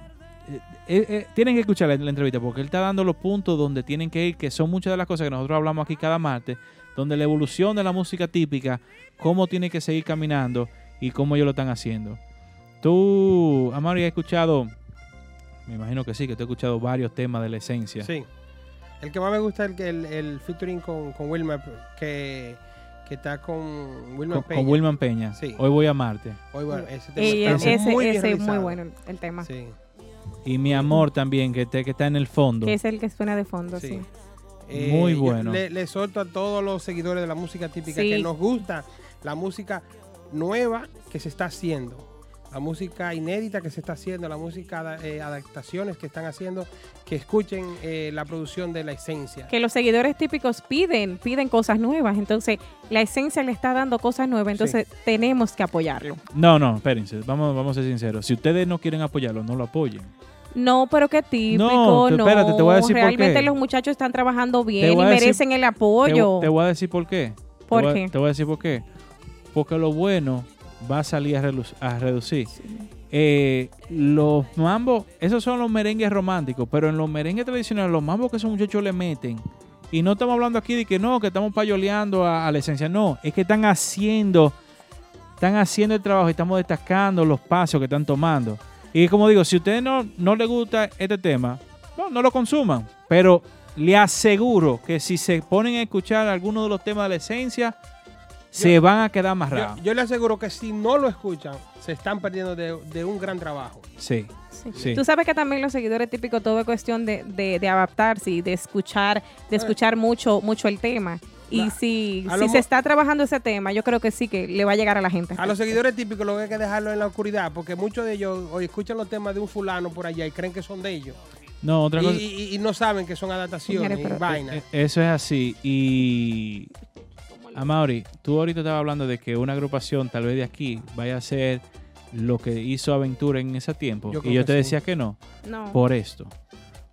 S2: eh, eh, eh, tienen que escuchar la, la entrevista porque él está dando los puntos donde tienen que ir, que son muchas de las cosas que nosotros hablamos aquí cada martes, donde la evolución de la música típica, cómo tiene que seguir caminando y cómo ellos lo están haciendo. Tú, Amaro, ya has escuchado, me imagino que sí, que tú has escuchado varios temas de la esencia.
S4: Sí. El que más me gusta es el, que- el, el featuring con, con Wilmer, que, que está con Wilmer
S2: Con,
S4: Peña.
S2: con Wilman Peña.
S4: Sí.
S2: Hoy voy a amarte.
S4: Hoy, bueno, ese tema
S3: Mm. Y
S4: está
S3: ese, ese
S4: muy bien
S3: ese es muy
S4: realizado.
S3: bueno el tema.
S4: Sí,
S2: Y mi amor también, que, te- que está en el fondo.
S3: Que es el que suena de fondo,
S4: sí.
S3: sí.
S2: Muy
S4: Eh, yo
S2: bueno.
S4: Le, le suelto a todos los seguidores de la música típica
S3: Sí.
S4: que nos gusta la música nueva que se está haciendo. la música inédita que se está haciendo, la música, eh, adaptaciones que están haciendo, que escuchen eh, la producción de La Esencia.
S3: que los seguidores típicos piden, piden cosas nuevas. Entonces, la esencia le está dando cosas nuevas, entonces tenemos que apoyarlo.
S2: No, no, espérense, vamos, vamos a ser sinceros. Si ustedes no quieren apoyarlo, no lo apoyen.
S3: No, pero qué típico,
S2: No,
S3: no.
S2: te- espérate, te voy a decir por
S3: Realmente
S2: qué.
S3: los muchachos están trabajando
S2: Te
S3: bien y
S2: voy a decir-
S3: merecen el
S2: Te-
S3: apoyo.
S2: Te, voy a decir por qué.
S3: ¿Por
S2: te voy, a-
S3: qué?
S2: Te voy a decir por qué. Porque lo bueno va a salir a, relu- a reducir. Eh, los mambos, esos son los merengues románticos, pero en los merengues tradicionales, los mambos que esos muchachos le meten, y no estamos hablando aquí de que no, que estamos payoleando a, a la esencia, no, es que están haciendo, están haciendo el trabajo y estamos destacando los pasos que están tomando. Y como digo, si a ustedes no, no les gusta este tema, no, no lo consuman, pero le aseguro que si se ponen a escuchar alguno de los temas de la esencia, se van a quedar
S4: Yo-
S2: amarrados.
S4: Yo, le aseguro que si no lo escuchan, se están perdiendo de, de un gran trabajo.
S2: Sí. sí.
S3: Tú sabes que también los seguidores típicos todo es cuestión de, de- de adaptarse y de escuchar, de escuchar mucho, mucho el tema. Y
S4: La-
S3: si,
S4: a
S3: si
S4: lo
S3: se
S4: mo-
S3: está trabajando ese tema, yo creo que sí que le va a llegar a la gente.
S4: A los seguidores típicos lo que hay que dejarlo en la oscuridad, porque muchos de ellos hoy escuchan los temas de un fulano por allá y creen que son de ellos.
S2: No, otra
S4: Y,
S2: cosa.
S4: y- y no saben que son adaptaciones
S3: Señores, pero-
S4: y vainas.
S2: Eh, Eso es así. Y. Amaury, tú ahorita estabas hablando de que una agrupación, tal vez de aquí, vaya a ser lo que hizo Aventura en ese tiempo.
S4: Yo creo
S2: y yo
S4: que
S2: te
S4: sí.
S2: decía que no,
S3: No.
S2: por esto.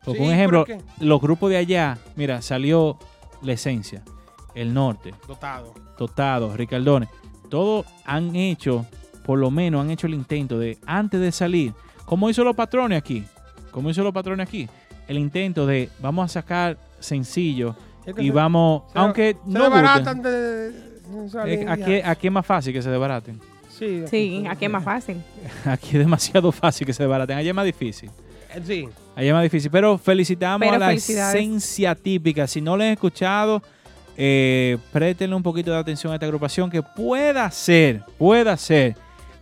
S2: Porque
S4: Sí,
S2: un ejemplo,
S4: pero es
S2: los grupos de allá, mira, salió La Esencia, El Norte,
S4: Dotado.
S2: Totado, Ricardones. Todos han hecho, por lo menos han hecho el intento de, antes de salir, como hizo los patrones aquí, como hizo los patrones aquí, el intento de, vamos a sacar sencillo
S4: Es que
S2: y
S4: se-
S2: vamos,
S4: se-
S2: aunque
S4: se
S2: no
S4: desbaratan
S2: gusten,
S4: de- de- salir
S2: eh,
S4: ya.
S2: aquí, aquí es más fácil que se desbaraten.
S4: Sí,
S3: Sí, aquí es más fácil.
S2: Aquí es demasiado fácil que se desbaraten. Allá es más difícil.
S4: Eh, Sí.
S2: Allá es más difícil. Pero felicitamos
S3: Pero
S2: a la
S3: felicidades.
S2: esencia típica. Si no la han escuchado, eh, préstenle un poquito de atención a esta agrupación que pueda ser, pueda ser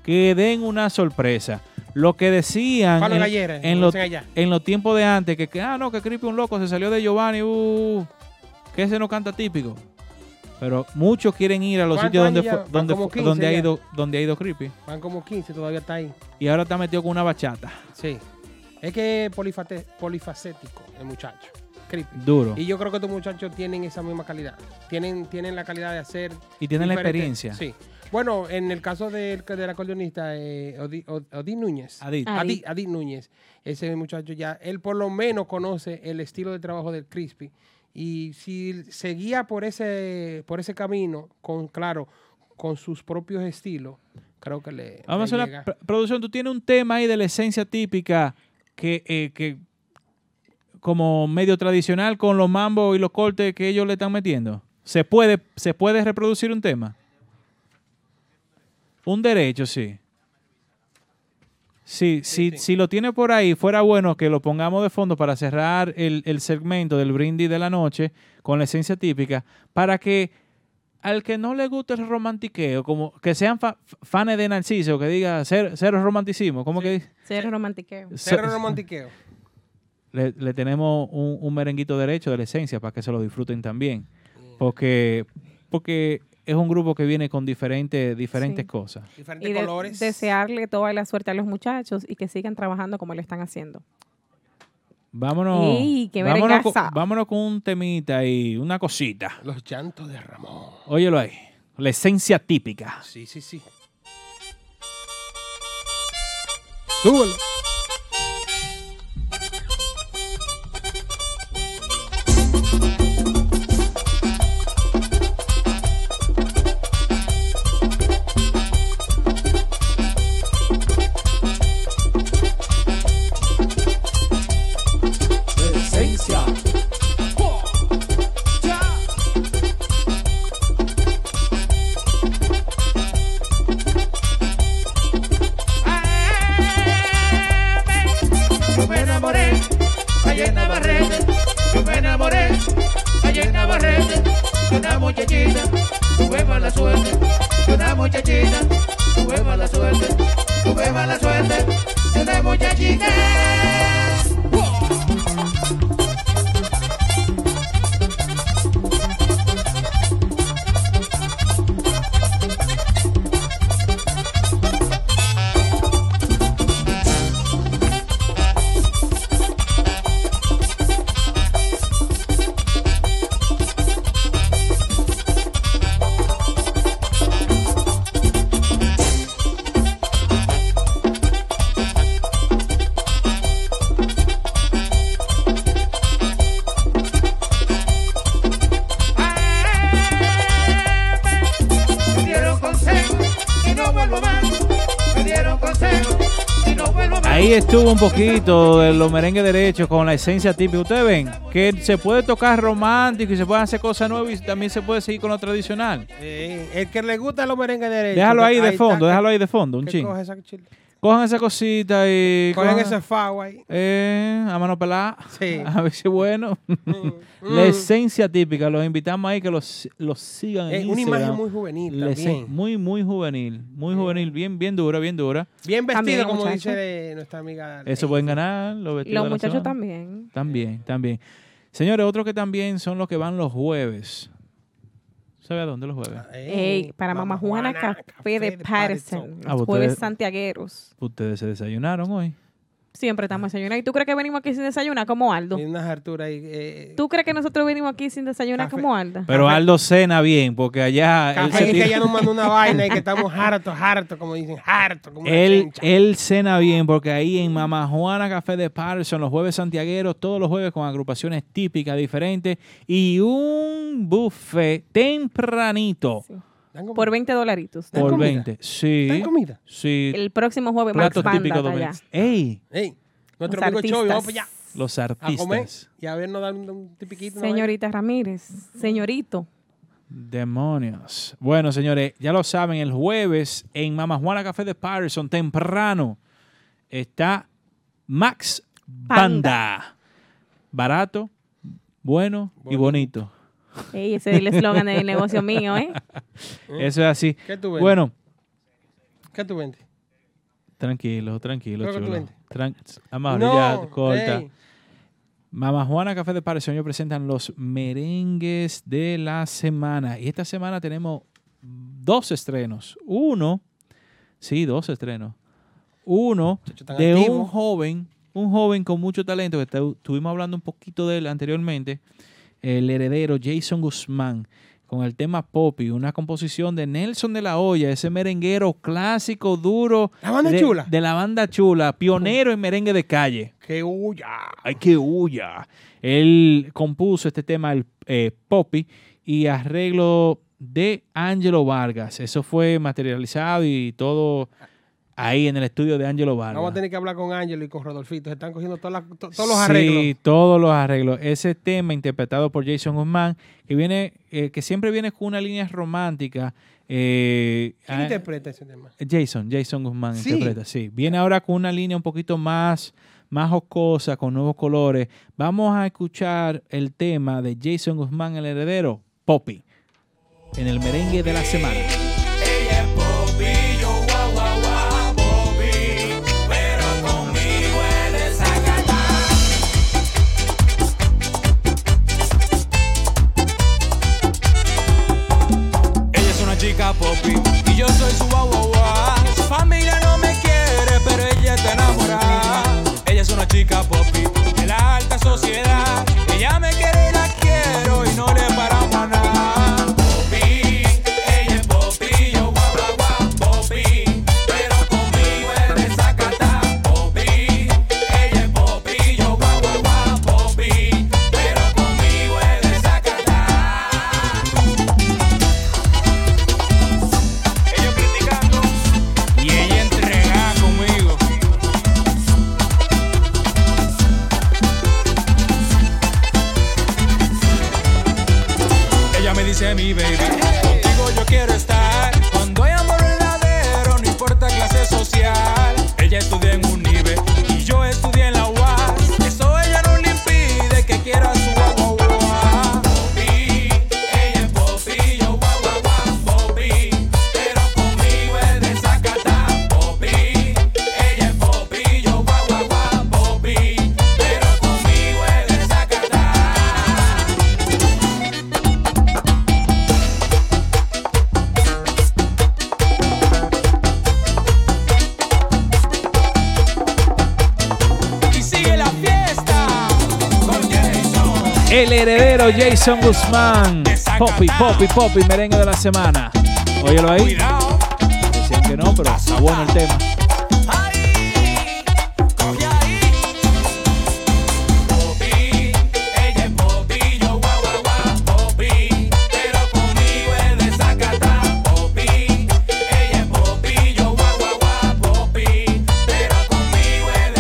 S2: que den una sorpresa. Lo que decían
S4: Palo
S2: en,
S4: Gallera,
S2: en
S4: como
S2: los,
S4: dicen allá.
S2: en los tiempos de antes, que, que, ah, no, que Creepy un loco se salió de Giovanni, uh, que ese no canta típico. Pero muchos quieren ir a los
S4: ¿Cuántos
S2: sitios donde,
S4: años
S2: fue-
S4: ya? Van
S2: donde,
S4: como
S2: fue-
S4: 15
S2: donde, ha
S4: ya.
S2: ido, donde ha ido Creepy.
S4: Van como 15, todavía está ahí.
S2: Y ahora está metido con una bachata.
S4: Sí. Es que es polifate- polifacético el muchacho. Creepy.
S2: Duro.
S4: Y yo creo que estos muchachos tienen esa misma calidad. Tienen, tienen la calidad de hacer.
S2: Y tienen la
S4: diferente-
S2: experiencia.
S4: Sí. Bueno, en el caso del, del acordeonista eh, Odi, Od- Odín Núñez.
S2: Adit.
S4: Adi, Adi Núñez. Ese muchacho ya, él por lo menos conoce el estilo de trabajo del Crispy. Y si seguía por ese, por ese camino, con claro, con sus propios estilos, creo que le.
S2: Vamos a hacer
S4: le
S2: una
S4: llega.
S2: pr- producción. Tú tienes un tema ahí de la esencia típica que, eh, que como medio tradicional con los mambos y los cortes que ellos le están metiendo. ¿Se puede, se puede reproducir un tema? Un derecho, sí. Sí, si, si lo tiene por ahí, fuera bueno que lo pongamos de fondo para cerrar el, el segmento del brindis de la noche con la esencia típica, para que al que no le gusta el romantiqueo, como que sean fa- fanes de Narciso, que diga cero, cero romanticismo, ¿cómo que dice?
S3: Ser romantiqueo.
S4: Cerro
S2: Ce-
S4: Romantiqueo.
S2: le, le tenemos un, un merenguito derecho de la esencia para que se lo disfruten también. Porque, porque es un grupo que viene con diferentes, diferentes
S3: Sí.
S2: cosas.
S4: Diferentes
S3: Y de-
S4: colores.
S3: desearle toda la suerte a los muchachos y que sigan trabajando como lo están haciendo.
S2: Vámonos,
S3: Ey, qué
S2: vámonos, con,
S3: merengaza.
S2: vámonos con un temita y una cosita.
S4: Los llantos de Ramón.
S2: Óyelo ahí. La esencia típica.
S4: Sí, sí, sí.
S10: Súbelo.
S8: Esencia. Yo me enamoré, allá en Navarrete, yo me enamoré, allá en Navarrete, de una muchachita, tuve mala suerte, de una muchachita, tuve mala suerte, tuve mala suerte, de una muchachita.
S2: Ahí estuvo un poquito de los merengues derechos con la esencia típica. Ustedes ven que se puede tocar romántico y se pueden hacer cosas nuevas y también se puede seguir con lo tradicional.
S4: Eh, el que le gusta los merengues derechos.
S2: Déjalo
S4: que
S2: ahí de
S4: está, que-
S2: fondo, déjalo ahí de fondo, un
S4: que
S2: ching.
S4: coja esa chile.
S2: Cojan esa cosita y.
S4: Cogen
S2: cojan-
S4: ese fao ahí.
S2: Eh, a mano pelada.
S4: Sí.
S2: A ver si es bueno. La esencia típica. Los invitamos ahí que los, los sigan. en
S4: Eh, una
S2: Instagram.
S4: imagen muy juvenil
S2: La esen-
S4: también.
S2: Muy, muy juvenil. Muy juvenil. Bien, bien dura, bien dura.
S4: Bien vestido,
S3: También,
S4: como
S3: muchacho.
S4: dice eh, nuestra amiga.
S2: Eso pueden ganar. Los,
S3: Y
S2: vestidos
S3: los
S2: de la
S3: muchachos
S2: zona.
S3: también.
S2: También, también. Señores, otro que también son los que van los jueves. ¿Sabe a dónde los
S4: Ah,
S2: jueves?
S4: eh.
S3: Ey, para Mamá Juana, Café de Patterson.
S2: Ah,
S3: Los
S2: ustedes-
S3: jueves santiagueros.
S2: Ustedes se desayunaron hoy.
S3: Siempre estamos desayunando. ¿Y tú crees que venimos aquí sin desayunar como Aldo?
S4: Tiene unas alturas ahí. eh,
S3: ¿Tú crees que nosotros venimos aquí sin desayunar
S4: Café.
S3: como Alda?
S2: Pero Aldo cena bien, porque allá él, se
S4: Café,
S2: tira-
S4: que ella nos mandó una vaina y que estamos hartos, hartos, como dicen, hartos. Como una
S2: él,
S4: chincha.
S2: él cena bien, porque ahí en Mama Juana Café de Patterson, los jueves santiagueros, todos los jueves con agrupaciones típicas, diferentes, y un buffet tempranito
S3: Sí.
S4: Dan como-
S3: Por 20 dolaritos.
S4: ¿Dan
S2: por
S4: comida?
S2: 20. Sí,
S4: ¿Dan comida?
S2: sí.
S3: El próximo jueves, Max
S2: Platos
S3: Banda
S2: típicos
S3: está allá.
S2: dominicanos. ¡Ey!
S4: Ey, nuestro
S3: Los
S4: amigo Chovy, vamos para allá.
S3: artistas.
S2: Los
S4: A comer
S2: artistas.
S4: y a vernos dar un, un tipiquito. una
S3: Señorita Ramírez, señorito.
S2: Demonios. Bueno, señores, ya lo saben, el jueves en Mama Juana Café de Patterson, temprano, está Max Banda. Barato, bueno, y bonito.
S3: Ey, ese es el eslogan del negocio mío, ¿eh?
S2: Eso es así.
S4: ¿Qué tú vendes?
S2: Bueno,
S4: vaina. ¿Qué tú vendes?
S2: tranquilo, tranquilo,
S4: Creo que tú
S2: chulo.
S4: vente.
S2: Tran- Amado, ya,
S4: No,
S2: corta.
S4: ey,
S2: Mamá Juana Café de Pareción yo presentan los merengues de la semana. Y esta semana tenemos dos estrenos. Uno, sí, dos estrenos. Uno
S4: Muchacho tan
S2: de
S4: activo.
S2: un joven, un joven con mucho talento, que estu- estuvimos hablando un poquito de él anteriormente, el heredero Jason Guzmán, con el tema Poppy, una composición de Nelson de la Hoya, ese merenguero clásico, duro.
S4: La banda
S2: de-
S4: chula.
S2: De la banda chula, pionero en merengue de calle.
S4: Que huya.
S2: ¡Ay, que huya! Él compuso este tema, el eh, Poppy, y arreglo de Angelo Vargas. Eso fue materializado y todo ahí en el estudio de Angelo Vargas.
S4: Vamos a tener que hablar con Ángelo y con Rodolfito. Se están cogiendo todas las- to- todos los
S2: Sí,
S4: arreglos.
S2: todos los arreglos. Ese tema interpretado por Jason Guzmán, que viene, eh, que siempre viene con una línea romántica. eh,
S4: ¿Quién
S2: ah,
S4: interpreta ese tema?
S2: Jason, Jason Guzmán
S4: Sí.
S2: interpreta, sí. Viene ahora con una línea un poquito más, más jocosa, con nuevos colores. Vamos a escuchar el tema de Jason Guzmán, el heredero, Poppy, en el merengue de la semana.
S10: Ella es Bobby, yo guau guau guau Bobby, pero conmigo es desacatada. Ella es una chica Poppy y yo soy su guau guau guau. Su familia no me quiere, pero ella está enamorada. Ella es una chica Poppy de la alta sociedad. Ella me quiere y la quiero y no le para nada. Poppy, ella es Poppy, yo guau guau guau Poppy, pero conmigo es desacatada. Poppy, ella es Poppy, yo guau guau guau Poppy, pero conmigo es desacatada. Ellos criticando y ella entregada conmigo. Ella me dice mi baby, contigo yo quiero estar. Cuando hay amor verdadero, no importa clase social. Ella estudia en un nivel y yo estudié en la UAS. Eso ella no le impide que quiera su guau guau guau. Poppy, ella es Poppy, yo guau guau guau Poppy, pero conmigo es desacatá. Poppy, ella es Poppy, yo guau guau guau Poppy, pero conmigo es desacatá. Y sigue la fiesta con Jason.
S2: El heredero Jason Guzmán, Poppy, Poppy, Poppy, merengue de la semana. Óyelo ahí.
S10: Cuidado.
S2: Decían que no, pero está bueno el tema.
S10: Ahí, coge ahí. Popi, ella es Popi, yo guau guau guau Popi, pero conmigo es desacatada. Popi, ella es Popi, yo guau guau guau Popi, pero conmigo es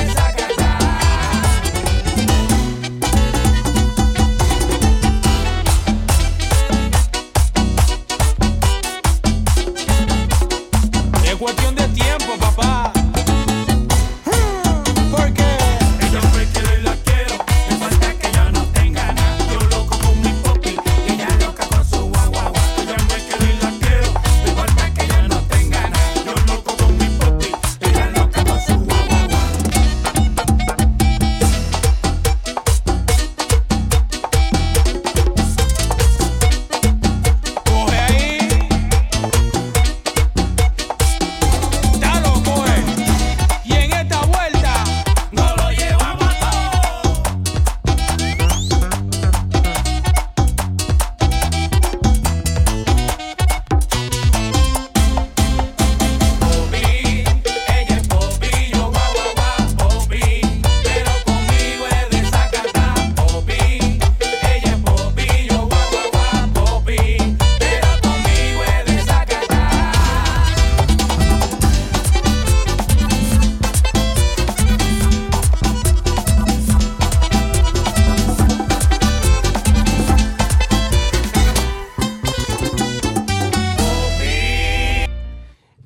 S10: Hmm,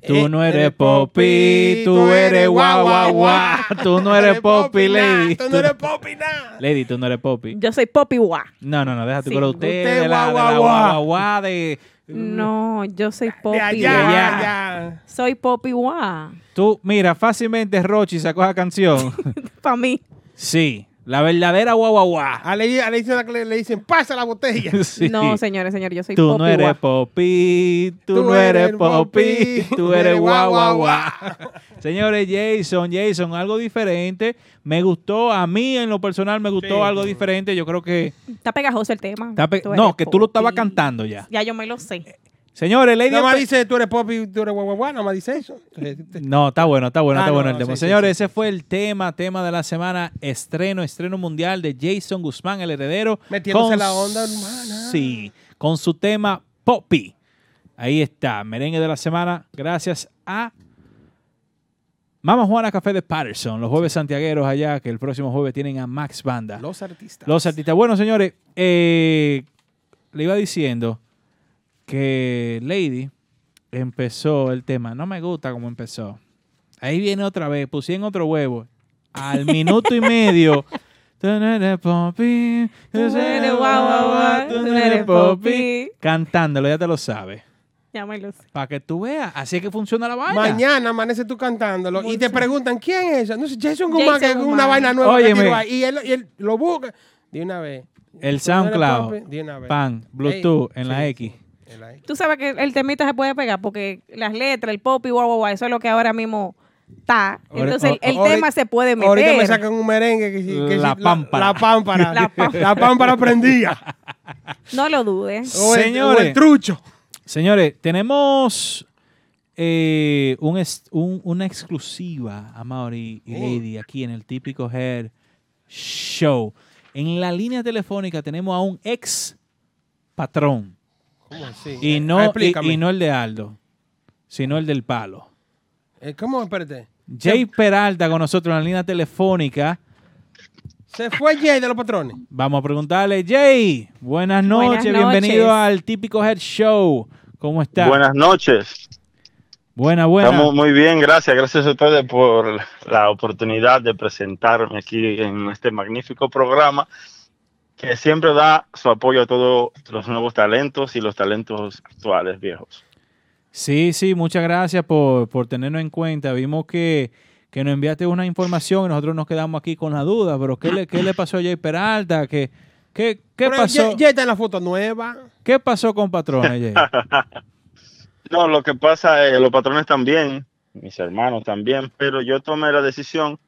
S2: Tú no Eh, eres Poppy, tú eres guau, guau, guau. Tú no eres Poppy, Lady.
S4: Tú no eres Poppy, nada.
S2: Lady, tú no eres Poppy.
S3: Yo soy Poppy Guá.
S2: No, no, no, déjate
S3: Sí.
S2: con usted
S4: Usted,
S2: de la
S4: guau,
S2: de la
S4: guau,
S2: guau,
S4: guau.
S2: guau, guau, de...
S3: No, yo soy Poppy
S4: De
S2: de
S4: allá,
S2: allá.
S4: allá.
S3: Soy Poppy Guá.
S2: Tú, mira, fácilmente Rochi sacó esa canción.
S3: Para mí.
S2: sí, la verdadera guau, guau, guau.
S4: A Lady a Lady Santa Claus le dicen, pasa la botella.
S2: Sí.
S3: No, señores, señores, yo soy
S2: Tú
S3: Poppy
S2: no eres
S3: Guá.
S2: Poppy, tú no eres Poppy, tú eres guau, guau, guau. Señores, Jason, Jason, algo diferente. Me gustó, a mí en lo personal me gustó
S4: Sí.
S2: algo diferente. Yo creo que...
S3: Está pegajoso el tema.
S2: está pe-
S3: Tú eres
S2: No, que tú lo estabas
S3: Poppy.
S2: cantando ya.
S3: Ya yo me lo sé.
S2: Señores, Lady...
S4: Nada más
S2: Espe-
S4: dice, tú eres Poppy, tú eres guau, guau, guau. Nada más dice eso.
S2: No, está bueno, está bueno,
S4: Ah,
S2: está
S4: no,
S2: bueno el
S4: no, sí,
S2: tema.
S4: sí,
S2: Señores,
S4: sí,
S2: ese fue el tema, tema de la semana, estreno, estreno mundial de Jason Guzmán, el heredero.
S4: Metiéndose
S2: con-
S4: la onda, hermana.
S2: Sí, con su tema Poppy. Ahí está, merengue de la semana, gracias a Mama Juana Café de Patterson, los jueves santiagueros allá, que el próximo jueves tienen a Max Banda.
S4: Los artistas.
S2: Los artistas. Bueno, señores, eh, le iba diciendo que Lady empezó el tema. No me gusta cómo empezó. Ahí viene otra vez, pusieron otro huevo. Al minuto y medio. Tú no eres Poppy, tú no eres guau, guau, guau, tú no eres Poppy. Cantándolo, ya te lo sabes.
S3: Ya me lo sé.
S2: Para que tú veas. Así es que funciona la vaina.
S4: Mañana amanece tú cantándolo y te preguntan quién es ella. No sé,
S3: Jason
S4: Jason Guzmán, que es una
S3: Guzmán.
S4: vaina nueva. que
S2: Óyeme.
S4: tiró ahí. Y él, y él lo busca. De una vez. Tú
S2: El
S4: no eres
S2: SoundCloud,
S4: Poppy, de una vez.
S2: pan, Bluetooth,
S4: Ey,
S2: en la
S4: sí,
S2: X.
S4: sí, en la X.
S3: Tú sabes que el temita se puede pegar porque las letras, el pop y guau, guau, guau, eso es lo que ahora mismo está.
S2: Ahora-
S3: Entonces el- el
S4: ahorita-
S3: tema se puede meter.
S4: Ahorita me sacan un merengue. Que, si- que
S2: La
S4: si-
S2: pámpara.
S4: La, pámpara.
S3: La
S4: la
S3: pámpara.
S4: pámpara. prendía.
S3: No lo dudes.
S4: O el-
S2: Señores.
S4: o el trucho.
S2: Señores, tenemos eh, un ex- un- una exclusiva a Maori
S4: Oh.
S2: y Lady aquí en el típico Hair Show. En la línea telefónica tenemos a un ex patrón.
S4: ¿Cómo así?
S2: Y
S4: Eh,
S2: no,
S4: ah,
S2: y-
S4: explícame.
S2: y no el de Aldo, sino el del palo.
S4: Eh, ¿Cómo? Espérate.
S2: Jay Peralta con nosotros en la línea telefónica.
S4: Se fue Jay de los patrones.
S2: Vamos a preguntarle, Jay, buenas
S3: Buenas
S2: noches, bienvenido
S3: noches.
S2: al típico Head Show. ¿Cómo está?
S11: Buenas noches.
S2: buena, buena.
S11: Estamos muy bien, gracias. Gracias a ustedes por la oportunidad de presentarme aquí en este magnífico programa que siempre da su apoyo a todos los nuevos talentos y los talentos actuales viejos.
S2: Sí, sí, muchas gracias por, por tenernos en cuenta. Vimos que, que nos enviaste una información y nosotros nos quedamos aquí con la duda, pero ¿qué le, qué le pasó a Jay Peralta? ¿Qué, qué, qué,
S4: Pero
S2: pasó,
S4: Jay, Jay está en la foto nueva.
S2: ¿Qué pasó con Patrones, Jay?
S11: No, lo que pasa es los patrones también, mis hermanos también, pero yo tomé la decisión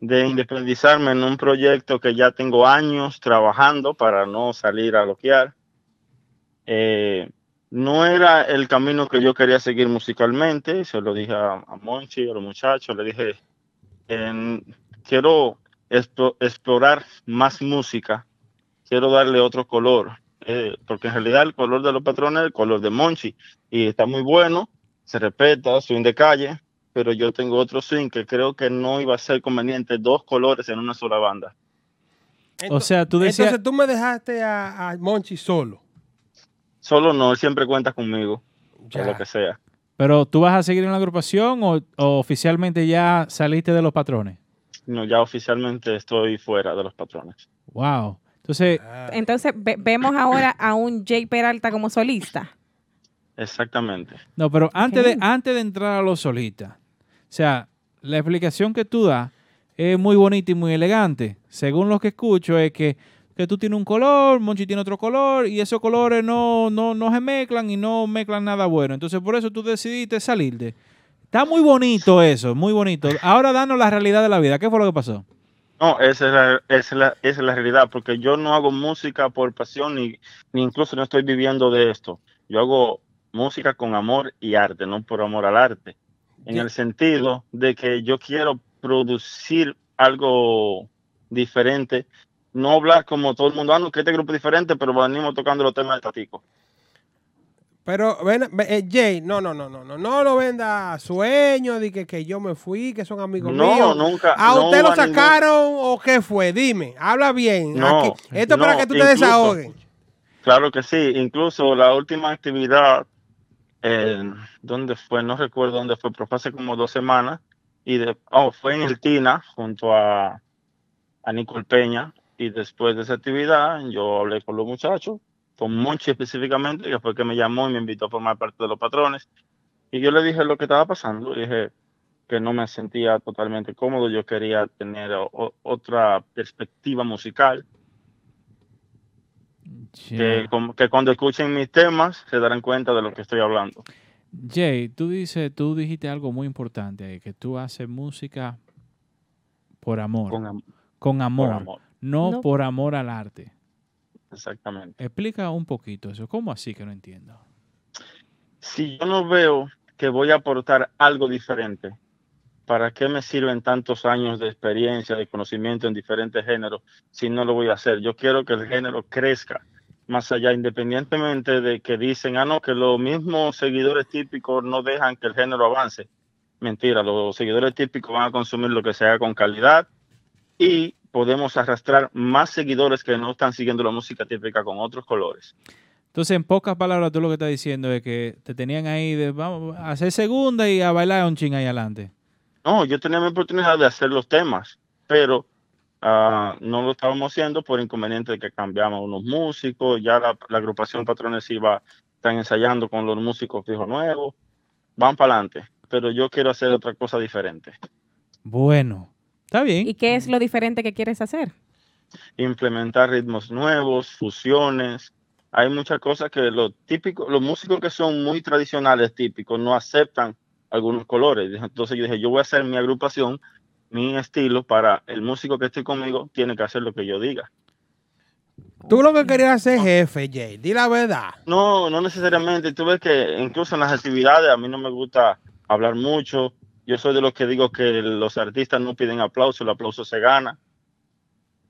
S11: de independizarme en un proyecto que ya tengo años trabajando para no salir a bloquear. Eh, no era el camino que yo quería seguir musicalmente, se lo dije a, a Monchi, a los muchachos, le dije, en- quiero explo- explorar más música, quiero darle otro color, eh, porque en realidad el color de los patrones es el color de Monchi y está muy bueno, se respeta, swing de calle, pero yo tengo otro swing que creo que no iba a ser conveniente dos colores en una sola banda.
S2: O sea, tú decías-
S4: Entonces tú me dejaste a, a Monchi solo.
S11: Solo no, él siempre cuenta conmigo, por lo que sea.
S2: ¿Pero tú vas a seguir en la agrupación o, o oficialmente ya saliste de los Patrones?
S11: No, ya oficialmente estoy fuera de los patrones.
S2: Wow. Entonces,
S4: Ah.
S3: Entonces ve- vemos ahora a un Jay Peralta como solista.
S11: Exactamente.
S2: no, pero antes,
S3: Ok.
S2: de, antes de entrar a los solistas, o sea, la explicación que tú das es muy bonita y muy elegante. Según lo que escucho es que, que tú tienes un color, Monchi tiene otro color y esos colores no, no, no se mezclan y no mezclan nada bueno. Entonces por eso tú decidiste salirte. Está muy bonito eso, muy bonito. Ahora danos la realidad de la vida. ¿Qué fue lo que pasó?
S11: No, esa es la, esa es la, esa es la realidad, porque yo no hago música por pasión, ni, ni incluso no estoy viviendo de esto. Yo hago música con amor y arte, no por amor al arte. En
S4: Ya.
S11: el sentido de que yo quiero producir algo diferente, no hablar como todo el mundo, ah, no, que este grupo es diferente, pero venimos tocando los temas de Tatico.
S4: Pero ven, ve- eh, Jay, no, no, no, no, no, no lo venda sueño de que, que yo me fui, que son amigos
S11: No,
S4: míos.
S11: nunca,
S4: ¿A
S11: no
S4: usted lo
S11: a ningún-
S4: sacaron o qué fue? Dime, habla bien.
S11: No,
S4: Aquí- Esto es para
S11: no,
S4: que tú te
S11: incluso-
S4: desahogues.
S11: Claro que sí, incluso la última actividad eh, ¿dónde fue? No recuerdo dónde fue, pero fue hace como dos semanas. Y de, oh, fue en el Tina junto a, a Nicole Peña. Y después de esa actividad, yo hablé con los muchachos, con Monchi específicamente, que fue el que me llamó y me invitó a formar parte de los patrones. Y yo le dije lo que estaba pasando. Le dije que no me sentía totalmente cómodo. Yo quería tener o- otra perspectiva musical. Que, como- que cuando escuchen mis temas se darán cuenta de lo que estoy hablando.
S2: Jay, tú, dices, tú dijiste algo muy importante ahí, que tú haces música por amor.
S11: Con am-
S2: Con amor.
S11: amor.
S2: No,
S11: No.
S2: por amor al arte.
S11: Exactamente.
S2: Explica un poquito eso. ¿Cómo así que no entiendo?
S11: Si yo no veo que voy a aportar algo diferente, ¿para qué me sirven tantos años de experiencia, de conocimiento en diferentes géneros si no lo voy a hacer? Yo quiero que el género crezca más allá, independientemente de que dicen, ah, no, que los mismos seguidores típicos no dejan que el género avance. Mentira, los seguidores típicos van a consumir lo que sea con calidad y podemos arrastrar más seguidores que no están siguiendo la música típica con otros colores.
S2: Entonces, en pocas palabras, tú lo que estás diciendo es que te tenían ahí de vamos a hacer segunda y a bailar un ching ahí adelante.
S11: No, yo tenía mi oportunidad de hacer los temas, pero ah, no lo estábamos haciendo por inconveniente de que cambiamos unos músicos, ya la, la agrupación Patrones iba, están ensayando con los músicos fijos nuevos, van para adelante, pero yo quiero hacer otra cosa diferente,
S2: Bueno. Está bien.
S3: ¿Y qué es lo diferente que quieres hacer?
S11: implementar ritmos nuevos, fusiones, hay muchas cosas que los típicos, los músicos que son muy tradicionales típicos no aceptan algunos colores, entonces yo dije, yo voy a hacer mi agrupación, mi estilo para el músico que esté conmigo tiene que hacer lo que yo diga.
S4: Tú lo que querías hacer, jefe, Jay. Di la verdad.
S11: No, no necesariamente. Tú ves que incluso en las actividades a mí no me gusta hablar mucho. Yo soy de los que digo que los artistas no piden aplauso, el aplauso se gana.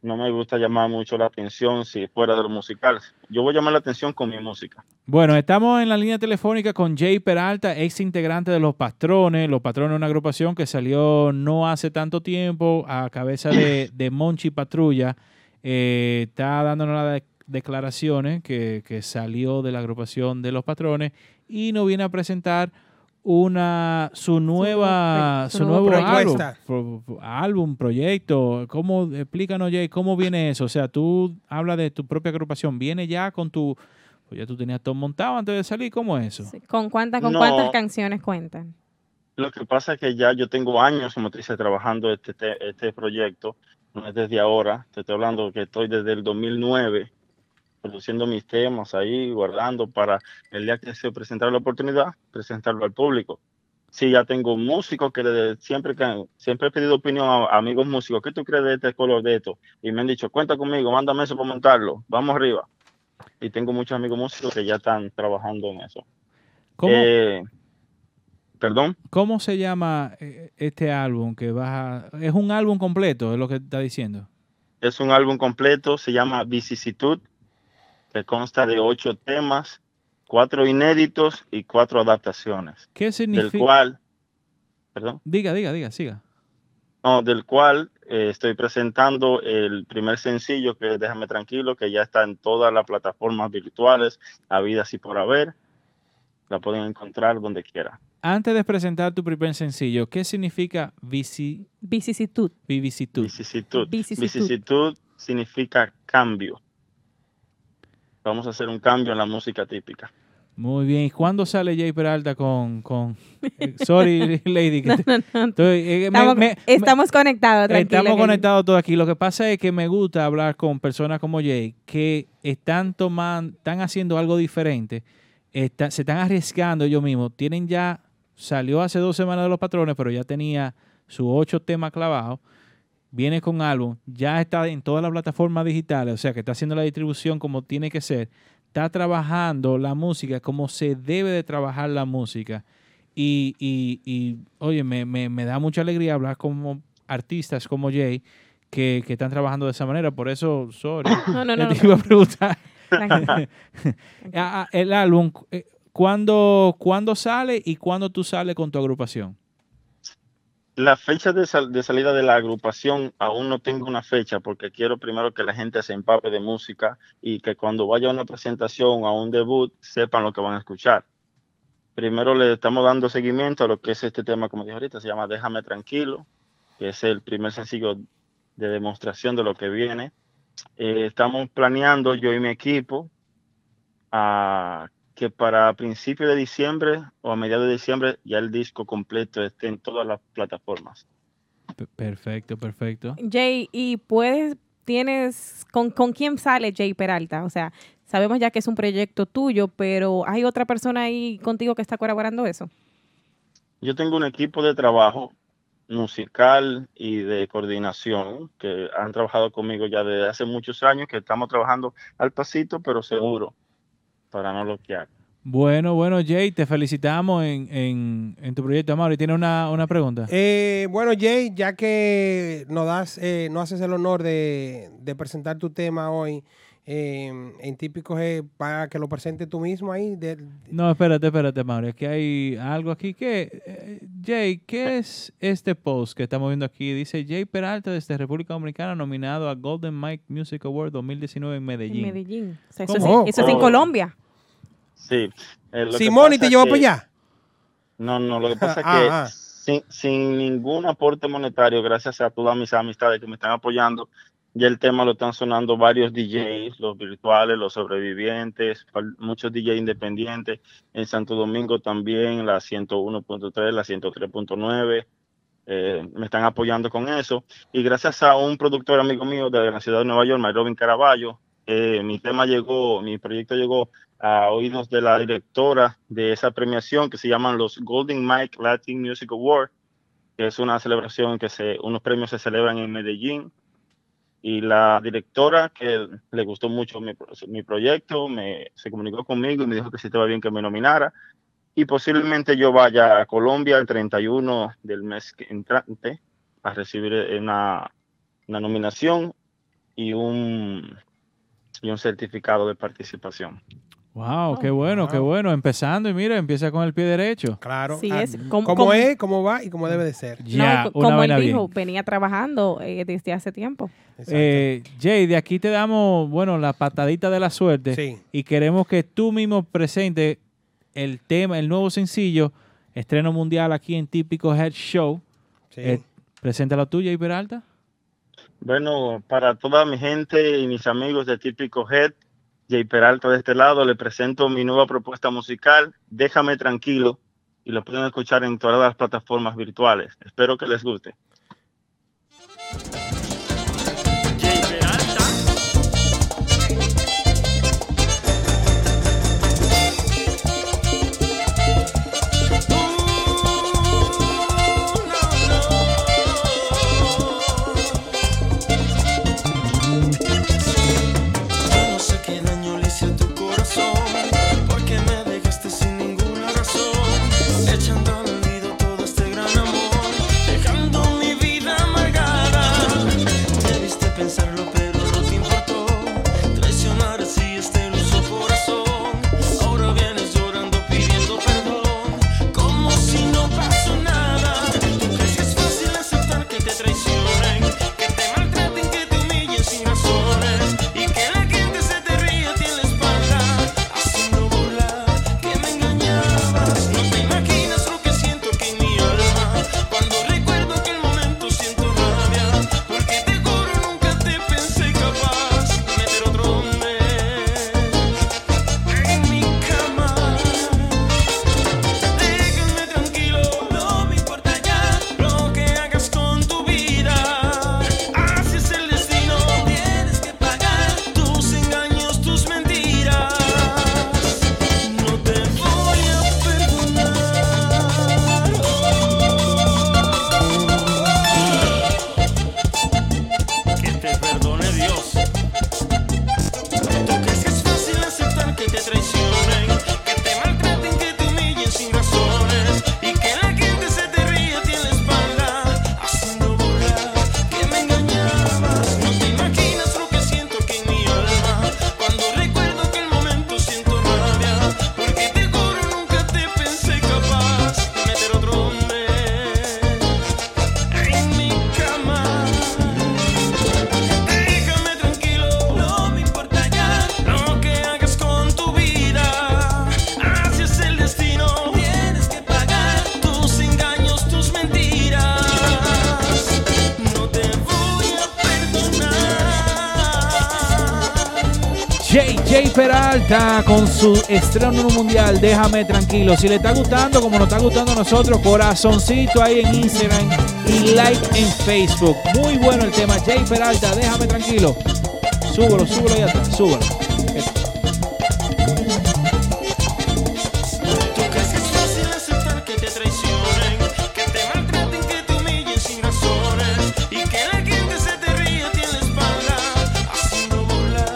S11: No me gusta llamar mucho la atención si fuera de lo musical. Yo voy a llamar la atención con mi música.
S2: Bueno, estamos en la línea telefónica con Jay Peralta, ex integrante de Los Patrones. Los Patrones es una agrupación que salió no hace tanto tiempo a cabeza de, de Monchi Patrulla. Eh, está dándonos las de- declaraciones que, que salió de la agrupación de Los Patrones y nos viene a presentar una su nueva
S4: su
S2: su,
S4: nuevo
S2: nuevo, álbum,
S4: propuesta.
S2: pro- pro- álbum, proyecto. ¿Cómo explícanos Jay cómo viene eso? O sea, tú hablas de tu propia agrupación, viene ya con tu pues ya tú tenías todo montado antes de salir, ¿cómo es eso?
S3: ¿Con cuántas, con
S11: No.
S3: cuántas canciones cuentan?
S11: Lo que pasa es que ya yo tengo años, como te dice, trabajando este, este, este proyecto. No es desde ahora. Te estoy hablando que estoy desde el 2009 produciendo mis temas ahí, guardando para el día que se presentara la oportunidad, presentarlo al público. Sí, ya tengo músicos que desde siempre, que- siempre he pedido opinión a a amigos músicos. ¿Qué tú crees de este color de esto? Y me han dicho, cuenta conmigo, mándame eso para montarlo. Vamos arriba. Y tengo muchos amigos músicos que ya están trabajando en eso.
S2: ¿Cómo,
S11: Eh, Perdón.
S2: ¿Cómo se llama eh, este álbum que vas a... Es un álbum completo, es lo que está diciendo.
S11: Es un álbum completo, se llama Vicisitud, que consta de ocho temas, cuatro inéditos y cuatro adaptaciones.
S2: ¿Qué
S11: Del
S2: significa?
S11: cual, perdón,
S2: Diga, diga, diga, siga.
S11: no, del cual eh, estoy presentando el primer sencillo que es Déjame Tranquilo, que ya está en todas las plataformas virtuales, habidas y por haber. La pueden encontrar donde quiera.
S2: Antes de presentar tu primer sencillo, ¿qué significa vici-
S3: Vicisitud.
S2: vicisitud?
S11: Vicisitud.
S2: Vicisitud.
S11: Vicisitud significa cambio. Vamos a hacer un cambio en la música típica.
S2: Muy bien. ¿Y cuándo sale Jay Peralta con... con... eh, Sorry, lady. que te- Estoy- eh, me-
S3: Estamos,
S2: me-
S3: estamos conectados, tranquilo.
S2: Estamos
S3: que-
S2: conectados todos aquí. Lo que pasa es que me gusta hablar con personas como Jay que están tomando, están haciendo algo diferente, está- se están arriesgando ellos mismos. Tienen ya, salió hace dos semanas de los patrones, pero ya tenía sus ocho temas clavados. Viene con álbum, ya está en todas las plataformas digitales, o sea que está haciendo la distribución como tiene que ser. Está trabajando la música como se debe de trabajar la música. Y, y, y, oye, me, me, me da mucha alegría hablar como artistas como Jay que, que están trabajando de esa manera. Por eso, sorry.
S3: No, no, no,
S2: Te
S3: no.
S2: iba a preguntar.
S3: Tranquilo.
S2: Ah, ah, El álbum, eh, ¿cuándo, ¿cuándo sale y cuándo tú sales con tu agrupación?
S11: La fecha de, sal- de salida de la agrupación aún no tengo una fecha porque quiero primero que la gente se empape de música y que cuando vaya a una presentación, a un debut, sepan lo que van a escuchar. Primero le estamos dando seguimiento a lo que es este tema, como dije ahorita, se llama Déjame Tranquilo, que es el primer sencillo de demostración de lo que viene. Eh, estamos planeando, yo y mi equipo, a que para principios de diciembre o a mediados de diciembre ya el disco completo esté en todas las plataformas.
S2: P- Perfecto, perfecto.
S3: Jay, ¿y puedes, tienes, con, con quién sale Jay Peralta? O sea, sabemos ya que es un proyecto tuyo, pero ¿hay otra persona ahí contigo que está colaborando eso?
S11: Yo tengo un equipo de trabajo musical y de coordinación que han trabajado conmigo ya desde hace muchos años, que estamos trabajando al pasito, pero seguro, para no bloquear.
S2: Bueno, bueno, Jay, te felicitamos en, en, en tu proyecto. Amaury, ¿tiene una, una pregunta?
S4: Eh, bueno, Jay, ya que nos das, eh, nos haces el honor de, de presentar tu tema hoy eh, en típicos eh, para que lo presente tú mismo ahí. de-
S2: No, espérate, espérate, Mauro. Es que hay algo aquí que... eh, Jay,
S3: Ah.
S2: ¿qué es este post que estamos viendo aquí? Dice Jay Peralta desde República Dominicana nominado a Golden Mike Music Award 2019 en Medellín.
S3: En Medellín. O sea, eso,
S2: ¿Cómo?
S3: es, eso es en
S11: Oh.
S3: Colombia.
S11: Sí. eh, lo que
S4: Simón, ¿y
S11: pasa
S4: te llevó
S11: que-
S4: para allá?
S11: No, no, lo que pasa es
S4: Ah,
S11: que
S4: ah.
S11: Sin, sin ningún aporte monetario, gracias a todas mis amistades que me están apoyando, ya el tema lo están sonando varios DJs, los virtuales, los sobrevivientes, fal- muchos DJs independientes, en Santo Domingo también, la 101.3, la 103.9, eh, me están apoyando con eso. Y gracias a un productor amigo mío de la ciudad de Nueva York, Robin Caraballo, eh, mi tema llegó, mi proyecto llegó a oídos de la directora de esa premiación que se llaman los Golden Mike Latin Music Award, que es una celebración que se, unos premios se celebran en Medellín. Y la directora, que le gustó mucho mi, pro- mi proyecto, me, se comunicó conmigo y me dijo que si estaba bien que me nominara. Y posiblemente yo vaya a Colombia el 31 del mes que- entrante a recibir eh, una, una nominación y un, y un certificado de participación.
S2: Wow,
S3: Oh.
S2: qué bueno, qué bueno. Empezando y mira, empieza con el pie derecho.
S4: Claro.
S3: Sí,
S4: Ah,
S3: es.
S4: ¿Cómo,
S3: Como, como-
S4: es? ¿Cómo va? ¿Y cómo debe de ser?
S3: no,
S2: Ya,
S3: co- como
S2: una
S3: él
S2: vaina bien.
S3: dijo, venía trabajando eh, desde hace tiempo.
S2: Eh, Jay, de aquí te damos, bueno, la patadita de la suerte.
S4: Sí.
S2: Y queremos que tú mismo presentes el tema, el nuevo sencillo, estreno mundial aquí en Típico Head Show.
S4: Sí.
S2: Eh, preséntalo tú, Jay Peralta.
S11: Bueno, para toda mi gente y mis amigos de Típico Head, Jay Peralta de este lado, le presento mi nueva propuesta musical, Déjame Tranquilo, y lo pueden escuchar en todas las plataformas virtuales. Espero que les guste.
S8: Yo no sé qué daño le hice a tu corazón, porque me dejaste sin ninguna razón, echando al olvido todo este gran amor, dejando mi este
S2: JJ Peralta con su estreno mundial, déjame tranquilo. Si le está gustando, como nos está gustando a nosotros, corazoncito ahí en Instagram y like en Facebook. Muy bueno el tema, J Peralta, déjame tranquilo. Súbelo, súbelo ahí atrás, súbelo.
S12: Tú crees que es fácil aceptar que te traicionen, que te maltraten, que te humillen sin razones y que la gente se te ríe a ti en la espalda, haciendo burla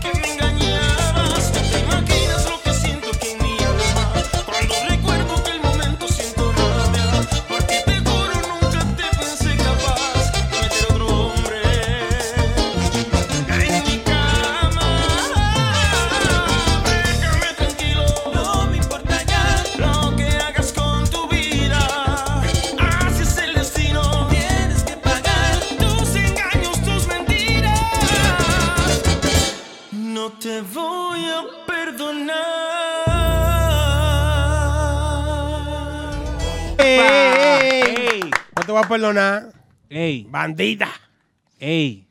S12: que me engañabas. No te imaginas lo que siento aquí en mi alma cuando recuerdo que el momento siento rabia, porque te juro nunca te pensé capaz de meter otro hombre en mi cama. Déjame tranquilo, no me importa ya lo que hagas con tu vida. Así es el destino, tienes que pagar tus engaños, tus mentiras. No te voy a perdonar.
S4: Ey. No te voy a perdonar.
S2: Ey.
S4: Bandida.
S2: Ey.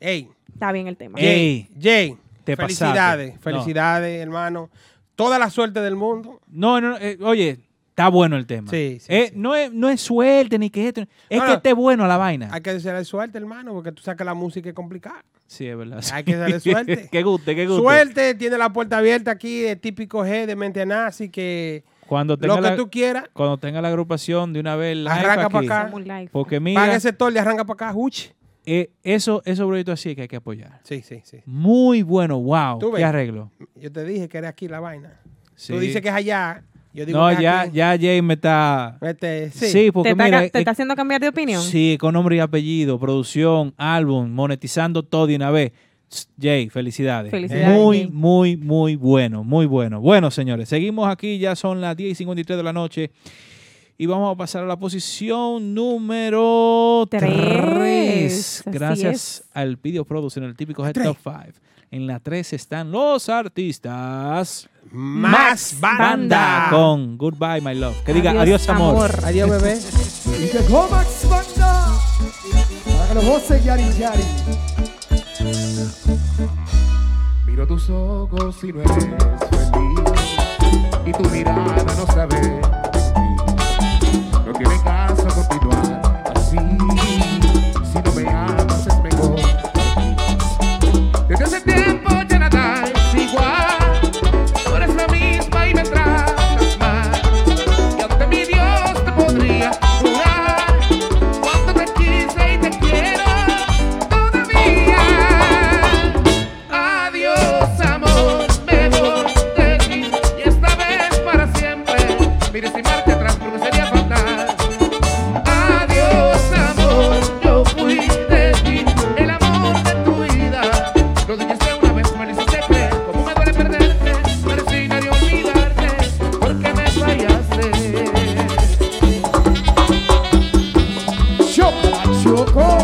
S4: Ey.
S3: Está bien el tema.
S2: Ey.
S4: Jay,
S2: Te
S4: felicidades.
S2: pasaste.
S4: Felicidades, hermano. Toda la suerte del mundo.
S2: No, no, no, eh, oye, está bueno el tema.
S4: Sí, sí,
S2: Eh, No, es, no es suerte ni que esto. Es
S4: No,
S2: que
S4: no.
S2: esté bueno la vaina.
S4: Hay que decirle suerte, hermano, porque tú sabes que la música es complicada.
S2: Sí, es verdad.
S4: Hay que darle suerte.
S2: que guste, que guste.
S4: Suerte, tiene la puerta abierta aquí de típico G de mente nazi que
S2: Cuando tenga
S4: lo que
S2: la-
S4: tú quieras,
S2: Cuando tenga la agrupación de una vez, live
S4: arranca
S2: aquí.
S4: para acá.
S2: Porque mira,
S4: Paga ese tol y arranca para acá, Huchi.
S2: eh, eso, esos proyectos así que hay que apoyar.
S4: Sí, sí, sí.
S2: Muy bueno, wow.
S4: Tú
S2: Qué
S4: ves.
S2: arreglo.
S4: Yo te dije que era aquí la vaina.
S2: Sí.
S4: Tú dices que es allá. Yo digo
S2: No,
S4: que es
S2: ya,
S4: aquí.
S2: ya Jay me está.
S4: Este,
S2: Sí,
S4: sí.
S2: porque
S3: ¿Te, está,
S2: mira,
S3: ca- te
S2: eh,
S3: está haciendo cambiar de opinión?
S2: Sí, con nombre y apellido, producción, álbum, monetizando todo de una vez. Tss, Jay, felicidades.
S3: Felicidades,
S2: Muy,
S3: Jay.
S2: muy, muy bueno, muy bueno. Bueno, señores, seguimos aquí, ya son las 10 y 53 de la noche. Y vamos a pasar a la posición número
S3: Tres,
S2: 3.
S3: así
S2: Gracias
S3: es.
S2: al Video Produce en el típico Head Top 5. En la 3 están los artistas.
S4: Más banda.
S2: con Goodbye, My Love. Que diga adiós, amor.
S4: Adiós, bebé.
S10: Y llegó Max Banda para que lo goce Yari Yari.
S13: Miro tus ojos y no eres feliz Y tu mirada no sabe de ti. No tiene caso continuar así Si no me amas es mejor
S12: Desde hace tiempo ya nada es igual. No eres la misma y me tratas mal. Y ante mi Dios te podría jurar. Cuando te quise y te quiero todavía. Adiós, amor, me voy de ti. Y esta vez para siempre. Mire sin marcha atrás porque sería fatal. Adiós, amor, yo fui de ti. El amor de tu vida. Lo dijiste una vez, me lo hiciste creer Cómo me duele perderte, merecida de olvidarte Porque me fallaste
S10: Choco, choco.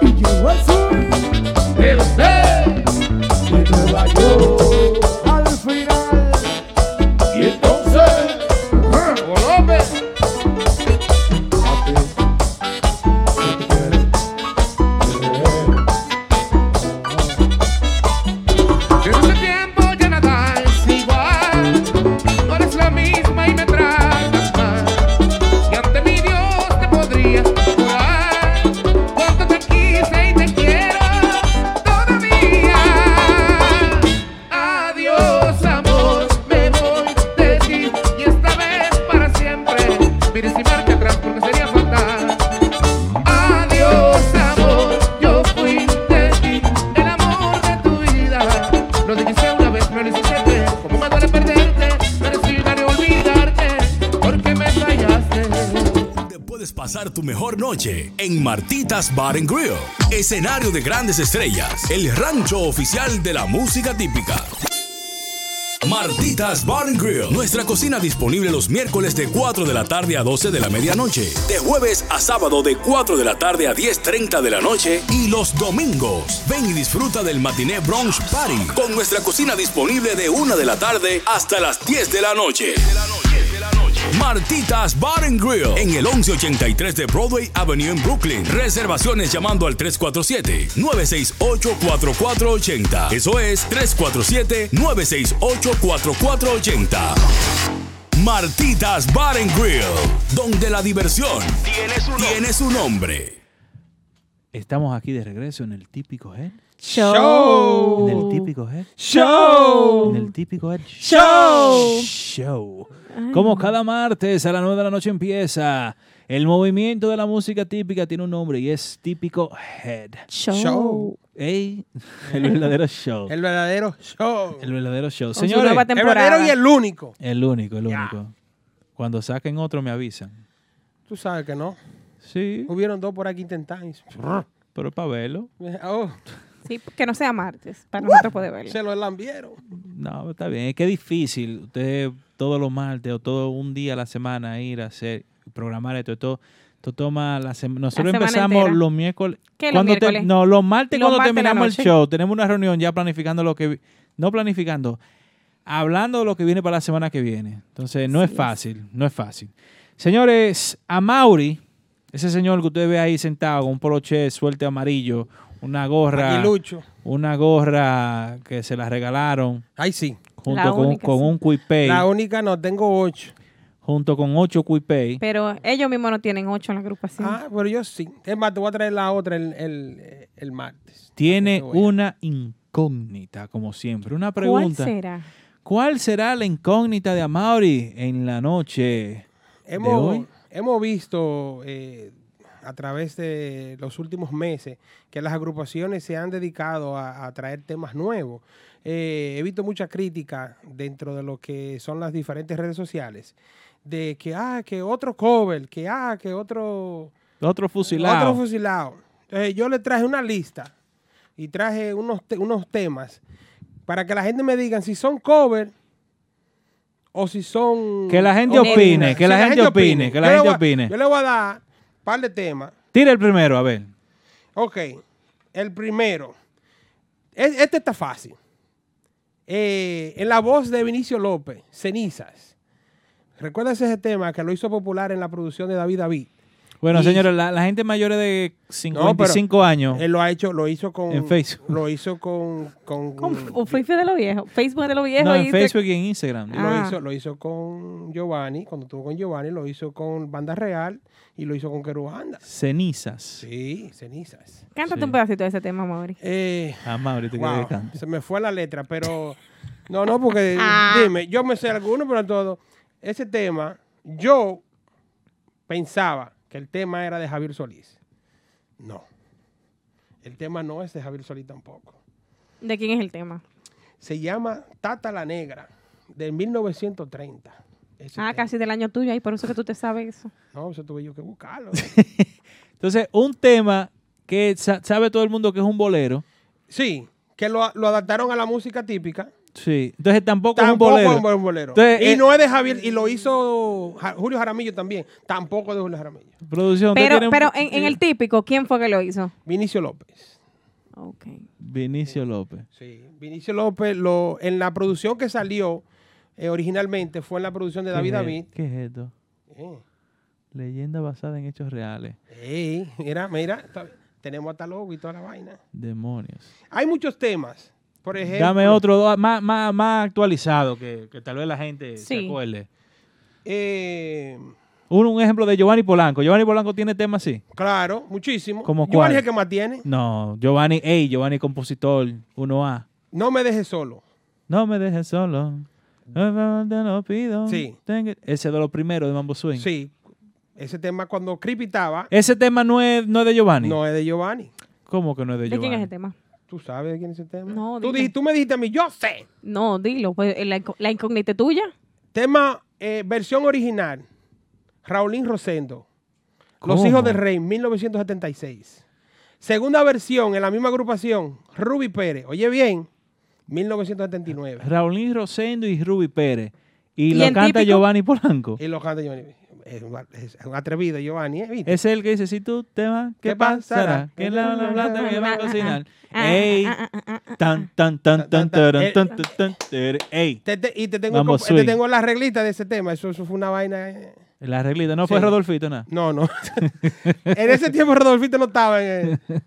S10: Y llegó el sur de Nueva York al final. Ah, Y entonces, López.
S12: Desde ese tiempo ya nada es igual No eres la misma y me tratas mal Y ante mi Dios te podría jurar Cuánto te quise y te quiero todavía Adiós, amor, me voy de ti Y esta vez para siempre Mire si marcha atrás porque sería fatal Adiós, amor, yo fui de ti El amor de tu vida Lo dijiste una vez, me lo hiciste creer Como me duele perderte Merecida de olvidarte Porque me fallaste
S1: Puedes pasar tu mejor noche en Martitas Bar and Grill, escenario de grandes estrellas, el rancho oficial de la música típica. Martitas Bar and Grill. Nuestra cocina disponible los miércoles de 4 de la tarde a 12 de la medianoche. De jueves a sábado de 4 de la tarde a 10.30 de la noche. Y los domingos. Ven y disfruta del matiné brunch party. Con nuestra cocina disponible de 1 de la tarde hasta las 10 de la noche. Martitas Bar and Grill en el 1183 de Broadway Avenue en Brooklyn. Reservaciones llamando al 347-968-4480. Eso es 347-968-4480. Martitas Bar and Grill, donde la diversión tiene su, tiene su nombre.
S2: Estamos aquí de regreso en el típico head.
S3: Show.
S2: En el típico head.
S3: Show.
S2: En el típico head.
S3: Show.
S2: Show. Como cada martes a las 9 de la noche empieza. El movimiento de la música típica tiene un nombre y es típico head.
S3: Show. Show.
S2: Ey, el verdadero show.
S4: El verdadero show.
S2: El verdadero show.
S4: su
S2: Señores,
S4: nueva temporada. El verdadero y el único.
S2: El único, el único. Cuando saquen otro me avisan.
S4: Tú sabes que no.
S2: Sí.
S4: Hubieron dos por aquí intentando.
S2: Pero para verlo.
S4: Oh,
S3: Sí, que no sea martes, para nosotros poder verlo.
S4: se lo lambieron.
S2: No, está bien. Es que es difícil. Usted todos los martes o todo un día a la semana ir a hacer, programar esto. Esto, esto toma la semana. Nosotros
S3: semana
S2: empezamos
S3: entera.
S2: los miércoles.
S3: ¿Qué, los
S2: Cuando
S3: miércoles?
S2: no, los martes
S3: Los
S2: cuando
S3: martes en la
S2: terminamos el
S3: noche.
S2: show. Tenemos una reunión ya planificando lo que... vi- No planificando. Hablando de lo que viene para la semana que viene. Entonces, no es fácil. No es fácil. Señores, a Mauri, ese señor que usted ve ahí sentado con un poloche suelte amarillo, una gorra
S4: Aguilucho.
S2: una gorra que se la regalaron.
S4: Ay, sí.
S2: Junto
S3: La
S2: con,
S3: única,
S2: con
S3: sí.
S2: un cuipey.
S4: La única no, tengo ocho.
S2: Junto con ocho cuipey.
S3: Pero ellos mismos no tienen ocho en la agrupación.
S4: Ah, pero yo sí. Es más, te voy a traer la otra el, el, el martes.
S2: Tiene
S4: voy a-
S2: una incógnita, como siempre. Una
S3: ¿Cuál
S2: pregunta.
S3: será?
S2: ¿Cuál será la incógnita de Amaury en la noche de
S4: Hemos,
S2: hoy?
S4: hemos visto eh, a través de los últimos meses que las agrupaciones se han dedicado a, a traer temas nuevos. Eh, he visto mucha crítica dentro de lo que son las diferentes redes sociales de que, ah, que otro cover, que, ah, que otro...
S2: Otro fusilado.
S4: Otro fusilado. Entonces, yo le traje una lista y traje unos, te- unos temas para que la gente me diga si son cover o si son...
S2: Que la gente
S4: original.
S2: opine, que
S4: Si
S2: la gente opine, que la
S4: Yo le
S2: gente
S4: voy a-
S2: opine.
S4: Yo le voy a dar un par de temas.
S2: Tira el primero, a ver.
S4: Ok, el primero. Es- Este está fácil. Eh, en la voz de Vinicio López, Cenizas. Recuerda ese tema que lo hizo popular en la producción de David David.
S2: Bueno,
S4: Y-
S2: señores, la, la gente mayor de 55 años.
S4: Él lo ha hecho, lo hizo con.
S2: En Facebook.
S4: Lo hizo con. con,
S3: ¿O Facebook de lo viejo? Facebook de lo Ah. viejo.
S2: No, en
S3: y te-
S2: Facebook y en Instagram.
S4: lo, hizo, lo hizo con Giovanni, cuando estuvo con Giovanni, lo hizo con Banda Real y lo hizo con Querubanda.
S2: Cenizas.
S4: Sí, cenizas.
S3: Cántate
S2: Sí.
S3: un pedacito de ese tema, Mauri.
S4: Eh,
S2: Amaury, te
S4: wow,
S2: quedas can-
S4: se me fue la letra, pero. No, no, porque. Dime, yo me sé alguno, pero todo. Ese tema, yo pensaba que el tema era de Javier Solís. No. El tema no es de Javier Solís tampoco.
S3: ¿De quién es el tema?
S4: se llama Tata la Negra, de 1930.
S3: ah, casi del año tuyo, y por eso que tú te sabes eso.
S4: No, eso tuve yo que buscarlo.
S2: Entonces, un tema que sa- sabe todo el mundo que es un bolero.
S4: sí, que lo, lo adaptaron a la música típica.
S2: Sí. Entonces tampoco,
S4: Tampoco
S2: es un bolero.
S4: es un buen bolero.
S2: Entonces,
S4: y
S2: eh,
S4: no es de Javier, y lo hizo Ja- Julio Jaramillo también. Tampoco es de Julio Jaramillo.
S2: Producción. usted tiene
S3: Pero,
S2: un-
S3: pero en, en el típico, ¿quién fue que lo hizo?
S4: Vinicio López.
S3: Ok.
S2: Vinicio López.
S4: Sí, Vinicio López, lo, en la producción que salió eh, originalmente fue en la producción de David
S2: ¿Qué es-
S4: David. Eh,
S2: ¿Qué es esto? Leyenda basada en hechos reales.
S4: Ey, mira, mira, está- tenemos hasta logo y toda la vaina.
S2: Demonios.
S4: Hay muchos temas. Por ejemplo,
S2: Dame otro do- más, más, más actualizado que, que tal vez la gente se
S4: Sí.
S2: acuerde.
S4: eh,
S2: Un, un ejemplo de Giovanni Polanco. Giovanni Polanco tiene temas así.
S4: Claro, muchísimo.
S2: ¿Cómo
S4: Giovanni
S2: cuál?
S4: es el que más tiene.
S2: No, Giovanni, ey, Giovanni compositor 1A.
S4: No me dejes solo.
S2: No me dejes solo. No Te lo pido.
S4: Sí.
S2: Tengo- Ese de los primeros de Mambo Swing.
S4: Sí. Ese tema cuando Creepy estaba,
S2: Ese tema no es, no es de Giovanni.
S4: no es de Giovanni.
S2: ¿Cómo que no es de,
S3: ¿De quién
S2: Giovanni?
S3: es el tema?
S4: ¿Tú sabes de quién es ese tema?
S3: No,
S4: tú,
S3: dime.
S4: dijiste- tú me dijiste a mí, yo sé.
S3: No, dilo, pues eh, la, inco- la incógnita es tuya.
S4: Tema, eh, versión original. Raulín Rosendo. Los
S2: ¿Cómo?
S4: Hijos del Rey, 1976. Segunda versión en la misma agrupación. Ruby Pérez. Oye bien, 1979.
S2: Raulín Rosendo y Ruby Pérez. Y,
S4: ¿Y
S2: lo
S4: el
S2: canta
S4: típico?
S2: Giovanni Polanco.
S4: Y lo canta Giovanni. Es un, es un atrevido Giovanni, ¿eh? ¿Viste?
S2: Es el que dice, si tú te vas, ¿qué,
S4: ¿Qué
S2: pasará?
S4: pasará?
S2: Que la la plata que va a cocinar.
S4: ah,
S2: Ey,
S4: ah, ah, ah, ah,
S2: tan, tan, tan, tan, taran,
S4: eh,
S2: tan, tan, tan, tere, ey.
S4: Te- te- y te tengo,
S2: Vamos,
S4: comp-
S2: swing.
S4: te tengo la reglita de ese tema. Eso, eso fue una vaina. eh.
S2: La reglita, no fue
S4: Sí.
S2: Rodolfito, nada.
S4: No, no. En ese tiempo Rodolfito no estaba. en el-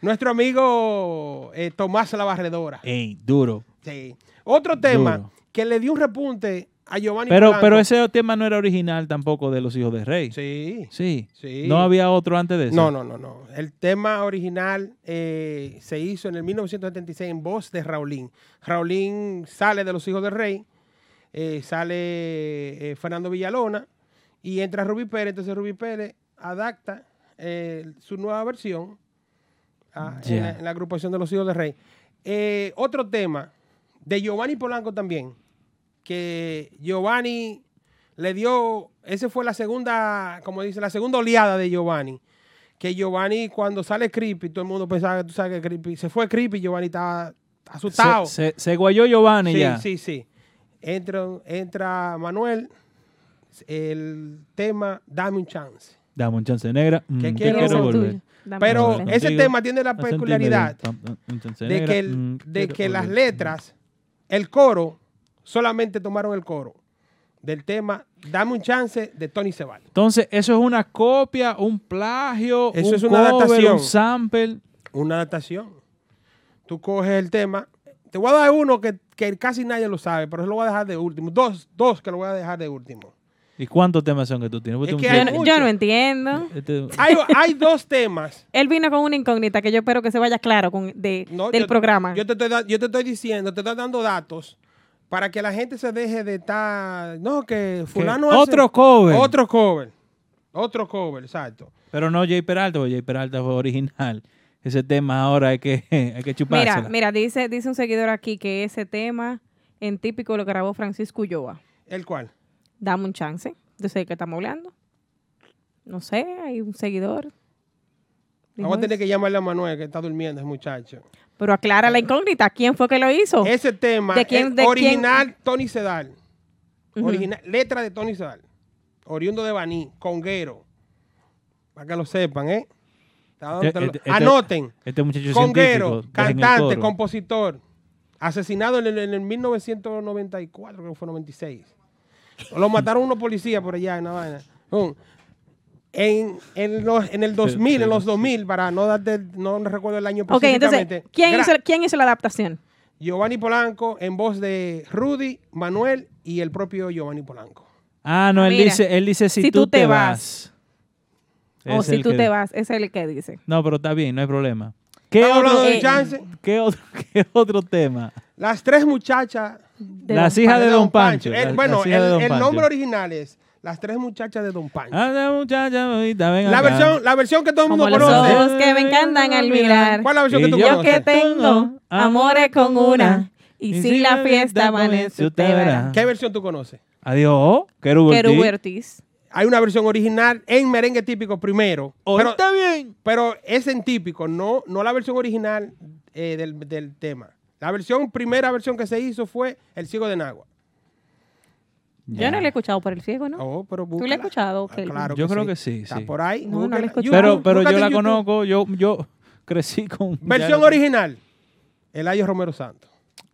S4: Nuestro amigo eh, Tomás La Barredora.
S2: Ey, duro.
S4: Sí. Otro tema
S2: Duro.
S4: que le dio un repunte a Giovanni
S2: Pero,
S4: Polanco.
S2: pero ese tema no era original tampoco de los hijos de Rey.
S4: Sí.
S2: Sí.
S4: Sí.
S2: No había otro antes de eso.
S4: No, no, no, no. El tema original eh, se hizo en el 1976 en voz de Raulín. Raulín sale de Los Hijos del Rey, eh, sale eh, Fernando Villalona y entra Rubí Pérez. Entonces Rubí Pérez adapta eh, su nueva versión a- en,
S2: Ya.
S4: la, en la agrupación de Los Hijos del Rey. Eh, otro tema de Giovanni Polanco también, que Giovanni le dio, esa fue la segunda, como dice, la segunda oleada de Giovanni. Que Giovanni cuando sale Creepy, todo el mundo pensaba que tú sabes que Creepy, se fue Creepy, Giovanni estaba asustado.
S2: Se, se, se guayó Giovanni
S4: sí,
S2: ya.
S4: sí, sí. Entra, entra Manuel, el tema Dame un chance.
S2: Dame un chance negra. mm,
S4: Que
S2: te
S4: quiero
S2: quiero
S4: volver
S2: volver.
S4: tuyo. Dame Pero
S2: Volver
S4: ese
S2: contigo
S4: tema tiene la
S2: a sentirme
S4: peculiaridad
S2: bien. Pam, pam, un chance
S4: De
S2: negra,
S4: que, el-
S2: mm,
S4: de
S2: quiero
S4: que las
S2: volver.
S4: letras, el coro, solamente tomaron el coro del tema Dame un chance de Tony Sebal.
S2: Entonces, eso es una copia, un plagio,
S4: Eso
S2: un
S4: es una
S2: cover,
S4: adaptación.
S2: un sample.
S4: Una adaptación. Tú coges el tema. Te voy a dar uno que, que casi nadie lo sabe, pero eso lo voy a dejar de último. Dos, dos que lo voy a dejar de último.
S2: ¿Y cuántos temas son que tú tienes? Porque
S4: Es
S2: tú
S4: que
S2: me
S4: hay
S2: dices-
S4: mucho.
S3: Yo no entiendo.
S2: Este-
S4: Hay, hay dos temas.
S3: Él vino con una incógnita que yo espero que se vaya claro con, de,
S4: No,
S3: del
S4: yo-
S3: programa.
S4: Yo te, estoy, da- yo te estoy diciendo, te estoy dando datos para que la gente se deje de estar. No, que Fulano hace-
S2: otro cover.
S4: Otro cover. Otro cover, exacto.
S2: Pero no Jay Peralta, porque Jay Peralta fue original. Ese tema ahora hay que, hay que chupársela.
S3: mira, mira, dice, dice un seguidor aquí que ese tema en típico lo grabó Francisco Ulloa.
S4: ¿El cual?
S3: Dame un chance. Yo sé de qué estamos hablando. No sé, hay un seguidor. Dijo
S4: Vamos a tener
S3: eso.
S4: que llamarle a Manuel, que está durmiendo ese muchacho.
S3: Pero aclara la incógnita. ¿Quién fue que lo hizo?
S4: Ese tema
S3: ¿De quién- de
S4: es
S3: quién?
S4: original Tony Sedal.
S3: Ujú.
S4: Original, letra de Tony Sedal. Oriundo de Baní, conguero. Para que lo sepan, ¿eh? Está dando-
S2: Este-
S4: te lo-
S2: este- este-
S4: Anoten.
S2: este muchacho científico,
S4: Conguero,
S2: dejen el
S4: cantante,
S2: coro.
S4: compositor. Asesinado en el, en el 1994, creo que fue 96. Lo mataron unos policías por allá en la vaina. Um, En, en, los- en el 2000, en los 2000, para no darte, no recuerdo el año
S3: Ok, entonces,
S4: específicamente.
S3: ¿quién
S4: Gra-
S3: hizo, ¿quién hizo la adaptación?
S4: Giovanni Polanco en voz de Rudy, Manuel y el propio Giovanni Polanco.
S2: Ah, no, él
S3: Mira,
S2: dice, él dice si, tú, te vas.
S3: o
S2: Es
S3: si
S2: el
S3: tú
S2: que-
S3: te vas, ese es el que dice.
S2: No, pero está bien, no hay problema. ¿Qué
S4: Estamos
S2: otro,
S4: hablando de
S2: eh,
S4: Chance.
S2: ¿qué otro, qué otro tema?
S4: Las tres muchachas.
S2: Las Don hijas Pancho. de Don Pancho.
S4: El-
S2: Las-
S4: bueno,
S2: las hijas de
S4: el,
S2: Don
S4: el
S2: Pancho.
S4: nombre original es Las tres muchachas de Don Pancho.
S2: Ah, la muchacha, bonita, ven
S4: La
S2: acá.
S4: versión, la versión que todo el mundo
S3: Como los
S4: conoce.
S3: ojos que me encantan al mirar.
S4: ¿Cuál es la versión
S2: Y
S4: que tú
S2: yo
S3: Yo
S4: conoces?
S3: que tengo amores con una y si la fiesta amanece, usted verá.
S4: ¿Qué versión tú conoces?
S2: Adiós, querubel.
S3: Querube Ortiz.
S4: Hay una versión original en merengue típico primero.
S2: Oh,
S4: pero,
S2: está bien.
S4: pero es en típico, no, no la versión original eh, del, del tema. La versión, primera versión que se hizo fue El Ciego de Nagua.
S3: Yo no lo he escuchado por el ciego, ¿no?
S4: Oh, pero
S3: ¿Tú la
S4: búscala.
S3: has escuchado?
S4: Ah,
S3: Kelvin?
S4: claro
S2: Yo creo que sí,
S4: Está
S2: sí.
S4: por ahí.
S3: No, no la he
S4: búscala.
S3: escuchado.
S4: YouTube,
S2: Pero, pero yo
S4: búscate
S2: la
S4: en YouTube.
S2: conozco, yo, yo crecí con...
S4: Versión original. Elayo Romero Santos.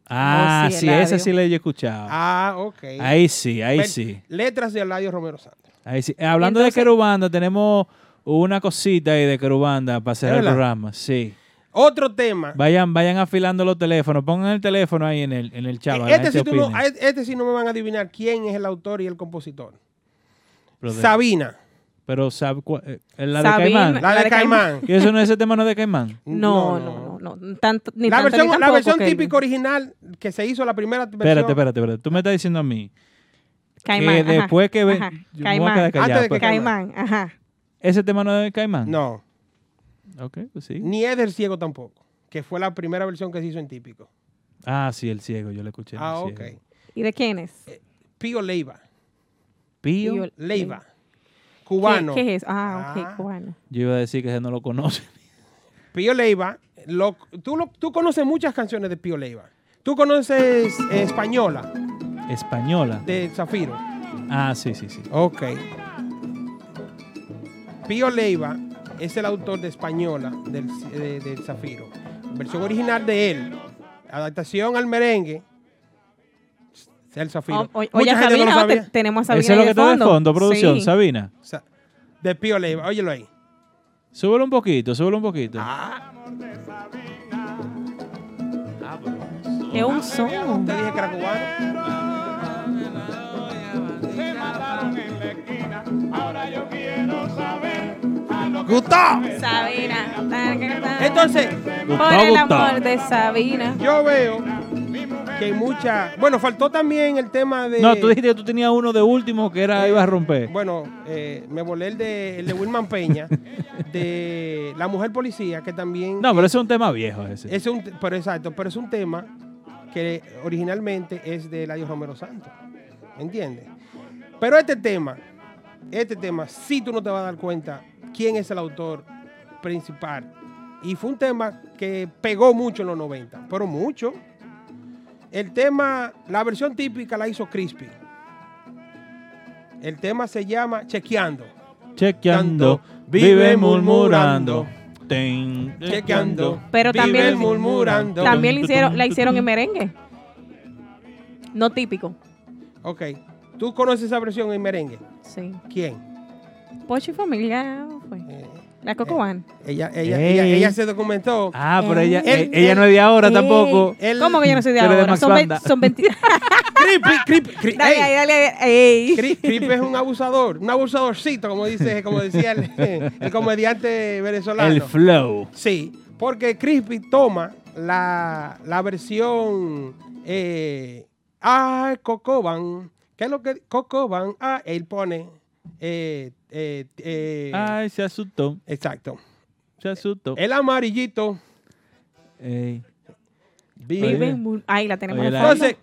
S2: Ah,
S3: Oh, sí,
S2: sí,
S3: el
S2: esa
S3: audio.
S2: sí la he escuchado.
S4: Ah, ok.
S2: Ahí sí, ahí
S4: Ven-
S2: sí.
S4: Letras de Elayo Romero Santos.
S2: Ahí sí. Eh, Hablando de
S3: Entonces-
S2: Querubanda, tenemos una cosita ahí de Querubanda para cerrar el
S4: verdad?
S2: programa. Sí.
S4: Otro tema.
S2: Vayan, vayan afilando los teléfonos. Pongan el teléfono ahí en el, en el chat. ¿vale?
S4: este,
S2: Gente
S4: sí tú no,
S2: opine.
S4: este sí no me van a adivinar quién es el autor y el compositor.
S2: Brother.
S4: Sabina.
S2: Pero sab- cua- eh, la de
S3: Sabina-
S2: Caimán.
S4: La, de Caimán.
S2: Y eso no ese tema no es de Caimán.
S3: No, no, no, no. Tanto, ni
S4: La
S3: tanto ni
S4: versión, la
S3: tampoco,
S4: versión
S3: Kelvin.
S4: típica original que se hizo la primera versión.
S2: Espérate, espérate, espérate. Tú me estás diciendo a mí
S3: Caimán,
S2: que
S3: ajá,
S2: después que ve-
S3: ajá.
S2: yo me voy a
S3: Caimán.
S2: quedar callado,
S4: Antes de que
S2: pues.
S3: Caimán, ajá.
S2: ese tema no es de Caimán.
S4: No.
S2: Ok, pues sí.
S4: Ni es del ciego tampoco. Que fue la primera versión que se hizo en típico.
S2: Ah, sí, el ciego, yo lo escuché. el
S4: ah, ok.
S2: ciego.
S3: ¿Y de quién es?
S4: Eh, Pío Leiva.
S2: Pío,
S3: Yo-
S4: Leiva.
S3: ¿Qué-
S4: Cubano.
S3: ¿Qué, es? Ah, ok,
S4: Ah.
S3: cubano.
S2: yo iba a decir que ese no lo conoce.
S4: Pío Leiva, lo- tú, lo- tú conoces muchas canciones de Pío Leiva, ¿Tú conoces eh, Española?
S2: Española.
S4: De Zafiro.
S2: Ah, sí, sí, sí.
S4: Ok. Pío Leiva es el autor de Española del, de- del Zafiro. Versión original de él. Adaptación al merengue. El Zafiro.
S3: O- o-
S4: Mucha
S3: oye,
S4: gente no
S3: Sabina,
S4: lo
S3: o
S4: sabía.
S3: te- tenemos a Sabina.
S2: Eso es lo
S3: ahí
S2: que
S3: de
S2: está de fondo,
S3: fondo,
S2: producción,
S3: sí.
S2: Sabina.
S4: Sa- De Pío Leiva. Óyelo ahí.
S2: Súbelo un poquito, súbelo un poquito.
S4: Ah.
S3: Es un son.
S4: Te dije que era cubano. ¡Gustavo!
S3: Sabina.
S4: Entonces,
S3: Por el amor de Sabina.
S4: Yo veo que hay mucha. Bueno, faltó también el tema de.
S2: No, tú dijiste que tú tenías uno de último que era ibas a romper.
S4: Bueno, eh, me volé el de, el de Wilman Peña, de la mujer policía, que también.
S2: No, pero ese es un tema viejo ese.
S4: Es un, pero exacto, pero es un tema que originalmente es de Eladio Romero Santos. ¿Entiendes? Pero este tema, este tema, sí tú no te vas a dar cuenta quién es el autor principal. Y fue un tema que pegó mucho en los 90, pero mucho. El tema, la versión típica la hizo Crispy. El tema se llama Chequeando.
S2: Chequeando, vive
S4: vive
S2: murmurando.
S4: murmurando.
S2: Ten- eh,
S4: Chequeando.
S3: Pero
S4: vive
S3: también,
S4: murmurando.
S3: también le hicieron, la hicieron en merengue. No típico.
S4: Ok. ¿Tú conoces esa versión en merengue?
S3: Sí.
S4: ¿Quién?
S3: Pocho y familia fue.
S4: Eh,
S3: La Cocoban.
S4: Ella, ella,
S2: Ey.
S4: ella, ella se documentó.
S2: Ah, pero ella,
S4: Él-
S2: e- ella no es de ahora
S4: él-
S2: tampoco.
S4: él-
S3: Eh, ¿Cómo que yo no soy de
S2: Pero de
S3: ahora?
S2: Max
S3: Son, ve-
S2: Banda.
S3: son 20.
S4: Creepy, creepy, creepy.
S3: dale, ahí, dale, ahí.
S4: Cri- Creep es un abusador, un abusadorcito, como dice, como decía el, el comediante venezolano.
S2: El flow.
S4: Sí, porque Crispy toma la, la versión eh, ah, Cocoban. ¿Qué es lo que Cocoban? Ah, él pone eh, eh, eh,
S3: Ah.
S2: Ay, se asustó,
S4: exacto.
S2: se asustó.
S4: El amarillito.
S2: Ey.
S3: Vive mur- Ahí la tenemos.
S2: Oye,
S3: de
S2: la-
S3: fondo.
S4: Entonces,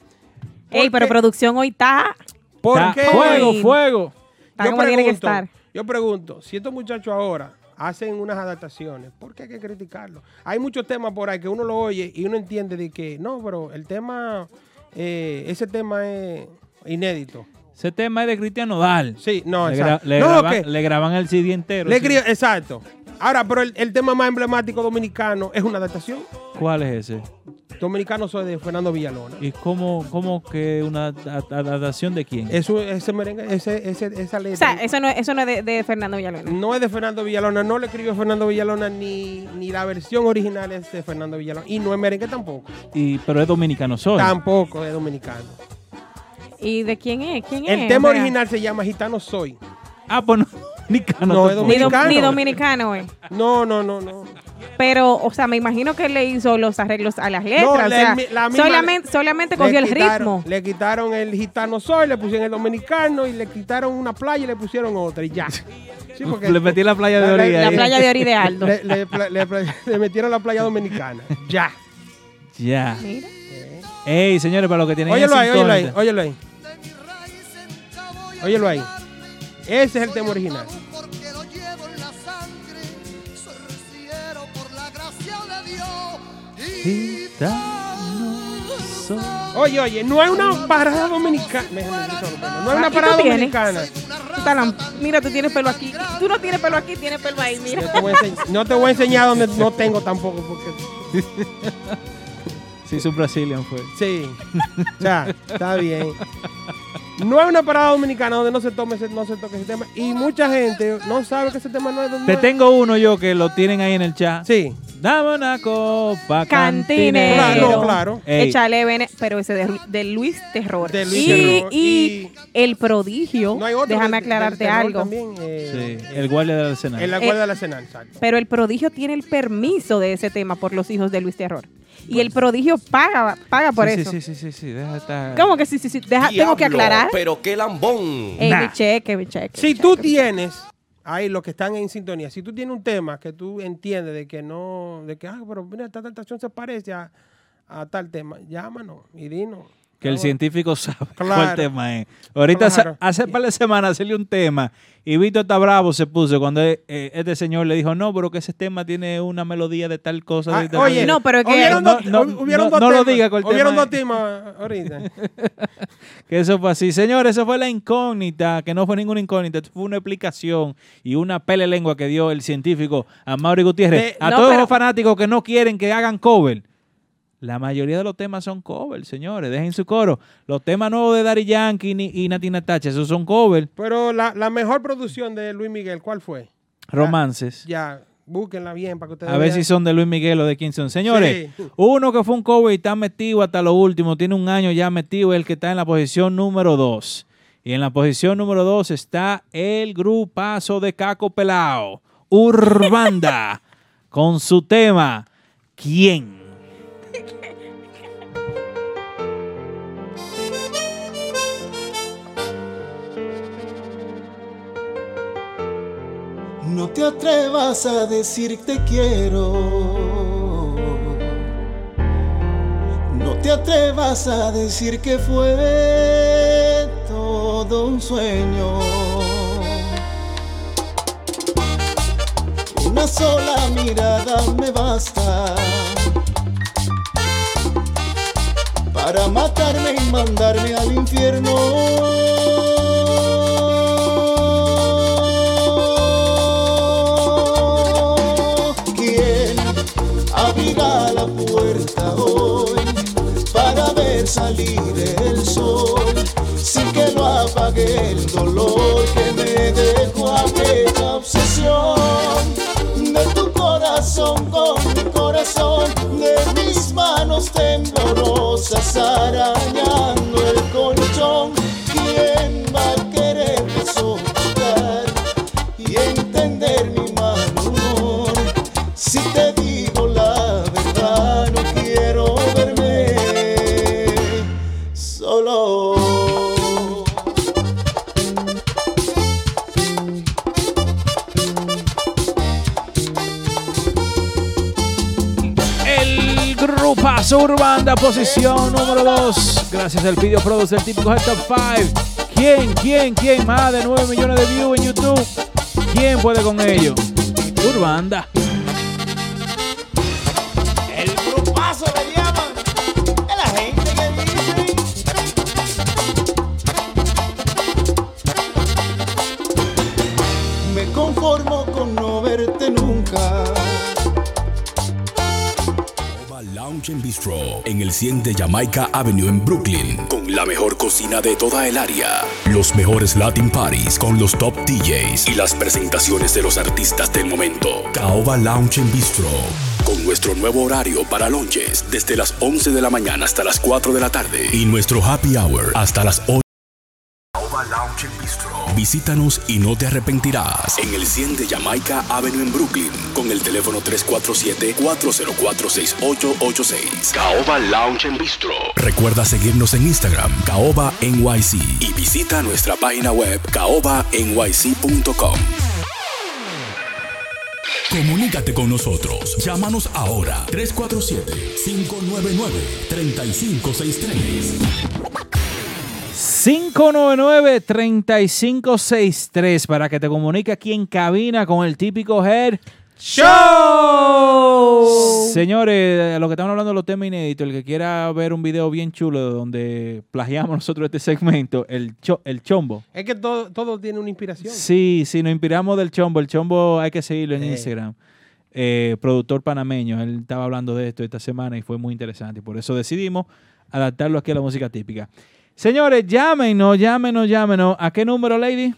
S3: Ey, pero
S4: qué?
S3: producción hoy está.
S4: ¿por
S2: Ta-
S4: qué?
S2: Fuego,
S3: Ay.
S2: fuego.
S3: Está como tiene que estar.
S4: yo pregunto, si estos muchachos ahora hacen unas adaptaciones, ¿por qué hay que criticarlo? Hay muchos temas por ahí que uno lo oye y uno entiende de que, no, pero el tema, eh, ese tema es inédito.
S2: Ese tema es de Cristian Nodal.
S4: Sí, no,
S2: le, gra-
S4: exacto.
S2: le
S4: No,
S2: graban,
S4: que-
S2: le graban el CD entero.
S4: le
S2: sí.
S4: cri- exacto. Ahora, pero el, el tema más emblemático dominicano es una adaptación.
S2: ¿Cuál es ese?
S4: Dominicano soy de Fernando Villalona.
S2: ¿Y cómo, cómo que una ad- adaptación de quién?
S4: Eso, ese merengue, ese, ese- esa letra.
S3: O sea, eso no, eso no es de, de Fernando Villalona.
S4: No es de Fernando Villalona, no le escribió Fernando Villalona ni, ni la versión original es de Fernando Villalona. Y no es merengue tampoco.
S2: Y, pero es dominicano soy.
S4: Tampoco es dominicano.
S3: ¿Y de quién es? ¿Quién es?
S4: El tema
S3: O sea,
S4: original se llama Gitano Soy.
S2: Ah, pues no. Dominicano.
S4: No, es
S2: tampoco.
S3: Ni, do-
S4: dominicano.
S3: ni dominicano es.
S4: No, no, no, no.
S3: Pero, o sea, me imagino que le hizo los arreglos a las letras.
S4: No,
S3: o
S4: la-
S3: sea,
S4: mi- la misma-
S3: solamente, solamente
S4: Le
S3: cogió el
S4: quitaron-
S3: ritmo.
S4: Le quitaron el Gitano Soy, le pusieron el dominicano y le quitaron una playa y le pusieron otra y ya. Sí, porque-
S2: Le metí la playa de
S4: La- la-
S2: Ori
S4: la
S2: ahí.
S3: La playa de Ori de Aldo.
S4: Le, le pla- le pla- le metieron la playa dominicana. Ya.
S2: Ya.
S3: Mira.
S2: Ey, señores, para los que tienen
S4: Óyelo ahí, óyelo ahí,
S2: sintonía-
S4: óyelo ahí. Óyelo ahí. Ese es el tema original.
S14: porque lo llevo en la sangre. Soy rociero por la gracia de Dios.
S2: Gitano soy.
S4: Oye, oye, no hay una parada dominicana. No hay una
S3: Papi, ¿tú
S4: parada
S3: tienes?
S4: dominicana.
S3: Tú estás la- Mira, tú tienes pelo aquí. Tú no tienes pelo aquí, tienes pelo ahí.
S4: Yo
S3: Mira.
S4: te voy a ense- no te voy a enseñar donde no tengo tampoco, porque
S2: Sí, es un Brazilian fue.
S4: sí, o sea, está bien. No hay una parada dominicana donde no se tome, ese- no se toque ese tema y mucha gente no sabe que ese tema no es
S2: Te
S4: dominicano.
S2: tengo uno yo que lo tienen ahí en el chat.
S4: Sí,
S2: Dame una copa
S3: Cantinero.
S2: cantinero.
S4: Claro, claro.
S2: Ey,
S3: Échale vene- pero ese de, de Luis Terror.
S4: De Luis
S3: y,
S4: Terror.
S3: y el prodigio.
S4: no hay otro.
S3: déjame
S4: del- del
S3: aclararte
S4: terror
S3: algo.
S4: También, eh,
S2: sí, el guardia del arsenal.
S4: En la guardia de
S3: Eh,
S4: la cena, exacto.
S3: Pero el prodigio tiene el permiso de ese tema por los hijos de Luis Terror. Y el prodigio paga, paga por
S2: sí,
S3: eso.
S2: Sí, sí, sí, sí, sí, deja estar.
S3: ¿Cómo que sí, sí, sí? Deja- tengo que aclarar.
S15: Pero qué lambón.
S3: Ey,
S4: Nah.
S3: mi cheque, mi cheque.
S4: Si
S3: mi cheque,
S4: tú
S3: mi cheque.
S4: tienes, ahí los que están en sintonía, si tú tienes un tema que tú entiendes de que no, de que, ah, pero mira, esta adaptación se parece a, a tal tema, llámanos y dinos.
S2: que el científico sabe cuál
S4: Claro.
S2: tema es. Ahorita sa-
S4: Claro.
S2: hace par de semanas salió un tema y Vito está bravo se puso cuando eh, este señor le dijo, no, pero que ese tema tiene una melodía de tal cosa. de tal
S4: Ah, Oye,
S2: cosa".
S3: no, pero que-
S4: hubieron
S2: No,
S4: dos-
S2: no,
S4: hub- hubieron
S2: no-
S4: dos
S2: no lo
S4: temas-
S2: diga cuál tema
S4: Hubieron dos
S2: es.
S4: temas ahorita.
S2: Que eso fue así. Señores, eso fue la incógnita, que no fue ninguna incógnita, fue una explicación y una pele lengua que dio el científico a Mauri Gutiérrez.
S4: De-
S2: a
S4: Eh, No,
S2: todos
S4: pero-
S2: los fanáticos que no quieren que hagan cover. La mayoría de los temas son cover, señores. Dejen su coro. Los temas nuevos de Daddy Yankee ni- y Nati Natacha, esos son cover,
S4: Pero la, la mejor producción de Luis Miguel, ¿cuál fue?
S2: romances.
S4: Ya, búsquenla bien para que ustedes
S2: A ver
S4: vean.
S2: si son de Luis Miguel o de quién son. Señores,
S4: Sí.
S2: uno que fue un cover y está metido hasta lo último, tiene un año ya metido, es el que está en la posición número 2. Y en la posición número 2 está el grupazo de Caco Pelao, Urbanda, con su tema, ¿Quién?
S15: No te atrevas a decir te quiero. No te atrevas a decir que fue todo un sueño. Una sola mirada me basta para matarme y mandarme al infierno. ¿Quién abrirá la puerta hoy para ver salir el sol sin que lo apague el dolor que me dejó aquella obsesión de tu corazón con mi corazón de mis manos temblorosas arañando el colchón quién va a querer soportar y entender mi mal humor si te digo la verdad, no quiero verme solo.
S2: El grupazo Urbanda, posición número 2. Gracias al video producer típico del Top 5. ¿Quién, quién, quién? Más de 9 millones de views en YouTube. ¿Quién puede con ello? Urbanda.
S15: El grupazo le llaman a la gente que dice. Me conformo con no verte nunca.
S1: Nova Lounge and Bistro en el 100 de Jamaica Avenue en Brooklyn con la mejor cocina de toda el área. Los mejores Latin Parties con los top DJs y las presentaciones de los artistas del momento. Caoba Lounge and Bistro con nuestro nuevo horario para lunches desde las 11 de la mañana hasta las 4 de la tarde y nuestro happy hour hasta las 8. Caoba Lounge and Bistro. Visítanos y no te arrepentirás en el 100 de Jamaica Avenue en Brooklyn con el teléfono 347-404-6886. Caoba Lounge and Bistro. Recuerda seguirnos en Instagram, Caoba NYC, y visita nuestra página web caobanyc.com. Comunícate con nosotros. Llámanos ahora 347-599-3563.
S2: 599-3563 para que te comunique aquí en cabina con el típico Head
S4: Show.
S2: Señores, a lo que estamos hablando de los temas inéditos, el que quiera ver un video bien chulo donde plagiamos nosotros este segmento, el, cho- el chombo.
S4: Es que todo, todo tiene una inspiración.
S2: Sí, sí, nos inspiramos del chombo. El chombo hay que seguirlo en
S4: Sí.
S2: Instagram. Eh, productor panameño, él estaba hablando de esto esta semana y fue muy interesante. Y por eso decidimos adaptarlo aquí a la música típica. Señores, llámenos, llámenos, llámenos. ¿A qué número, Lady?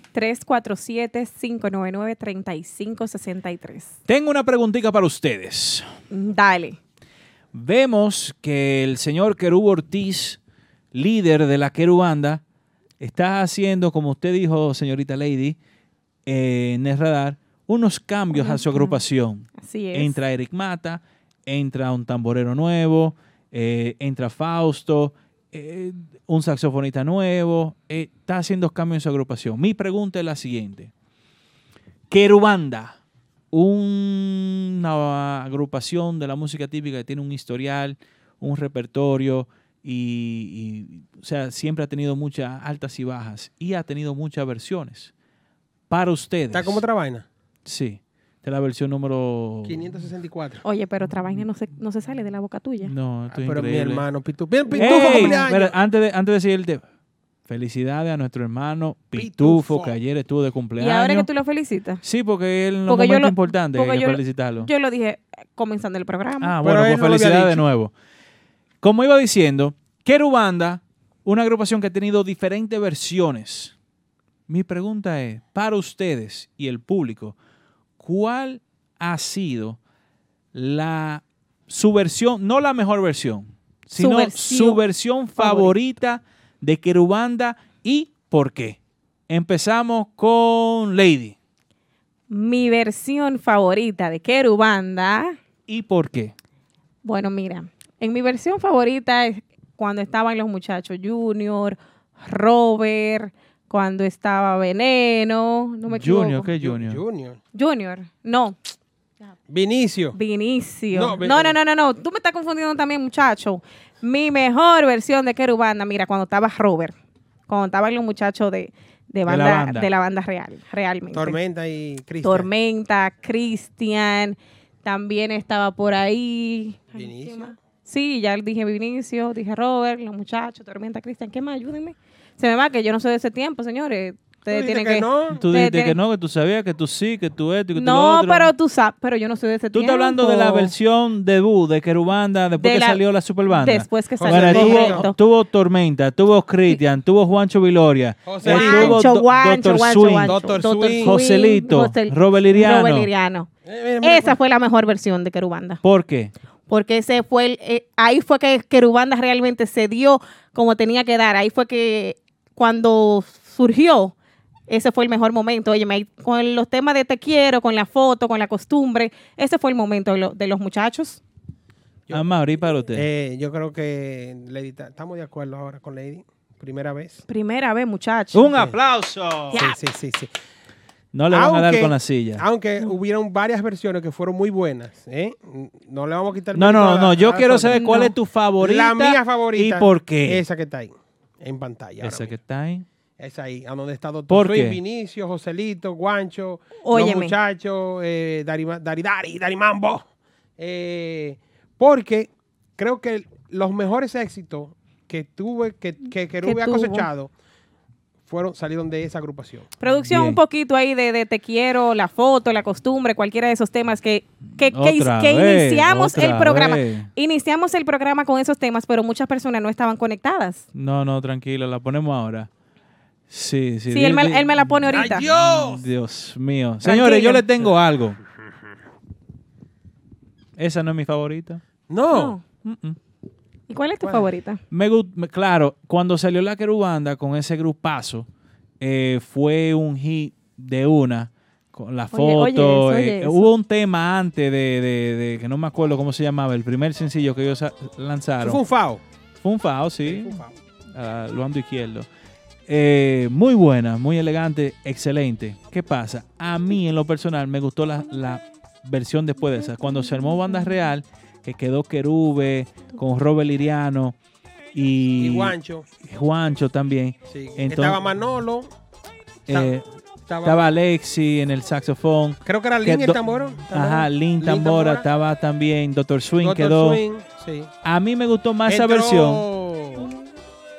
S3: 347-599-3563.
S2: Tengo una preguntita para ustedes.
S3: Dale.
S2: Vemos que el señor Querub Ortiz, líder de la Querubanda, está haciendo, como usted dijo, señorita Lady, eh, en el radar, unos cambios a su agrupación.
S3: Así es.
S2: Entra Eric Mata, entra un tamborero nuevo, eh, entra Fausto, eh, un saxofonista nuevo. eh, está haciendo cambios en su agrupación. Mi pregunta es la siguiente. Querubanda, una agrupación de la música típica que tiene un historial, un repertorio, y, y, o sea, siempre ha tenido muchas altas y bajas y ha tenido muchas versiones. Para ustedes.
S4: ¿Está como otra vaina?
S2: Sí. Esta es la versión número...
S4: 564.
S3: Oye, pero otra vaina no se, no se sale de la boca tuya.
S2: No, esto
S4: Ah,
S2: es
S4: pero mi
S2: increíble.
S4: hermano Pitu- Bien,
S2: Ey,
S4: Pitufo, cumpleaños.
S2: espera, antes, de, antes de decir el tema, felicidades a nuestro hermano Pitufo,
S3: Pitufo.
S2: que ayer estuvo de cumpleaños.
S3: Y ahora que tú lo felicitas.
S2: Sí, porque él no
S3: Porque
S2: es
S3: yo
S2: muy
S3: lo-
S2: importante
S3: porque
S2: hay que
S3: yo lo-
S2: felicitarlo.
S3: Yo lo dije eh, comenzando el programa.
S2: Ah, bueno, pues felicidades de nuevo. Como iba diciendo, Querubanda, una agrupación que ha tenido diferentes versiones. Mi pregunta es, para ustedes y el público, ¿cuál ha sido la su versión, no la mejor versión, sino su versión,
S3: versión
S2: favorita, de Querubanda y por qué? Empezamos con Lady.
S3: Mi versión favorita de Querubanda.
S2: ¿Y por qué?
S3: Bueno, mira, en mi versión favorita es cuando estaban los muchachos Junior, Robert, cuando estaba Veneno, no me equivoco.
S2: Junior, ¿qué Junior?
S4: Junior.
S3: Junior, no,
S4: Vinicio.
S3: Vinicio.
S4: No,
S3: No,
S4: ve-
S3: no, no, no, no, tú me estás confundiendo también, muchacho. Mi mejor versión de Querubanda, mira, cuando estaba Robert, cuando estaban los muchachos de, de,
S4: la
S3: banda,
S4: banda.
S3: de la banda real, realmente.
S4: Tormenta y Cristian.
S3: Tormenta, Cristian, también estaba por ahí. Ay, ¿quién más? Sí, ya dije Vinicio, dije Robert, los muchachos, Tormenta, Cristian, ¿qué más? Ayúdenme. Se me va que yo no soy de ese tiempo, señores. Ustedes
S4: dijiste
S3: tienen
S4: que
S3: que.
S4: no.
S2: Tú
S3: ustedes
S2: dijiste que
S3: tienen-
S2: no, que tú sabías, que tú sí, que tú esto y que tú lo
S3: No,
S2: otro.
S3: pero tú sabes, pero yo no soy de ese
S2: Tú
S3: tiempo.
S2: estás hablando de la versión debut de Querubanda después
S3: De
S2: que
S3: la-
S2: salió la Superbanda.
S3: después que
S2: Bueno,
S3: salió,
S2: tuvo,
S3: correcto.
S2: tuvo Tormenta, tuvo Cristian, tuvo Juancho Viloria,
S3: José
S2: eh,
S3: Lin.
S2: tuvo
S3: Juancho,
S2: Do-
S3: Juancho,
S2: Dr.
S3: Juancho,
S2: Swing,
S3: Juancho, Dr. Dr. Swing,
S2: Joselito,
S3: José-
S2: Robert Liriano.
S3: Robert Liriano.
S4: Eh,
S3: Esa fue la mejor versión de Querubanda.
S2: ¿Por qué?
S3: Porque ese fue el, eh, ahí fue que Querubanda realmente se dio como tenía que dar. Ahí fue que cuando surgió, ese fue el mejor momento. Oye, con los temas de te quiero, con la foto, con la costumbre, ese fue el momento de, lo- de los muchachos.
S2: A Mauri para usted.
S4: Eh, yo creo que Lady, ta- estamos de acuerdo ahora con Lady. Primera vez.
S3: Primera vez, muchachos.
S2: Un aplauso.
S4: Sí, sí, sí.
S2: No le van a dar con la silla.
S4: Aunque hubieron varias versiones que fueron muy buenas. ¿eh? No le vamos a quitar.
S2: No,
S4: mérito
S2: no,
S4: a-
S2: no. Yo
S4: a
S2: quiero
S4: las
S2: saber
S4: otras.
S2: cuál
S4: No.
S2: es tu favorita.
S4: La mía favorita.
S2: ¿Y por qué?
S4: Esa que está ahí, en pantalla. ahora
S2: Esa que está ahí.
S4: Es ahí, a donde está Doctor
S2: ¿Por
S4: Swing,
S2: qué?
S4: Vinicio, Joselito, Guancho, los
S3: Óyeme.
S4: muchachos, eh, Darima- Dari Dari, Darimambo. Eh, porque creo que los mejores éxitos que tuve, que, que Querube ha
S3: tuvo.
S4: cosechado, fueron, salieron de esa agrupación.
S3: Producción
S4: Bien.
S3: un poquito ahí de, de te quiero, la foto, la costumbre, cualquiera de esos temas que, que, que-
S2: Otra
S3: que
S2: vez,
S3: iniciamos
S2: otra
S3: el programa.
S2: vez.
S3: Iniciamos el programa con esos temas, pero muchas personas no estaban conectadas.
S2: No, no, tranquilo, la ponemos ahora. Sí, sí.
S3: Sí, él me,
S2: di- di-
S3: él me la pone ahorita.
S2: Dios mío.
S3: Tranquilo.
S2: Señores, yo le tengo algo. Esa no es mi favorita.
S4: No.
S3: ¿Y cuál es tu favorita?
S2: Me gu- me- claro, cuando salió la querubanda con ese grupazo, eh, fue un hit de una. Con la foto.
S3: oye eso, oye
S2: eh,
S3: eso.
S2: Hubo un tema antes de, de- de- que no me acuerdo cómo se llamaba, el primer sencillo que ellos sa- lanzaron.
S4: Fue un FAO.
S2: Fue un FAO, sí. Ah, lo ando izquierdo. Eh, muy buena, muy elegante, excelente. ¿Qué pasa? A mí, en lo personal, me gustó la, la versión después de esa. Cuando se armó Banda Real, que quedó Querube con Robert Liriano y,
S4: Y Guancho.
S2: Juancho también.
S4: Sí.
S2: Entonces,
S4: estaba Manolo. esta-
S2: eh,
S4: estaba-
S2: estaba Alexi en el saxofón.
S4: Creo que era Lin el
S2: do-
S4: Tambora, Tambora.
S2: Ajá, Lin
S4: Lin
S2: Tambora,
S4: Tambora.
S2: Estaba también Dr. Swing
S4: Dr.
S2: quedó.
S4: Swing, sí.
S2: A mí me gustó más
S4: Entró,
S2: esa versión.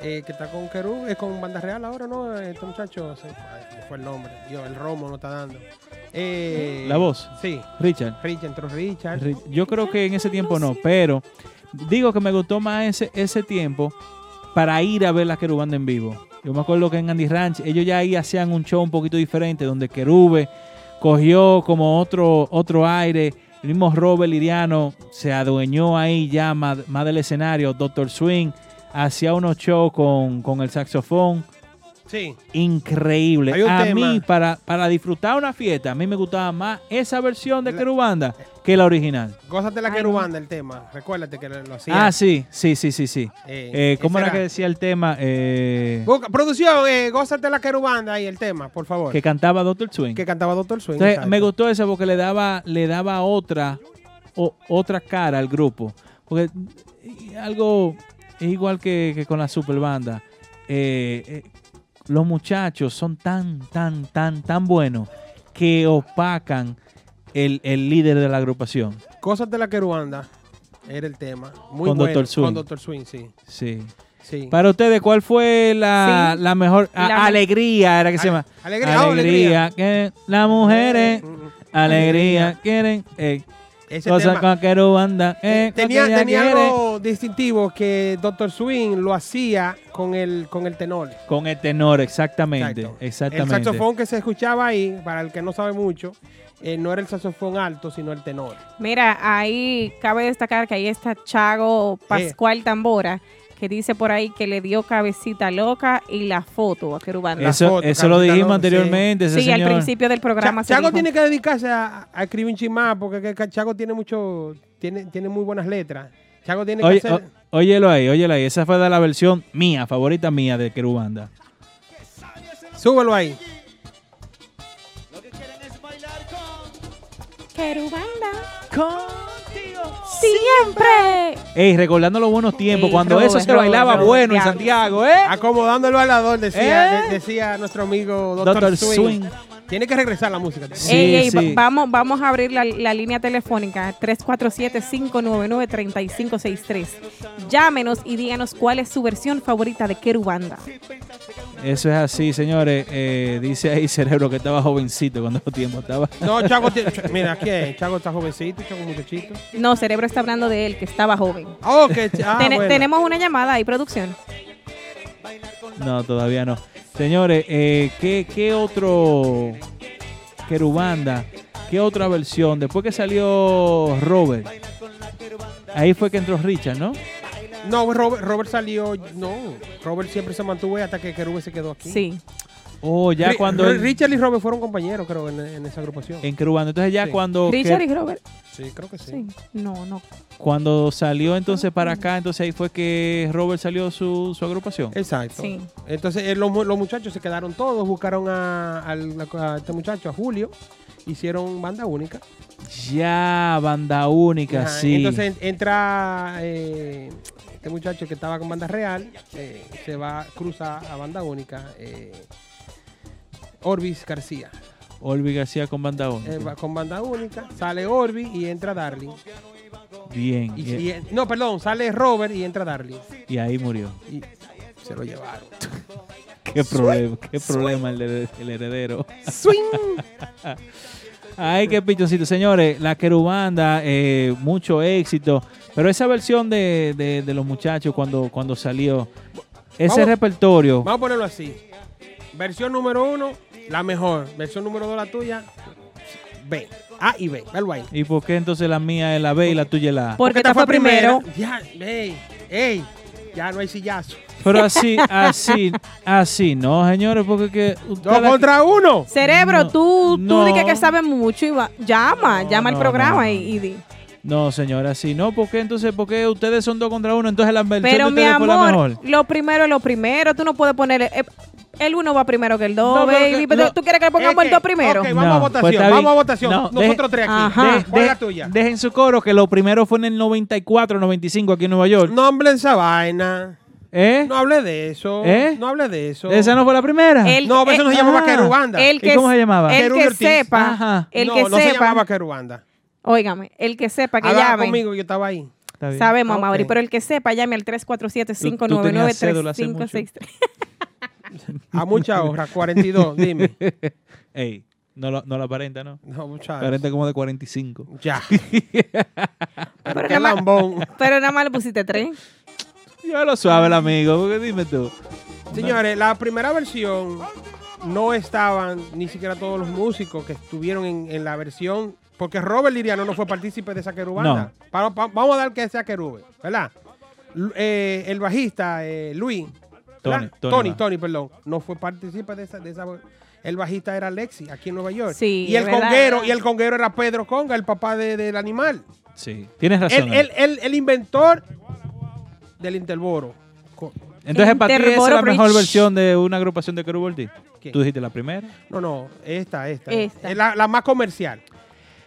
S4: eh, que está con Querú, es con Banda Real ahora, ¿no? Este muchacho, se- ay, se me fue el nombre. Dios, el Romo no está dando. Eh,
S2: La voz.
S4: Sí.
S2: Richard.
S4: Richard, entró Richard.
S2: Ri- Yo creo que en ese tiempo no, pero digo que me gustó más ese, ese tiempo para ir a ver la Querubanda en vivo. Yo me acuerdo que en Andy Ranch ellos ya ahí hacían un show un poquito diferente, donde Querube cogió como otro, otro aire. El mismo Robert Liriano se adueñó ahí ya más, más del escenario. Doctor Swing hacía unos shows con, con el saxofón.
S4: Sí.
S2: Increíble.
S4: Hay un
S2: A
S4: tema.
S2: mí, para, para disfrutar una fiesta, a mí me gustaba más esa versión de Querubanda
S4: Eh.
S2: que la original.
S4: Gózate la querubanda el tema. Recuérdate que lo hacía.
S2: Ah, sí, sí, sí, sí, sí.
S4: Eh,
S2: Eh,
S4: ¿qué
S2: ¿Cómo era
S4: será?
S2: que decía el tema? Eh,
S4: Busca- producción, eh, gózate la querubanda ahí el tema, por favor.
S2: que cantaba Doctor Swing.
S4: Que cantaba Doctor Swing.
S2: Entonces,
S4: exacto.
S2: me gustó esa porque le daba, le daba otra, o- otra cara al grupo. Porque eh, algo es igual que, que con la superbanda. Eh, eh, los muchachos son tan, tan, tan, tan buenos que opacan el, el líder de la agrupación.
S4: Cosas de la que Ruanda era el tema. Muy
S2: Con
S4: bueno.
S2: Dr. Swing.
S4: Con Dr. Swing, sí.
S2: Sí.
S4: Sí.
S2: Para ustedes, ¿cuál fue la,
S4: Sí.
S2: la mejor a-
S4: La-
S2: alegría? Era que se
S4: Ale-
S2: llama.
S4: alegría, oh, alegría. Mm,
S2: que las mujeres, alegría quieren. Eh,
S4: Ese
S2: cosa
S4: tema.
S2: con que no anda, eh, con
S4: Tenía,
S2: que ya
S4: tenía
S2: quiere.
S4: algo distintivo que Dr. Swing lo hacía con el, con el tenor.
S2: Con el tenor, exactamente.
S4: El
S2: Exactamente.
S4: saxofón que se escuchaba ahí, para el que no sabe mucho, eh, no era el saxofón alto, sino el tenor.
S3: Mira, ahí cabe destacar que ahí está Chago Pascual Tambora, que dice por ahí que le dio cabecita loca y la foto a Querubanda.
S2: Eso, eso lo dijimos anteriormente. ese
S3: Sí, al
S2: señor.
S3: principio del programa.
S4: Cha-
S3: se
S4: Chago
S3: dijo.
S4: tiene que dedicarse a, a escribir un chimá porque que- que Chago tiene mucho, tiene, tiene muy buenas letras. Chago tiene que
S2: Oye,
S4: hacer.
S2: o- óyelo ahí, óyelo ahí. Esa fue de la versión mía, favorita mía de Querubanda.
S4: Súbelo ahí.
S3: Querubanda.
S8: Contigo.
S3: Siempre.
S2: Ey, recordando los buenos tiempos,
S4: Ey,
S2: cuando
S4: Robert,
S2: eso se bailaba
S4: Robert,
S2: bueno en
S4: Robert.
S2: Santiago, ¿eh?
S4: Acomodando el bailador, decía,
S2: ¿Eh?
S4: de- decía nuestro amigo Dr.
S2: Dr.
S4: Swing.
S2: Swing.
S4: Tiene que regresar la música.
S3: Ey, ey, va- vamos, vamos a abrir la, la línea telefónica 347-599-3563. Llámenos y díganos cuál es su versión favorita de Querubanda.
S2: Eso es así, señores. Eh, dice ahí Cerebro que estaba jovencito cuando tiempo estaba.
S4: No, Chago tiene. Ch- Mira, ¿qué es? Chago está jovencito, Chago muchachito.
S3: No, Cerebro está hablando de él, que estaba joven.
S4: Oh, que ch- ah,
S3: Tene-
S4: bueno.
S3: Tenemos una llamada ahí, producción.
S2: No, todavía no. Señores, eh, ¿qué, ¿qué otro Querubanda? ¿Qué otra versión? Después que salió Robert, ahí fue que entró Richard, ¿no?
S4: No, pues, Robert, Robert salió. No, Robert siempre se mantuvo ahí hasta que Kerube se quedó aquí.
S3: Sí.
S2: Oh, ya cuando él-
S4: Richard y Robert fueron compañeros, creo, en, en esa agrupación.
S2: en Querubanda. Entonces ya
S4: Sí.
S2: cuando que-
S3: Richard y Robert.
S4: Sí, creo que sí.
S3: No, no.
S2: cuando salió entonces para acá, entonces ahí fue que Robert salió su, su agrupación.
S4: Exacto.
S3: Sí.
S4: Entonces eh, los, mu- los muchachos se quedaron todos, buscaron a, al- a este muchacho, a Julio, hicieron banda única.
S2: Ya, banda única,
S4: Ajá,
S2: sí.
S4: Entonces en- entra eh, este muchacho que estaba con banda real, eh, se va, cruza a banda única, eh, Orbis García.
S2: Olvi García con banda única.
S4: Eh, va con banda única, sale Orbi y entra Darling.
S2: Bien.
S4: Y-
S2: Y, e-
S4: y- no, perdón, sale Robert y entra Darling.
S2: y ahí murió.
S4: Y se lo llevaron.
S2: Qué problema, qué problema el, hered- el heredero. Ay, qué pichoncito. Señores, la querubanda, eh, mucho éxito. Pero esa versión de, de- de los muchachos cuando, cuando salió, ese
S4: Vamos-
S2: repertorio,
S4: Vamos a ponerlo así. Versión número uno, la mejor. Versión número dos, la tuya, B. A y B. Algo ahí.
S2: ¿y por qué entonces la mía es la B y la tuya es la A?
S3: Porque esta fue primero.
S4: Ya, ey, ey, ya no hay sillazo.
S2: Pero así, así, así, no, señores, porque que.
S4: Dos contra uno.
S3: Cerebro, tú,
S2: no.
S3: tú di que, que sabes mucho y va- llama, llama al
S2: no,
S3: programa
S2: no,
S3: y, y di.
S2: No, señora, así no, porque entonces, porque ustedes son dos contra uno, entonces la versión
S3: Pero
S2: de
S3: mi
S2: ustedes fue la
S3: amor,
S2: mejor.
S3: lo primero es lo primero. Tú no puedes poner. eh, el uno va primero que el dos,
S2: No, pero
S3: baby.
S2: que-
S3: pero
S2: no.
S3: tú quieres que le pongamos
S4: Es
S3: el
S4: que-
S3: dos primero.
S4: ok, vamos a votación,
S2: pues está
S4: vamos a
S2: bien.
S4: votación. Nosotros tres aquí.
S3: Ajá.
S4: ¿Cuál es la
S2: de-
S4: tuya?
S2: Dejen su coro, que lo primero fue en el 94, 95 aquí en Nueva York.
S4: No hable de esa vaina.
S2: ¿Eh?
S4: No hable de eso.
S2: ¿Eh?
S4: No hable de eso.
S2: ¿Esa no fue la primera?
S3: El-
S4: No, pero eso no se
S3: eh,
S4: llamaba
S2: ah,
S4: Querubanda.
S3: el que,
S2: ¿Y cómo se llamaba?
S3: El
S4: Querub
S3: que
S4: Ortiz.
S3: sepa.
S2: Ajá.
S3: El
S4: no,
S3: que
S4: no se
S3: sepa.
S4: llamaba Querubanda.
S3: Óigame, el que sepa que
S4: Hablaba
S3: llame.
S4: conmigo, yo estaba ahí.
S2: Está bien.
S3: Sabemos, Mauri,
S4: Ok.
S3: pero el que sepa, llame al
S2: Tú- tú tenías cédula hace
S3: 347-599-3563.
S4: A mucha hora, 42, dime.
S2: Ey, no lo, no lo aparenta, ¿no?
S4: No, muchachos.
S2: Aparenta como de 45.
S4: Ya.
S3: Pero
S4: Pero qué
S3: nada más-
S4: lambón.
S3: Pero nada más le pusiste tres.
S2: Ya lo sabe el amigo, porque dime tú.
S4: Señores, la primera versión no estaban ni siquiera todos los músicos que estuvieron en, en la versión, porque Robert Liriano no fue partícipe de esa querubana. Pa- pa- vamos a dar que sea querube, ¿verdad? Lu- eh, el bajista, eh, Luis. ¿verdad?
S2: Tony, Tony,
S4: Tony,
S2: va.
S4: Tony, perdón. No fue partícipe de esa, de esa- El bajista era Alexi, aquí en Nueva York.
S3: Sí,
S4: y el
S3: es verdad.
S4: conguero, y el conguero era Pedro Conga, el papá de- del animal.
S2: Sí, tienes razón. ¿eh?
S4: El,
S2: ahí.
S4: el- el- el inventor del Interboro. Co-
S2: Entonces, para ti, esa es
S3: Interboro
S2: la mejor
S3: Bridge.
S2: versión de una agrupación de Querubol
S4: ¿Qué?
S2: Tú dijiste la primera.
S4: No, no, esta, esta.
S3: Esta.
S4: Es la, la más comercial.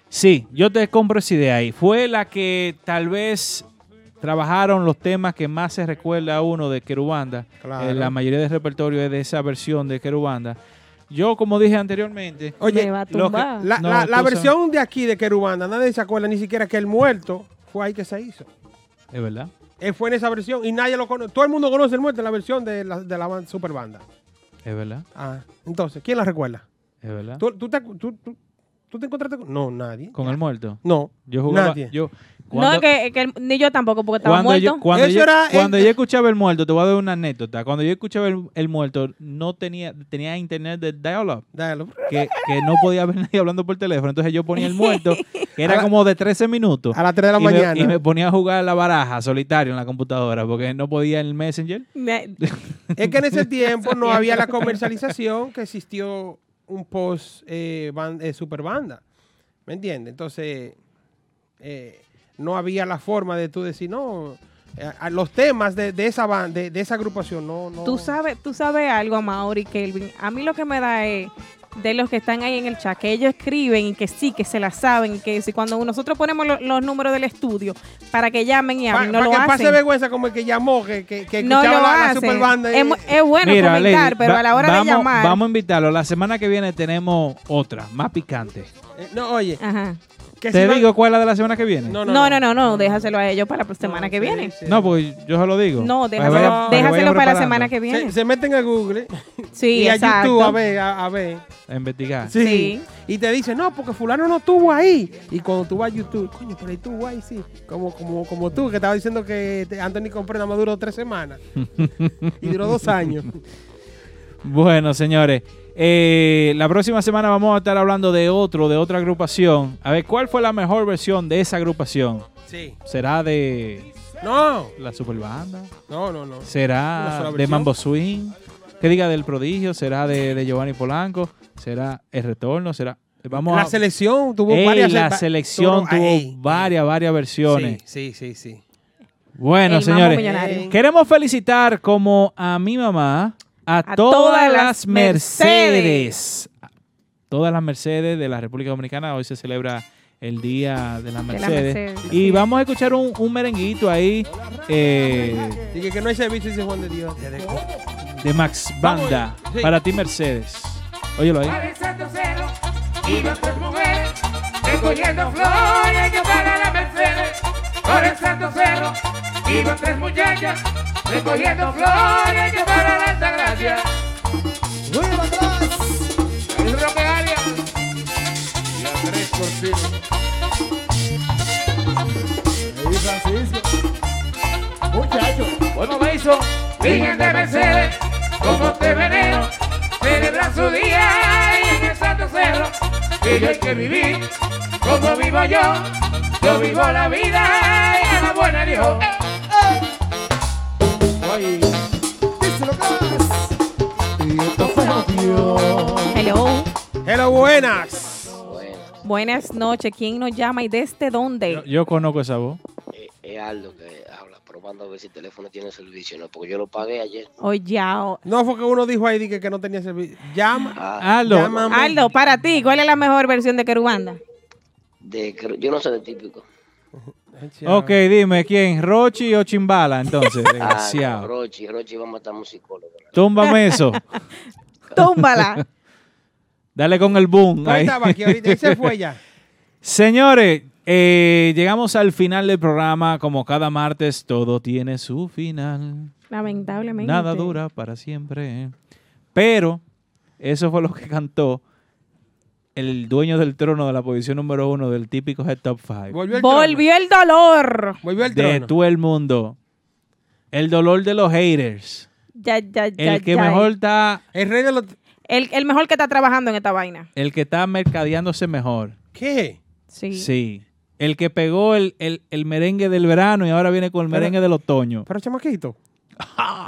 S2: Sí, yo te compro esa idea ahí. Fue la que tal vez trabajaron los temas que más se recuerda a uno de Querubanda.
S4: Claro.
S2: Eh, la mayoría del repertorio es de esa versión de Querubanda. Yo, como dije anteriormente,
S4: Oye,
S2: lo que-
S4: Eh, la,
S2: no,
S4: la- la
S2: cosa-
S4: versión de aquí de Querubanda, nadie se acuerda ni siquiera que el muerto fue ahí que se hizo.
S2: Es verdad.
S4: Él fue en esa versión y nadie lo conoce. Todo el mundo conoce el muerto en la versión de la, de la ban- super banda.
S2: Es verdad.
S4: Ah, entonces, ¿quién la recuerda?
S2: Es verdad.
S4: ¿Tú, tú te, acu- tú- tú- tú te encontraste con.? No, nadie.
S2: ¿Con el muerto?
S4: No.
S2: Yo jugaba.
S4: nadie.
S2: Yo,
S3: No,
S2: cuando-
S3: es que, es que el- ni yo tampoco, porque estaba
S2: cuando
S3: muerto.
S2: Yo, cuando
S4: Eso
S2: yo-
S4: era
S2: cuando
S4: el-
S2: yo escuchaba el muerto, te voy a dar una anécdota. Cuando yo escuchaba el, el muerto, no tenía, tenía internet de dial-up. Que, que no podía ver nadie hablando por teléfono. Entonces yo ponía el muerto, que
S4: A
S2: era
S4: la-
S2: como de 13 minutos.
S4: a las 3 de la
S2: y me-
S4: mañana.
S2: y me ponía a jugar la baraja solitario en la computadora, porque no podía en el Messenger.
S3: Ne-
S4: Es que en ese tiempo no había la comercialización que existió un post eh, ban- eh, super banda. ¿Me entiendes? Entonces, eh, no había la forma de tú decir, no, eh, a- los temas de, de esa banda, de, de esa agrupación, no, no.
S3: Tú sabes, tú sabes algo, Mauri Kelvin. A mí lo que me da es de los que están ahí en el chat, que ellos escriben y que sí, que se la saben, y que si cuando nosotros ponemos lo- los números del estudio para que llamen y
S4: Para
S3: hablen, no lo
S4: que pase
S3: hacen.
S4: vergüenza como el que llamó, que, que, que
S3: no
S4: escuchaba
S3: lo
S4: la, la
S3: hacen.
S4: super banda.
S3: es, mu- es bueno
S2: Mira,
S3: comentar,
S2: Lady,
S3: pero
S2: va-
S3: a la hora
S2: vamos,
S3: de llamar.
S2: Vamos a invitarlo. La semana que viene tenemos otra, más picante.
S4: Eh, no, oye. que
S2: ¿Te
S4: si va-
S2: digo cuál es la de la semana que viene?
S3: no, no, no, no, déjaselo a ellos para la semana que viene.
S2: No, porque yo se lo digo.
S3: No,
S2: Para que
S3: déjaselo,
S2: vaya- para que vaya
S3: déjaselo para la
S2: preparando.
S3: semana que viene.
S4: Se, se meten a Google
S3: Sí,
S4: y a
S3: exacto.
S4: YouTube a ver, a, a ver.
S2: A investigar.
S4: Sí. Y te dicen, no, porque fulano no estuvo ahí. Y cuando tú vas a YouTube, coño, pero ahí estuvo ahí, sí. Como, como, como tú, que estabas diciendo que te- Anthony Compré nada más duró tres semanas. y duró dos años.
S2: Bueno, señores. eh, la próxima semana vamos a estar hablando de otro, de otra agrupación. A ver, ¿cuál fue la mejor versión de esa agrupación?
S4: Sí.
S2: ¿Será de
S4: No.
S2: la superbanda?
S4: No, no, no. Una sola
S2: ¿Será de
S4: versión.
S2: Mambo Swing? ¿Qué diga del prodigio? ¿Será de, de Giovanni Polanco? ¿Será el retorno? ¿Será vamos
S4: La
S2: a-
S4: selección tuvo
S2: Ey,
S4: varias.
S2: La
S4: va-
S2: selección
S4: tuvo-
S2: tuvo
S4: ey.
S2: varias, varias versiones.
S4: Sí, sí, sí, sí.
S2: Bueno,
S4: El mambo
S2: señores,
S4: millonario.
S2: queremos felicitar como a mi mamá, a,
S3: A
S2: todas,
S3: todas las
S2: las
S3: Mercedes.
S2: Mercedes. Todas las Mercedes de la República Dominicana. Hoy se celebra el Día de las
S3: las
S2: Mercedes.
S3: Mercedes,
S2: Y vamos a escuchar un, un merenguito ahí eh,
S4: Dije que no hay servicio, dice Juan de Dios.
S2: de Max Banda.
S4: Vamos, sí.
S2: Para ti, Mercedes. Óyelo ahí.
S8: cero y nuestras mujeres recogiendo flores que van a la Mercedes. Por el santo cerro iban tres muchachas recogiendo flores que van a la Altagracia. Luis Roque Arias y Andrés Cortino. Y Francisco. Muchachos. Bueno, Mason, Virgen de Mercedes, como te venero, celebra su día y en el Santo Cerro. Y yo hay que vivir como vivo yo, yo vivo la vida y a la buena Dios. Oye.
S3: Hello.
S4: Hello, buenas.
S3: Buenas noches. ¿Quién nos llama y desde dónde?
S2: Yo conozco esa voz.
S16: Es Aldo que habla, probando a ver si el teléfono tiene servicio, ¿no? Porque yo lo pagué ayer.
S3: Oye, ya.
S4: No fue que uno dijo ahí dije, que no tenía servicio. Llama.
S3: Ah.
S2: Aldo.
S4: Llámame.
S3: Aldo, para ti, ¿cuál es la mejor versión de Querubanda?
S16: De, que- yo no soy de típico.
S2: Ah, Ok, dime quién, Rochi o Chimbala, entonces.
S16: Ah, no,
S2: Desgraciado.
S16: Rochi, Rochi, vamos a estar musicólogos.
S2: Túmbame eso.
S3: Túmbala.
S2: Dale con el boom.
S4: No
S2: ahí.
S4: estaba aquí ahorita, él se fue ya.
S2: Señores, eh, llegamos al final del programa. Como cada martes, todo tiene su final.
S3: Lamentablemente.
S2: Nada dura para siempre. Pero eso fue lo que cantó el dueño del trono de la posición número uno del típico Head Top 5.
S4: Volvió el
S3: Volvió el dolor.
S4: Volvió el
S2: De
S4: trono.
S2: todo el mundo. El dolor de los haters.
S3: Ya, ya, ya,
S2: El que
S3: ya. eh.
S2: mejor está,
S4: El rey de los.
S3: El, el mejor que está trabajando en esta vaina.
S2: el que está mercadeándose mejor.
S4: ¿Qué?
S3: Sí.
S2: Sí. El que pegó el, el- el merengue del verano y ahora viene con el
S4: Pero-
S2: merengue del otoño. Ah.
S4: Pero chamaquito.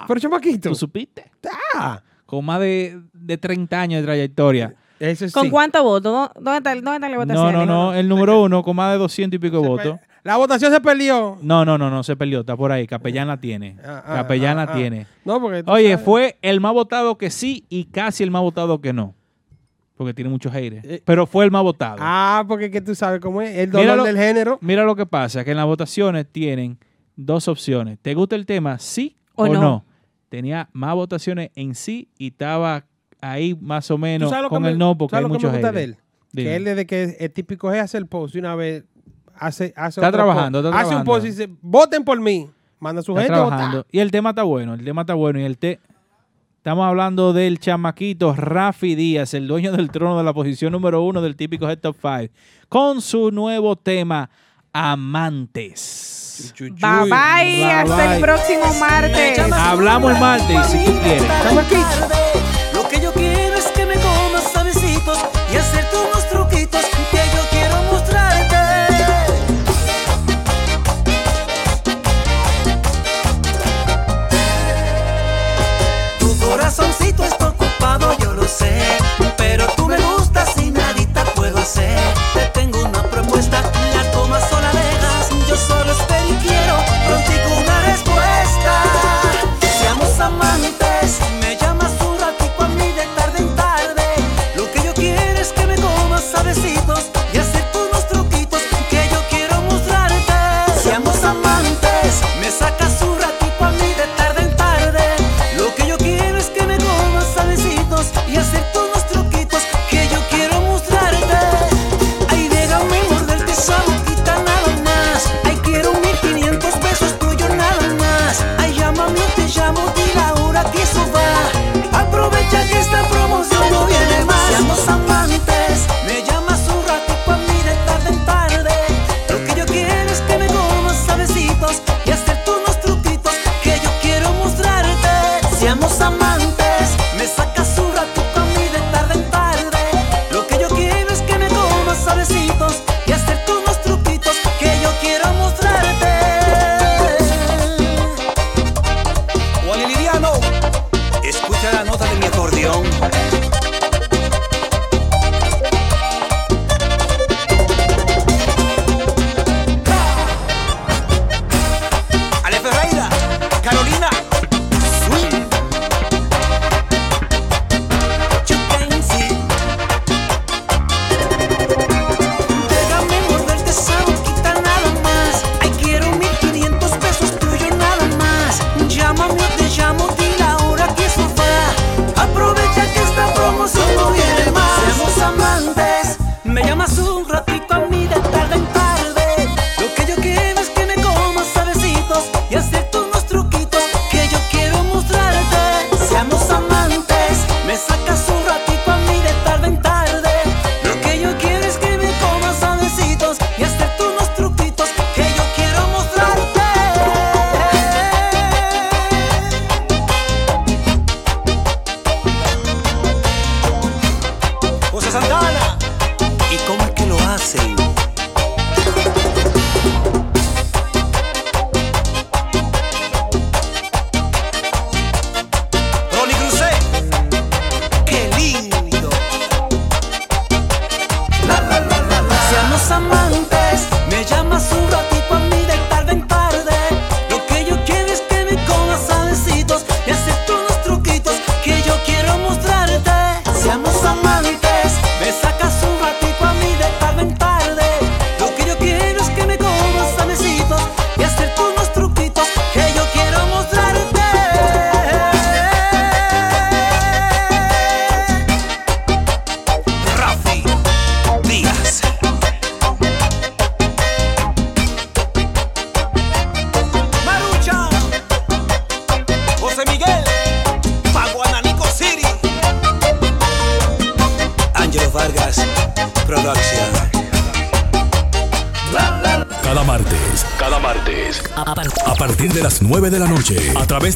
S4: Pero chamaquito.
S2: ¿Tú supiste?
S4: Ah.
S2: Con más de, de 30 años de trayectoria.
S4: Ese
S3: ¿Con cuántos votos? ¿Dó- ¿Dónde está, dónde está la
S2: No,
S3: votación?
S2: no, no. El número uno con más de 200 y pico de votos.
S4: La votación se perdió.
S2: No, no, no, no. Se perdió. Está por ahí. Capellán la tiene.
S4: ah,
S2: Capellán
S4: ah,
S2: la
S4: ah.
S2: tiene.
S4: No, porque. tú
S2: Oye,
S4: sabes.
S2: fue el más votado que sí y casi el más votado que no. Porque tiene muchos
S4: Eh.
S2: haters. Pero fue el más votado.
S4: Ah, porque que tú sabes cómo es. El dolor
S2: Míralo.
S4: del género.
S2: Mira lo que pasa, que en las votaciones tienen dos opciones. ¿Te gusta el tema? Sí o,
S3: O
S2: no.
S3: no.
S2: Tenía más votaciones en sí y estaba ahí más o menos
S4: ¿Tú sabes lo que
S2: con
S4: me-
S2: el no porque
S4: ¿sabes
S2: hay
S4: lo que
S2: muchos
S4: me gusta de
S2: haters.
S4: él?
S2: Dime.
S4: Que él desde que es típico es hace el post y una vez hace, hace
S2: Está
S4: otro
S2: trabajando,
S4: post.
S2: está
S4: Hace un
S2: trabajando.
S4: post y dice, voten por mí. Manda a su
S2: Está
S4: gente a votar.
S2: trabajando. Y el tema está bueno, el tema está bueno. Y el te... Estamos hablando del chamaquito Rafi Díaz, el dueño del trono de la posición número uno del típico Head Top 5, con su nuevo tema, Amantes.
S3: Bye bye, hasta el próximo martes.
S2: Hablamos el martes, si tú quieres.
S3: Estamos aquí.
S8: Lo que yo quiero es que me comas a besitos y hacerte unos truquitos que yo quiero mostrarte. Tu corazoncito está ocupado, yo lo sé, pero tú me gustas y nadita puedo hacer. Te tengo una propuesta, la tomas o la dejas, yo solo espero y quiero contigo una respuesta. Seamos amantes, me llamas un ratico a mí de tarde en tarde. Lo que yo quiero es que me comas a besitos y hacerte unos truquitos que yo quiero mostrarte. Seamos amantes, me sacas un ratico a mí de tarde en tarde. Lo que yo quiero es que me comas a besitos y hacerte unos truquitos que yo quiero mostrarte. Ay, déjame morderte esa boquita nada más. Ay, quiero 1500 besos tuyos nada más. Ay, llámame o te llamo, di la hora que eso va. Aprovecha que esta promoción no viene más. Seamos amantes, me llamas un ratico a mí de tarde en tarde. Lo que yo quiero es que me comas a besitos y hacerte unos truquitos que yo quiero mostrarte. Seamos amantes, me sacas un ratico a mí de tarde en tarde. Lo que yo quiero es que me comas a besitos y hacerte unos truquitos que yo quiero mostrarte. Wally Liriano, escucha la nota de mi acordeón. Ale Ferreira, Carolina, swing. You can see. Déjame morderte esa boquita nada más. Ay, quiero 1500 pesos tuyos nada más. Llámame o te llamo, di la hora que eso va. Aprovecha que esta promoción no viene más. Seamos amantes, me llamas un ratito a mí de tarde en tarde. Lo que yo quiero es que me comas a besitos y hacerte unos truquitos que yo quiero mostrarte. Seamos amantes, me sacas un ratito a mí de tarde en tarde. Lo que yo quiero es que me comas a besitos y hacerte unos truquitos que yo quiero mostrarte. José Santana. ¿Y cómo es que lo hacen? Ronnie Cruzé. ¡Qué lindo! La, la, la, la, la. Seamos amantes, me llamas un ratito a mí de tarde en tarde. Lo que yo quiero es que me comas a besitos y hacerte unos truquitos que yo quiero mostrarte. Seamos amantes, me sacas un ratito a mí de tarde en tarde. Lo que yo quiero es que me comas a besitos y hacerte unos truquitos que yo quiero mostrarte. Rafi Díaz. Marucha. José Miguel. Paguananico City. Ángelo Vargas. Producción.
S1: Cada martes, cada martes, a partir de las 9 de la noche, a través